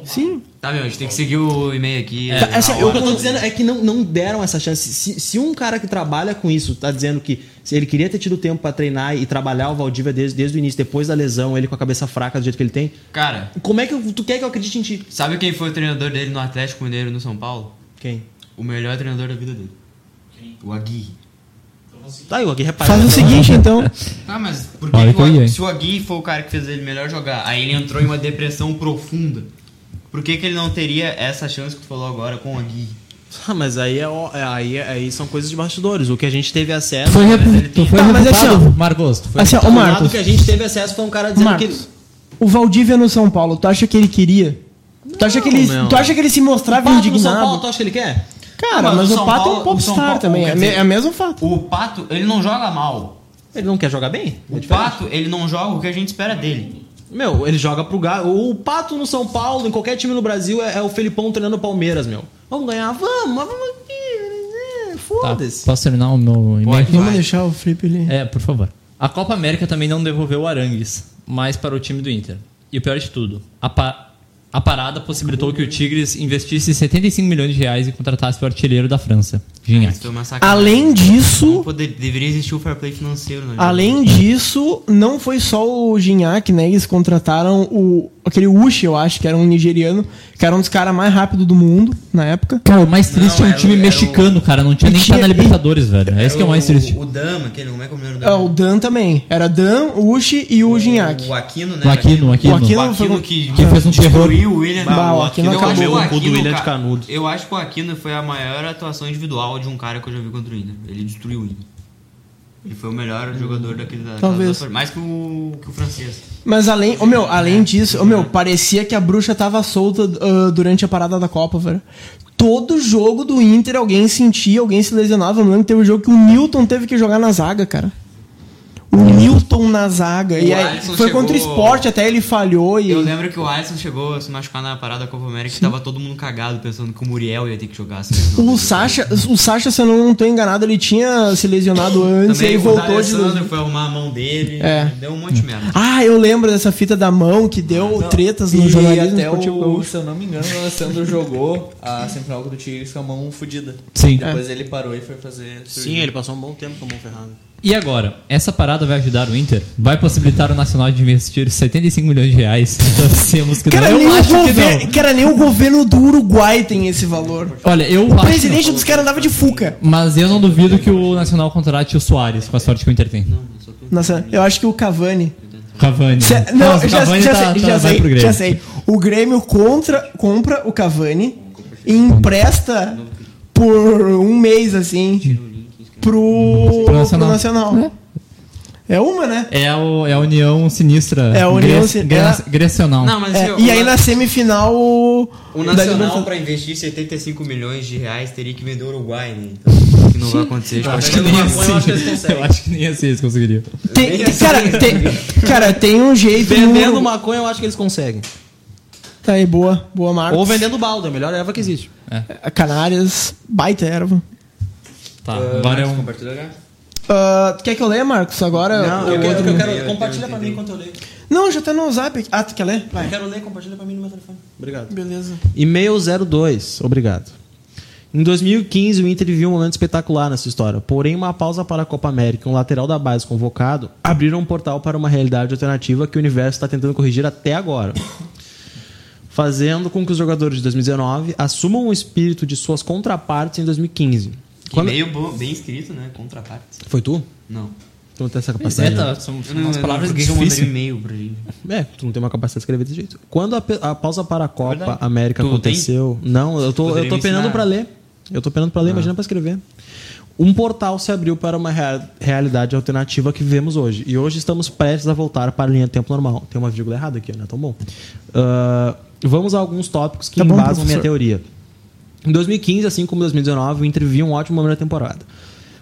[SPEAKER 2] Sim.
[SPEAKER 1] Tá, meu, a gente tem que seguir o e-mail
[SPEAKER 2] É,
[SPEAKER 1] aqui.
[SPEAKER 3] Tá, essa- o que eu tô dizendo é que não, não deram essa chance. Se, se um cara que trabalha com isso tá dizendo que se ele queria ter tido tempo pra treinar e trabalhar o Valdívia desde, desde o início, depois da lesão, ele com a cabeça fraca do jeito que ele tem,
[SPEAKER 1] Cara,
[SPEAKER 3] como é que eu- tu quer que eu acredite em ti?
[SPEAKER 1] sabe quem foi o treinador dele no Atlético Mineiro no São Paulo?
[SPEAKER 3] Quem?
[SPEAKER 1] O melhor treinador da vida dele. O Aguirre.
[SPEAKER 3] Tá, eu aqui repara.
[SPEAKER 2] Faz o seguinte, então.
[SPEAKER 1] Tá, mas por
[SPEAKER 4] Olha
[SPEAKER 1] que,
[SPEAKER 4] que eu
[SPEAKER 1] que
[SPEAKER 4] ia,
[SPEAKER 1] o,
[SPEAKER 4] hein?
[SPEAKER 1] se o Agui foi o cara que fez ele melhor jogar, aí ele entrou em uma depressão profunda, por que, que ele não teria essa chance que tu falou agora com o Agui?
[SPEAKER 3] Ah, mas aí, é, ó- é- aí, aí são coisas de bastidores. O que a gente teve acesso.
[SPEAKER 4] Foi, rep... tu foi
[SPEAKER 2] Tá, mas
[SPEAKER 4] reputado,
[SPEAKER 2] assim, ó.
[SPEAKER 4] Marcos. Tu foi
[SPEAKER 2] Assim, ó, ô
[SPEAKER 3] O lado
[SPEAKER 2] Marcos.
[SPEAKER 3] que a gente teve acesso foi um cara dizendo que.
[SPEAKER 2] Marcos. O Valdívia é no São Paulo, tu acha que ele queria? Tu acha que ele,
[SPEAKER 3] meu.
[SPEAKER 2] tu acha que ele se mostrava
[SPEAKER 3] Pato no São Paulo,
[SPEAKER 2] indignado?
[SPEAKER 3] tu acha que ele quer?
[SPEAKER 2] Cara,
[SPEAKER 1] Ah, mas
[SPEAKER 2] mas,
[SPEAKER 1] o tá-
[SPEAKER 2] o
[SPEAKER 1] São
[SPEAKER 2] Pato
[SPEAKER 1] Paulo-
[SPEAKER 2] é um
[SPEAKER 1] o São
[SPEAKER 2] popstar
[SPEAKER 1] Paulo,
[SPEAKER 2] também.
[SPEAKER 1] quer
[SPEAKER 2] É, me-
[SPEAKER 1] dizer-
[SPEAKER 2] é mesmo fato.
[SPEAKER 1] O Pato, ele não joga mal.
[SPEAKER 3] Ele não quer jogar bem?
[SPEAKER 1] O Pato, ele não joga o que a gente espera dele.
[SPEAKER 3] Meu, ele joga pro Galo. O Pato no São Paulo, em qualquer time no Brasil, é, é o Felipão treinando o Palmeiras, meu. Vamos ganhar, vamos, mas vamos aqui. né?
[SPEAKER 4] Tá,
[SPEAKER 3] Foda-se.
[SPEAKER 4] posso terminar o meu e-mail?
[SPEAKER 1] Pode.
[SPEAKER 2] Vamos
[SPEAKER 1] Vai.
[SPEAKER 2] deixar o Felipe ali.
[SPEAKER 4] É, por favor. A Copa América também não devolveu o Arangues, mas para o time do Inter. E o pior de tudo, a, pa- a parada possibilitou que o Tigres investisse 75 milhões de reais e contratasse o artilheiro da França, Gignac.
[SPEAKER 1] Isso foi uma sacanagem.
[SPEAKER 2] Além disso,
[SPEAKER 1] Não poder- deveria existir o fair play financeiro. né?
[SPEAKER 2] Além disso, não foi só o Gignac, né? Eles contrataram o aquele Uchi, eu acho, que era um nigeriano, que era um dos caras mais rápidos do mundo na época.
[SPEAKER 4] Cara, o mais triste
[SPEAKER 1] Não,
[SPEAKER 4] é um
[SPEAKER 1] era-
[SPEAKER 4] time
[SPEAKER 1] era o-
[SPEAKER 4] mexicano, cara. Não tinha
[SPEAKER 2] E
[SPEAKER 4] nem
[SPEAKER 2] tinha-
[SPEAKER 4] tá na Libertadores, velho. É isso que é o mais triste.
[SPEAKER 1] O, o Dama, aquele, como é que é o nome do
[SPEAKER 2] Ah, o Dan também. Era Dan, Uchi e o Gignac.
[SPEAKER 1] O Aquino, né?
[SPEAKER 4] O Aquino, o Aquino.
[SPEAKER 2] O Aquino
[SPEAKER 1] O
[SPEAKER 2] foi
[SPEAKER 1] Aquino
[SPEAKER 2] com-
[SPEAKER 1] que,
[SPEAKER 4] Que fez um terror.
[SPEAKER 1] destruiu o William.
[SPEAKER 2] Bah, o Aquino
[SPEAKER 1] Eu acho
[SPEAKER 2] acabou
[SPEAKER 1] o
[SPEAKER 3] com o
[SPEAKER 1] Aquino,
[SPEAKER 3] do William de
[SPEAKER 1] cara,
[SPEAKER 3] Canudo.
[SPEAKER 1] Eu acho que o Aquino foi a maior atuação individual de um cara que eu já vi contra o Inter. Ele destruiu o Inter. Ele foi o melhor jogador daquele da daquelas
[SPEAKER 2] Talvez.
[SPEAKER 1] duas- Mais que o, que o francês.
[SPEAKER 2] Mas além, oh, meu, além disso, oh, meu, parecia que a bruxa tava solta ah, durante a parada da Copa, velho. Todo jogo do Inter alguém sentia, alguém se lesionava. Eu me lembro que teve um jogo que o Newton teve que jogar na zaga, cara. O Newton na zaga. e aí,
[SPEAKER 1] Alisson
[SPEAKER 2] foi contra o
[SPEAKER 1] chegou-
[SPEAKER 2] esporte, até ele falhou. E...
[SPEAKER 1] Eu lembro que o Alisson chegou a se machucar na parada da Copa América e tava todo mundo cagado pensando que o Muriel ia ter que jogar. assim, não.
[SPEAKER 2] O Sasha, o Sasha, se eu não tô enganado, ele tinha se lesionado antes
[SPEAKER 1] Também
[SPEAKER 2] e aí
[SPEAKER 1] o
[SPEAKER 2] voltou de
[SPEAKER 1] Alessandro
[SPEAKER 2] novo.
[SPEAKER 1] foi arrumar a mão dele.
[SPEAKER 2] É.
[SPEAKER 1] Deu um monte de merda.
[SPEAKER 2] Ah, eu lembro dessa fita da mão que deu tretas no
[SPEAKER 5] e
[SPEAKER 2] jornalismo
[SPEAKER 5] até
[SPEAKER 2] esportivo
[SPEAKER 5] o,
[SPEAKER 2] gaúcho.
[SPEAKER 5] se eu não me engano, o Alessandro jogou a Central do Tigres com a mão fodida.
[SPEAKER 4] Sim.
[SPEAKER 2] É.
[SPEAKER 5] Depois ele parou e foi fazer.
[SPEAKER 4] Tá.
[SPEAKER 3] Sim, ele passou um bom tempo com a mão ferrada.
[SPEAKER 4] E agora? Essa parada vai ajudar o Inter? Vai possibilitar o Nacional de investir 75 milhões de reais? Pensamos que não.
[SPEAKER 2] Cara, nem
[SPEAKER 4] Eu
[SPEAKER 2] o
[SPEAKER 4] acho que
[SPEAKER 2] governo-
[SPEAKER 4] não.
[SPEAKER 2] cara, nem o governo do Uruguai tem esse valor.
[SPEAKER 4] Olha, eu
[SPEAKER 2] O
[SPEAKER 4] acho que
[SPEAKER 2] presidente
[SPEAKER 4] não.
[SPEAKER 2] dos caras andava de fuca.
[SPEAKER 4] Mas eu não duvido que o Nacional contrate o Soares, com a sorte que o Inter tem.
[SPEAKER 2] Nossa, eu acho que o Cavani.
[SPEAKER 4] Cavani.
[SPEAKER 2] Se- não,
[SPEAKER 4] Nossa,
[SPEAKER 2] eu
[SPEAKER 4] o
[SPEAKER 2] já,
[SPEAKER 4] Cavani
[SPEAKER 2] já
[SPEAKER 4] tá-
[SPEAKER 2] sei,
[SPEAKER 4] tá-
[SPEAKER 2] já,
[SPEAKER 4] vai pro
[SPEAKER 2] sei
[SPEAKER 4] Grêmio.
[SPEAKER 2] já sei. O Grêmio contra, compra o Cavani e empresta por um mês, assim, pro,
[SPEAKER 4] Pro
[SPEAKER 2] pro
[SPEAKER 4] Nacional.
[SPEAKER 2] Nacional. É uma, né?
[SPEAKER 4] É, o, é a união sinistra.
[SPEAKER 2] É a união
[SPEAKER 4] gre-
[SPEAKER 2] sin-
[SPEAKER 4] gre-
[SPEAKER 2] é-
[SPEAKER 4] Grecional.
[SPEAKER 1] Não, mas
[SPEAKER 2] É,
[SPEAKER 1] eu-
[SPEAKER 2] e aí na semifinal. O
[SPEAKER 1] O
[SPEAKER 2] da
[SPEAKER 1] Um Nacional,
[SPEAKER 2] Libertadores-
[SPEAKER 1] pra investir 75 milhões de reais, teria que vender o Uruguai, né? Então, que não vai acontecer.
[SPEAKER 4] Eu acho, que
[SPEAKER 1] Tipo,
[SPEAKER 4] nem
[SPEAKER 1] pega uma-
[SPEAKER 4] assim, eu acho que nem assim eles conseguiriam.
[SPEAKER 2] Tem- tem- cara, tem, cara, tem um jeito.
[SPEAKER 3] é assim. Vendendo maconha, eu acho que eles conseguem.
[SPEAKER 2] Tá aí, boa, boa marca.
[SPEAKER 3] Ou vendendo balda, é a melhor erva que existe.
[SPEAKER 2] Canárias, baita erva.
[SPEAKER 4] Tá, agora é um.
[SPEAKER 1] né?
[SPEAKER 2] Ah, tu quer que eu leia, Marcos? Agora. o
[SPEAKER 3] eu,
[SPEAKER 2] outro-
[SPEAKER 3] quero, eu quero. Compartilha pra mim enquanto eu leio.
[SPEAKER 2] Não, já tá no WhatsApp. Ah, tu quer ler? Vai.
[SPEAKER 3] Eu quero ler, compartilha pra mim no meu telefone. Obrigado.
[SPEAKER 2] Beleza.
[SPEAKER 3] E-mail 02, obrigado. Em 2015, o Inter vivia um momento espetacular nessa história. Porém, uma pausa para a Copa América e um lateral da base convocado abriram um portal para uma realidade alternativa que o universo está tentando corrigir até agora. fazendo com que os jogadores de 2019 assumam o espírito de suas contrapartes em 2015.
[SPEAKER 1] Que
[SPEAKER 3] Quando-
[SPEAKER 1] meio bo- bem escrito, né? Contraparte.
[SPEAKER 3] Foi tu?
[SPEAKER 1] Não.
[SPEAKER 3] Tu não tem essa capacidade.
[SPEAKER 4] É,
[SPEAKER 3] né?
[SPEAKER 4] tá, são,
[SPEAKER 1] Eu
[SPEAKER 4] são
[SPEAKER 1] não,
[SPEAKER 4] umas
[SPEAKER 1] eu
[SPEAKER 4] palavras
[SPEAKER 1] não, por que
[SPEAKER 4] difíceis.
[SPEAKER 1] eu mandaria um e-mail pra ele.
[SPEAKER 3] É, tu não tem uma capacidade de escrever desse jeito. Quando a, pe- a pausa para a Copa América
[SPEAKER 1] Tu tem?
[SPEAKER 3] aconteceu. Não, eu tô, eu
[SPEAKER 1] Poderia
[SPEAKER 3] tô
[SPEAKER 1] me
[SPEAKER 3] penando
[SPEAKER 1] ensinar. Ah.
[SPEAKER 3] pra ler. Eu tô penando pra ler, imagina pra escrever. Um portal se abriu para uma rea- realidade alternativa que vivemos hoje. E hoje estamos prestes a voltar para a linha de tempo normal. Tem uma vírgula errada aqui, não é tão bom. Ah, vamos a alguns tópicos que
[SPEAKER 2] Tá bom,
[SPEAKER 3] embasam minha
[SPEAKER 2] professor.
[SPEAKER 3] teoria. Em 2015, assim como 2019, o Inter via um ótimo momento da temporada.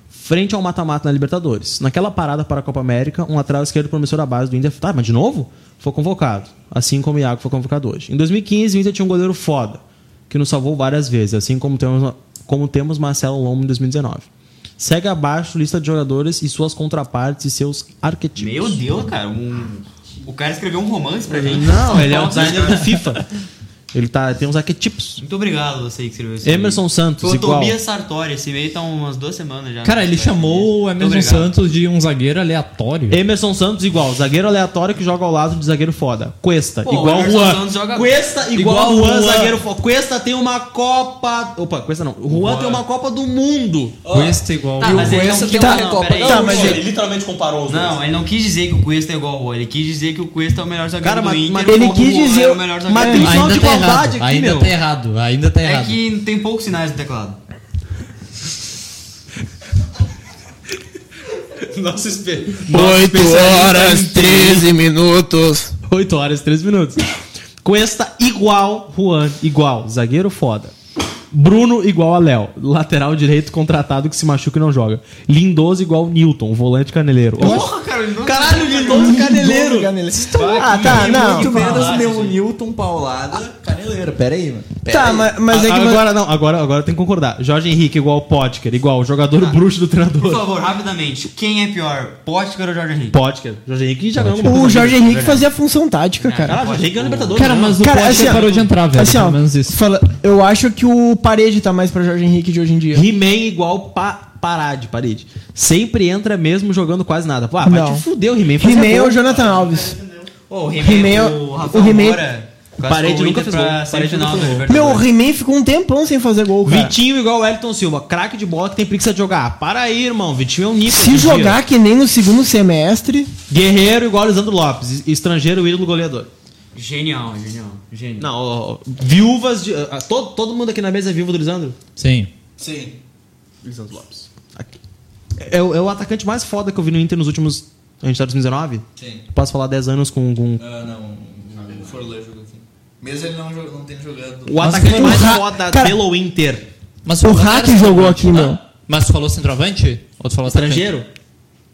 [SPEAKER 3] Frente ao mata-mata na Libertadores. Naquela parada para a Copa América, um lateral esquerdo promissor à base do Inter. Tá, mas de novo? Foi convocado. Assim como o Iago foi convocado hoje. Em 2015, o Inter tinha um goleiro foda, que nos salvou várias vezes, assim como temos, como temos Marcelo Lomo em 2019. Segue abaixo lista de jogadores e suas contrapartes e seus arquetipos.
[SPEAKER 1] Meu Deus, cara. Um... O cara escreveu um romance pra gente.
[SPEAKER 3] Não, ele é o designer do FIFA. Ele tá, tem uns arquetipos.
[SPEAKER 1] Muito obrigado você que escreveu esse
[SPEAKER 3] Emerson
[SPEAKER 1] e-mail.
[SPEAKER 3] Santos,
[SPEAKER 1] Foi o
[SPEAKER 3] igual.
[SPEAKER 1] Tobias Sartori. Esse e-mail tá umas duas semanas já.
[SPEAKER 4] Cara, ele
[SPEAKER 1] Vai,
[SPEAKER 4] chamou o
[SPEAKER 1] né? Muito
[SPEAKER 4] Emerson
[SPEAKER 1] obrigado.
[SPEAKER 4] Santos de um zagueiro aleatório.
[SPEAKER 3] Emerson Santos igual, zagueiro aleatório que joga ao lado de zagueiro foda. Cuesta,
[SPEAKER 1] Pô,
[SPEAKER 3] igual
[SPEAKER 1] o Emerson
[SPEAKER 3] Juan.
[SPEAKER 1] Santos joga-
[SPEAKER 3] Cuesta, igual,
[SPEAKER 4] Igual
[SPEAKER 3] Juan,
[SPEAKER 4] Juan.
[SPEAKER 3] zagueiro foda. Cuesta tem uma Copa... Opa, Cuesta não. Juan, tem uma Copa do Mundo.
[SPEAKER 4] Cuesta igual.
[SPEAKER 1] Tá, mas ele não quis...
[SPEAKER 2] Tá,
[SPEAKER 1] não,
[SPEAKER 2] Copa
[SPEAKER 1] peraí.
[SPEAKER 2] Gaúcha. Tá, mas ele-
[SPEAKER 3] literalmente comparou os
[SPEAKER 1] Não, ele não quis dizer que o Cuesta é igual ao Juan. Ele quis dizer que o Cuesta é o melhor zagueiro
[SPEAKER 3] Cara,
[SPEAKER 1] do
[SPEAKER 3] mas-
[SPEAKER 1] Inter.
[SPEAKER 3] mas
[SPEAKER 2] ele
[SPEAKER 1] como
[SPEAKER 2] quis
[SPEAKER 1] o Juan
[SPEAKER 2] dizer-
[SPEAKER 1] É o melhor zagueiro
[SPEAKER 3] mas
[SPEAKER 1] do
[SPEAKER 3] tem
[SPEAKER 1] Inter.
[SPEAKER 3] só de
[SPEAKER 4] Ainda tá
[SPEAKER 3] igualdade
[SPEAKER 4] errado.
[SPEAKER 3] aqui,
[SPEAKER 4] ainda
[SPEAKER 3] meu.
[SPEAKER 4] tá errado. Ainda tá
[SPEAKER 1] É
[SPEAKER 4] errado.
[SPEAKER 1] que tem poucos sinais do teclado.
[SPEAKER 3] Nossa, espelho.
[SPEAKER 7] 8 horas, 13 minutos.
[SPEAKER 3] 8 horas e 3 minutos. Cuesta igual Juan, igual. Zagueiro foda. Bruno igual a Léo. Lateral direito contratado que se machuca e não joga. Lindoso igual Newton, volante caneleiro.
[SPEAKER 1] Porra, cara, ele não...
[SPEAKER 3] Caralho,
[SPEAKER 5] é
[SPEAKER 3] Lindoso caneleiro!
[SPEAKER 2] Ah, tá,
[SPEAKER 7] Muito
[SPEAKER 2] não.
[SPEAKER 7] menos meu Newton Paulada. Caneleiro, pera aí, mano.
[SPEAKER 2] Tá, mas, mas é que. vo-
[SPEAKER 3] agora não, agora, agora tem que concordar. Jorge Henrique igual Potker, igual jogador bruxo do
[SPEAKER 1] Por
[SPEAKER 3] treinador.
[SPEAKER 1] favor, rapidamente. Quem é pior? Potker ou Jorge Henrique?
[SPEAKER 3] Potker. é Jorge Henrique já ganhou
[SPEAKER 2] O Jorge Henrique fazia função tática, cara.
[SPEAKER 3] Caralho, Jorge Henrique é o Libertadores.
[SPEAKER 4] Cara,
[SPEAKER 3] né?
[SPEAKER 4] mas o
[SPEAKER 2] Cara,
[SPEAKER 4] Costa
[SPEAKER 2] assim, ó,
[SPEAKER 4] parou de entrar, velho.
[SPEAKER 2] Assim, ó,
[SPEAKER 4] pelo menos isso.
[SPEAKER 2] fala- eu acho que o parede tá mais pra Jorge Henrique de hoje em dia.
[SPEAKER 3] He-Man é igual pa parade, parede. Sempre entra mesmo jogando quase nada. Ah, vai
[SPEAKER 2] Não.
[SPEAKER 3] te fuder o He-Man. fazia
[SPEAKER 2] He-Man é
[SPEAKER 3] gol.
[SPEAKER 2] o Jonathan Alves.
[SPEAKER 1] Ô, o
[SPEAKER 2] He-Man-
[SPEAKER 1] He-Man, é o Rafael
[SPEAKER 2] o He-Man-
[SPEAKER 1] Moura. classificou
[SPEAKER 3] Parede
[SPEAKER 1] o
[SPEAKER 3] nunca
[SPEAKER 1] Inter
[SPEAKER 3] fez
[SPEAKER 1] pra
[SPEAKER 3] gol. Parede
[SPEAKER 1] semifinal
[SPEAKER 3] nunca
[SPEAKER 1] da
[SPEAKER 3] fez gol.
[SPEAKER 2] Meu,
[SPEAKER 1] Libertadores.
[SPEAKER 2] o He-Man ficou um tempão sem fazer gol, cara.
[SPEAKER 3] Vitinho igual o Elton Silva, craque de bola que tem preguiça de jogar. Para aí, irmão. Vitinho é um nico.
[SPEAKER 2] Se jogar que nem no segundo semestre.
[SPEAKER 3] Guerreiro igual Lisandro Lopes, estrangeiro ídolo goleador.
[SPEAKER 1] Genial, genial, genial.
[SPEAKER 3] Não, ó, ó, viúvas de. ah, ah, todo, todo mundo aqui na mesa é viúva do Lisandro?
[SPEAKER 4] Sim.
[SPEAKER 3] Lisandro Lopes. Aqui. É, o- é o atacante mais foda que eu vi no Inter nos últimos. A gente tá em 2019?
[SPEAKER 8] Sim.
[SPEAKER 3] Posso falar 10 anos com. com-
[SPEAKER 8] Ah, não. O Forlan jogou aqui. Mesmo ele não, jog- não tendo jogado.
[SPEAKER 3] O
[SPEAKER 4] Mas
[SPEAKER 3] atacante
[SPEAKER 4] tem o
[SPEAKER 3] mais
[SPEAKER 2] Ra-
[SPEAKER 3] foda
[SPEAKER 2] Cara-
[SPEAKER 3] pelo Inter.
[SPEAKER 4] Mas
[SPEAKER 2] O Hack
[SPEAKER 4] era
[SPEAKER 2] jogou
[SPEAKER 4] centroavante,
[SPEAKER 2] aqui,
[SPEAKER 4] tá?
[SPEAKER 2] meu.
[SPEAKER 4] Mas tu falou centroavante? Ou tu falou atacante?
[SPEAKER 3] Estrangeiro.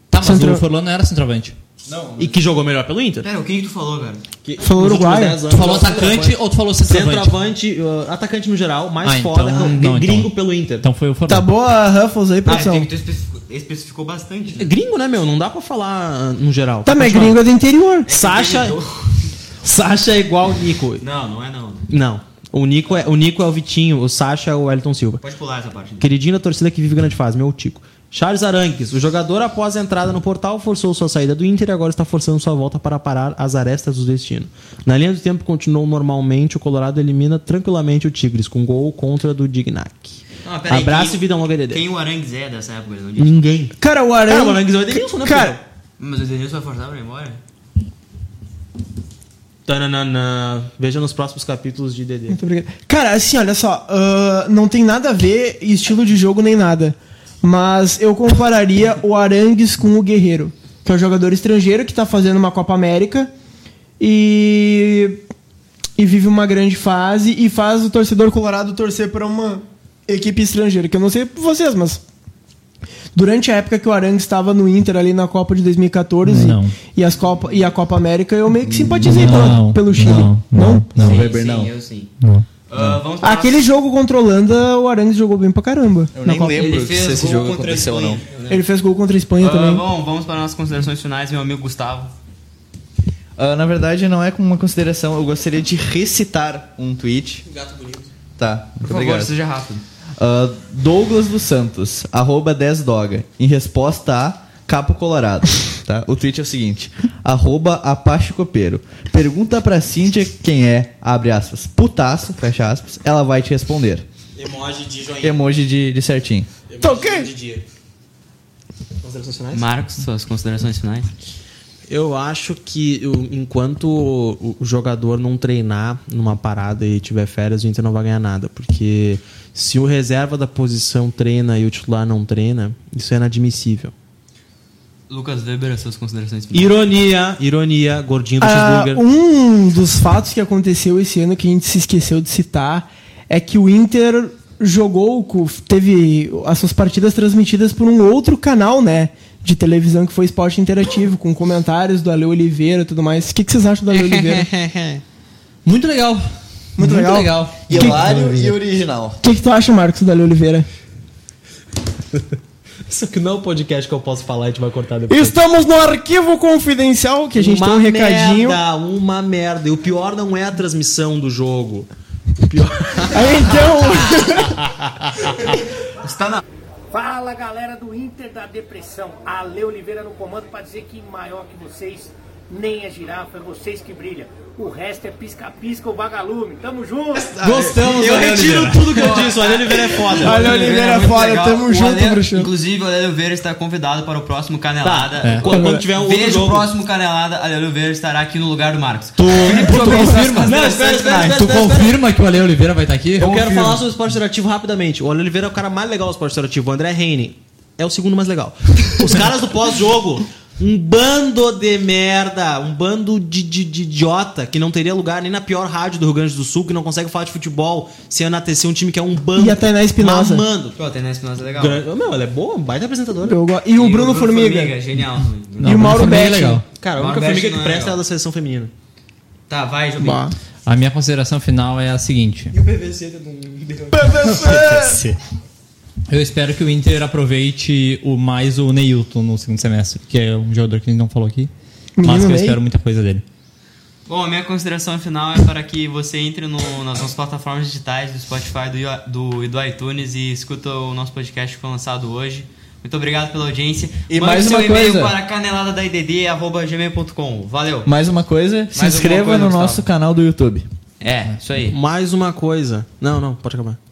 [SPEAKER 4] Tá, mas
[SPEAKER 2] Centro-
[SPEAKER 4] o Forlan não era centroavante.
[SPEAKER 8] Não,
[SPEAKER 3] E que jogou melhor pelo Inter.
[SPEAKER 1] Pera, o que que tu falou, cara?
[SPEAKER 3] Que,
[SPEAKER 2] Falou
[SPEAKER 3] nos últimos
[SPEAKER 2] uruguaio.
[SPEAKER 3] 10 anos-
[SPEAKER 4] Tu falou atacante ou tu falou é centroavante?
[SPEAKER 3] Centroavante, ah, atacante no geral, mais
[SPEAKER 4] Ah,
[SPEAKER 3] foda
[SPEAKER 4] então-
[SPEAKER 3] que
[SPEAKER 4] não,
[SPEAKER 3] o gringo
[SPEAKER 4] então.
[SPEAKER 3] pelo Inter.
[SPEAKER 4] Então foi o Forlan.
[SPEAKER 2] Tá boa a Ruffles aí,
[SPEAKER 1] Ah, tem
[SPEAKER 2] produção.
[SPEAKER 1] que tu especificou, especificou bastante,
[SPEAKER 3] É
[SPEAKER 1] né?
[SPEAKER 3] Gringo, né, meu? Não dá pra falar ah, no geral.
[SPEAKER 2] Tá, mas
[SPEAKER 3] Pode falar.
[SPEAKER 2] gringo é do interior.
[SPEAKER 3] Sasha. Sasha é igual o Nico.
[SPEAKER 1] Não, não é não.
[SPEAKER 3] Não. O Nico, é, o Nico é o Vitinho, o Sasha é o Elton Silva.
[SPEAKER 1] Pode pular essa parte. então.
[SPEAKER 3] Queridinho da torcida que vive grande fase, meu Tico. Charles Aranques, o jogador após a entrada no portal forçou sua saída do Inter e agora está forçando sua volta para parar as arestas do destino. Na linha do tempo continuou normalmente, o Colorado elimina tranquilamente o Tigres com gol contra do Dignac.
[SPEAKER 1] Ah, peraí,
[SPEAKER 3] Abraço
[SPEAKER 1] quem-
[SPEAKER 3] e vida longa, Dedê.
[SPEAKER 1] Quem o Arangues é dessa época, ele não disse.
[SPEAKER 3] Ninguém.
[SPEAKER 2] Cara, o Aranha.
[SPEAKER 3] Cara, o Arangues é o Edenilson, né,
[SPEAKER 2] Cara,
[SPEAKER 3] Pedro?
[SPEAKER 1] Mas o Edenilson vai forçar pra ir embora?
[SPEAKER 3] Tananana. Veja nos próximos capítulos de Dedê.
[SPEAKER 2] Muito obrigado. Cara, assim, olha só, ah, não tem nada a ver estilo de jogo nem nada. Mas eu compararia o Arangues com o Guerreiro, que é um jogador estrangeiro que tá fazendo uma Copa América e. e vive uma grande fase e faz o torcedor colorado torcer pra uma equipe estrangeira, que eu não sei por vocês, mas. Durante a época que o Arangues estava no Inter ali na Copa de 2014
[SPEAKER 4] Não.
[SPEAKER 2] e, as Copa, e a Copa América, eu meio que simpatizei pela-
[SPEAKER 4] Não,
[SPEAKER 2] pelo Chile.
[SPEAKER 4] não, não, não.
[SPEAKER 1] sim,
[SPEAKER 7] Weber,
[SPEAKER 1] sim,
[SPEAKER 7] não.
[SPEAKER 1] eu sim.
[SPEAKER 4] Não.
[SPEAKER 1] Ah, vamos pra
[SPEAKER 2] Aquele jogo contra a Holanda, o Arangues jogou bem pra caramba.
[SPEAKER 7] Eu
[SPEAKER 2] Na
[SPEAKER 7] nem
[SPEAKER 2] Copa.
[SPEAKER 7] lembro
[SPEAKER 1] Ele fez
[SPEAKER 7] se esse
[SPEAKER 1] gol
[SPEAKER 7] jogo
[SPEAKER 1] contra a
[SPEAKER 7] aconteceu ou não.
[SPEAKER 1] Espanha.
[SPEAKER 2] Ele fez gol contra a Espanha
[SPEAKER 1] Ah,
[SPEAKER 2] também.
[SPEAKER 1] bom, vamos para nossas considerações finais, meu amigo Gustavo.
[SPEAKER 5] Ah, na verdade, não é com uma consideração. Eu gostaria de recitar um tweet. Gato bonito. Tá,
[SPEAKER 1] Por
[SPEAKER 5] muito
[SPEAKER 1] favor,
[SPEAKER 5] obrigado.
[SPEAKER 1] seja rápido.
[SPEAKER 5] Ah, Douglas dos Santos, arroba 10doga, em resposta a Capo Colorado. Tá? O tweet é o seguinte: arroba Apache Copeiro. Pergunta pra Cíntia quem é, abre aspas, putaço, fecha aspas, ela vai te responder.
[SPEAKER 3] Emoji de joinha.
[SPEAKER 5] Emoji de, de certinho.
[SPEAKER 2] Toquei.
[SPEAKER 3] de dia. Considerações finais?
[SPEAKER 1] Marcos, suas considerações finais?
[SPEAKER 3] Eu acho que o- enquanto o, o jogador não treinar numa parada e tiver férias, o Inter não vai ganhar nada. Porque se o reserva da posição treina e o titular não treina, isso é inadmissível.
[SPEAKER 1] Lucas Weber, as suas considerações finais.
[SPEAKER 3] Ironia, ironia, gordinho do
[SPEAKER 2] Ah,
[SPEAKER 3] cheeseburger.
[SPEAKER 2] um dos fatos que aconteceu esse ano que a gente se esqueceu de citar é que o Inter jogou, co- teve as suas partidas transmitidas por um outro canal, né? De televisão que foi Esporte Interativo, com comentários do Ale Oliveira e tudo mais. O que, que vocês acham do Ale Oliveira?
[SPEAKER 4] Muito legal.
[SPEAKER 2] Muito legal.
[SPEAKER 5] Hilário e original.
[SPEAKER 2] O que, que tu acha, Marcos, do Ale Oliveira?
[SPEAKER 3] Isso que não é o podcast que eu posso falar e a gente vai cortar depois.
[SPEAKER 2] Estamos no arquivo confidencial, que a gente tem um recadinho.
[SPEAKER 3] Merda, uma merda. E o pior não é a transmissão do jogo.
[SPEAKER 2] Aí, então.
[SPEAKER 9] Fala galera do Inter da Depressão, Ale Oliveira no comando para dizer que maior que vocês nem é girafa, é vocês que brilham. O resto é pisca-pisca ou vagalume. Tamo junto!
[SPEAKER 4] Gostamos,
[SPEAKER 3] Eu
[SPEAKER 4] Ale
[SPEAKER 3] retiro
[SPEAKER 4] Oliveira.
[SPEAKER 3] tudo que eu disse. O Ale Oliveira é foda.
[SPEAKER 2] Ale Oliveira
[SPEAKER 6] muito
[SPEAKER 2] fora,
[SPEAKER 6] legal.
[SPEAKER 2] tamo
[SPEAKER 6] O
[SPEAKER 2] junto,
[SPEAKER 6] Ale-
[SPEAKER 2] bruxão.
[SPEAKER 6] Inclusive, o Ale Oliveira está convidado para o próximo Canelada.
[SPEAKER 4] Tá, é.
[SPEAKER 3] Quando, quando tiver um outro
[SPEAKER 6] Veja o
[SPEAKER 3] jogo.
[SPEAKER 6] próximo Canelada, Ale Oliveira estará aqui no lugar do Marcos.
[SPEAKER 4] Tu, tu confirma? Ah,
[SPEAKER 3] Não, assim. espera, espera, espera,
[SPEAKER 4] Tu
[SPEAKER 3] espera, espera.
[SPEAKER 4] confirma que o Ale Oliveira vai estar aqui?
[SPEAKER 3] Eu quero falar sobre o esporte interativo rapidamente. O Ale Oliveira é o cara mais legal do esporte interativo. O André Heine é o segundo mais legal. Os caras do pós-jogo, um bando de merda, um bando de, de- de idiota que não teria lugar nem na pior rádio do Rio Grande do Sul, que não consegue falar de futebol sem anatecer um time que é um bando.
[SPEAKER 2] E a Tainá Espinosa.
[SPEAKER 3] Mamando.
[SPEAKER 6] Pô, tem nessa é legal.
[SPEAKER 3] Gran- Meu, ela é boa, um baita apresentadora.
[SPEAKER 2] Eu go- E o Bruno Formiga.
[SPEAKER 6] Genial.
[SPEAKER 4] Não,
[SPEAKER 2] E o
[SPEAKER 4] pra
[SPEAKER 2] Mauro
[SPEAKER 4] mim também é
[SPEAKER 2] Betti.
[SPEAKER 4] legal.
[SPEAKER 3] Cara, a única
[SPEAKER 6] Barbete
[SPEAKER 3] formiga que
[SPEAKER 6] não é
[SPEAKER 3] presta é
[SPEAKER 6] legal.
[SPEAKER 3] a da seleção feminina.
[SPEAKER 6] Tá, vai, Jobim.
[SPEAKER 2] Bah.
[SPEAKER 4] A minha consideração final é a seguinte.
[SPEAKER 3] E o PVC é do...
[SPEAKER 4] Eu espero que o Inter aproveite o mais o Neilton no segundo semestre, que é um jogador que a gente não falou aqui. Mas
[SPEAKER 2] Menino
[SPEAKER 4] que eu
[SPEAKER 2] Ney.
[SPEAKER 4] espero muita coisa dele.
[SPEAKER 1] Bom, a minha consideração final é para que você entre no- nas nossas plataformas digitais do Spotify do, Io- do, e do iTunes e escuta o nosso podcast que foi lançado hoje. Muito obrigado pela audiência.
[SPEAKER 5] E
[SPEAKER 1] Mande
[SPEAKER 5] mais
[SPEAKER 1] seu
[SPEAKER 5] uma
[SPEAKER 1] e-mail
[SPEAKER 5] coisa.
[SPEAKER 1] para caneladadaidd.gmail.com. Valeu.
[SPEAKER 5] Mais uma coisa, se
[SPEAKER 1] Mais alguma
[SPEAKER 5] inscreva
[SPEAKER 1] coisa,
[SPEAKER 5] no
[SPEAKER 1] Gustavo?
[SPEAKER 5] nosso canal do YouTube.
[SPEAKER 1] É, isso aí.
[SPEAKER 3] Mais uma coisa. Não, não, pode acabar.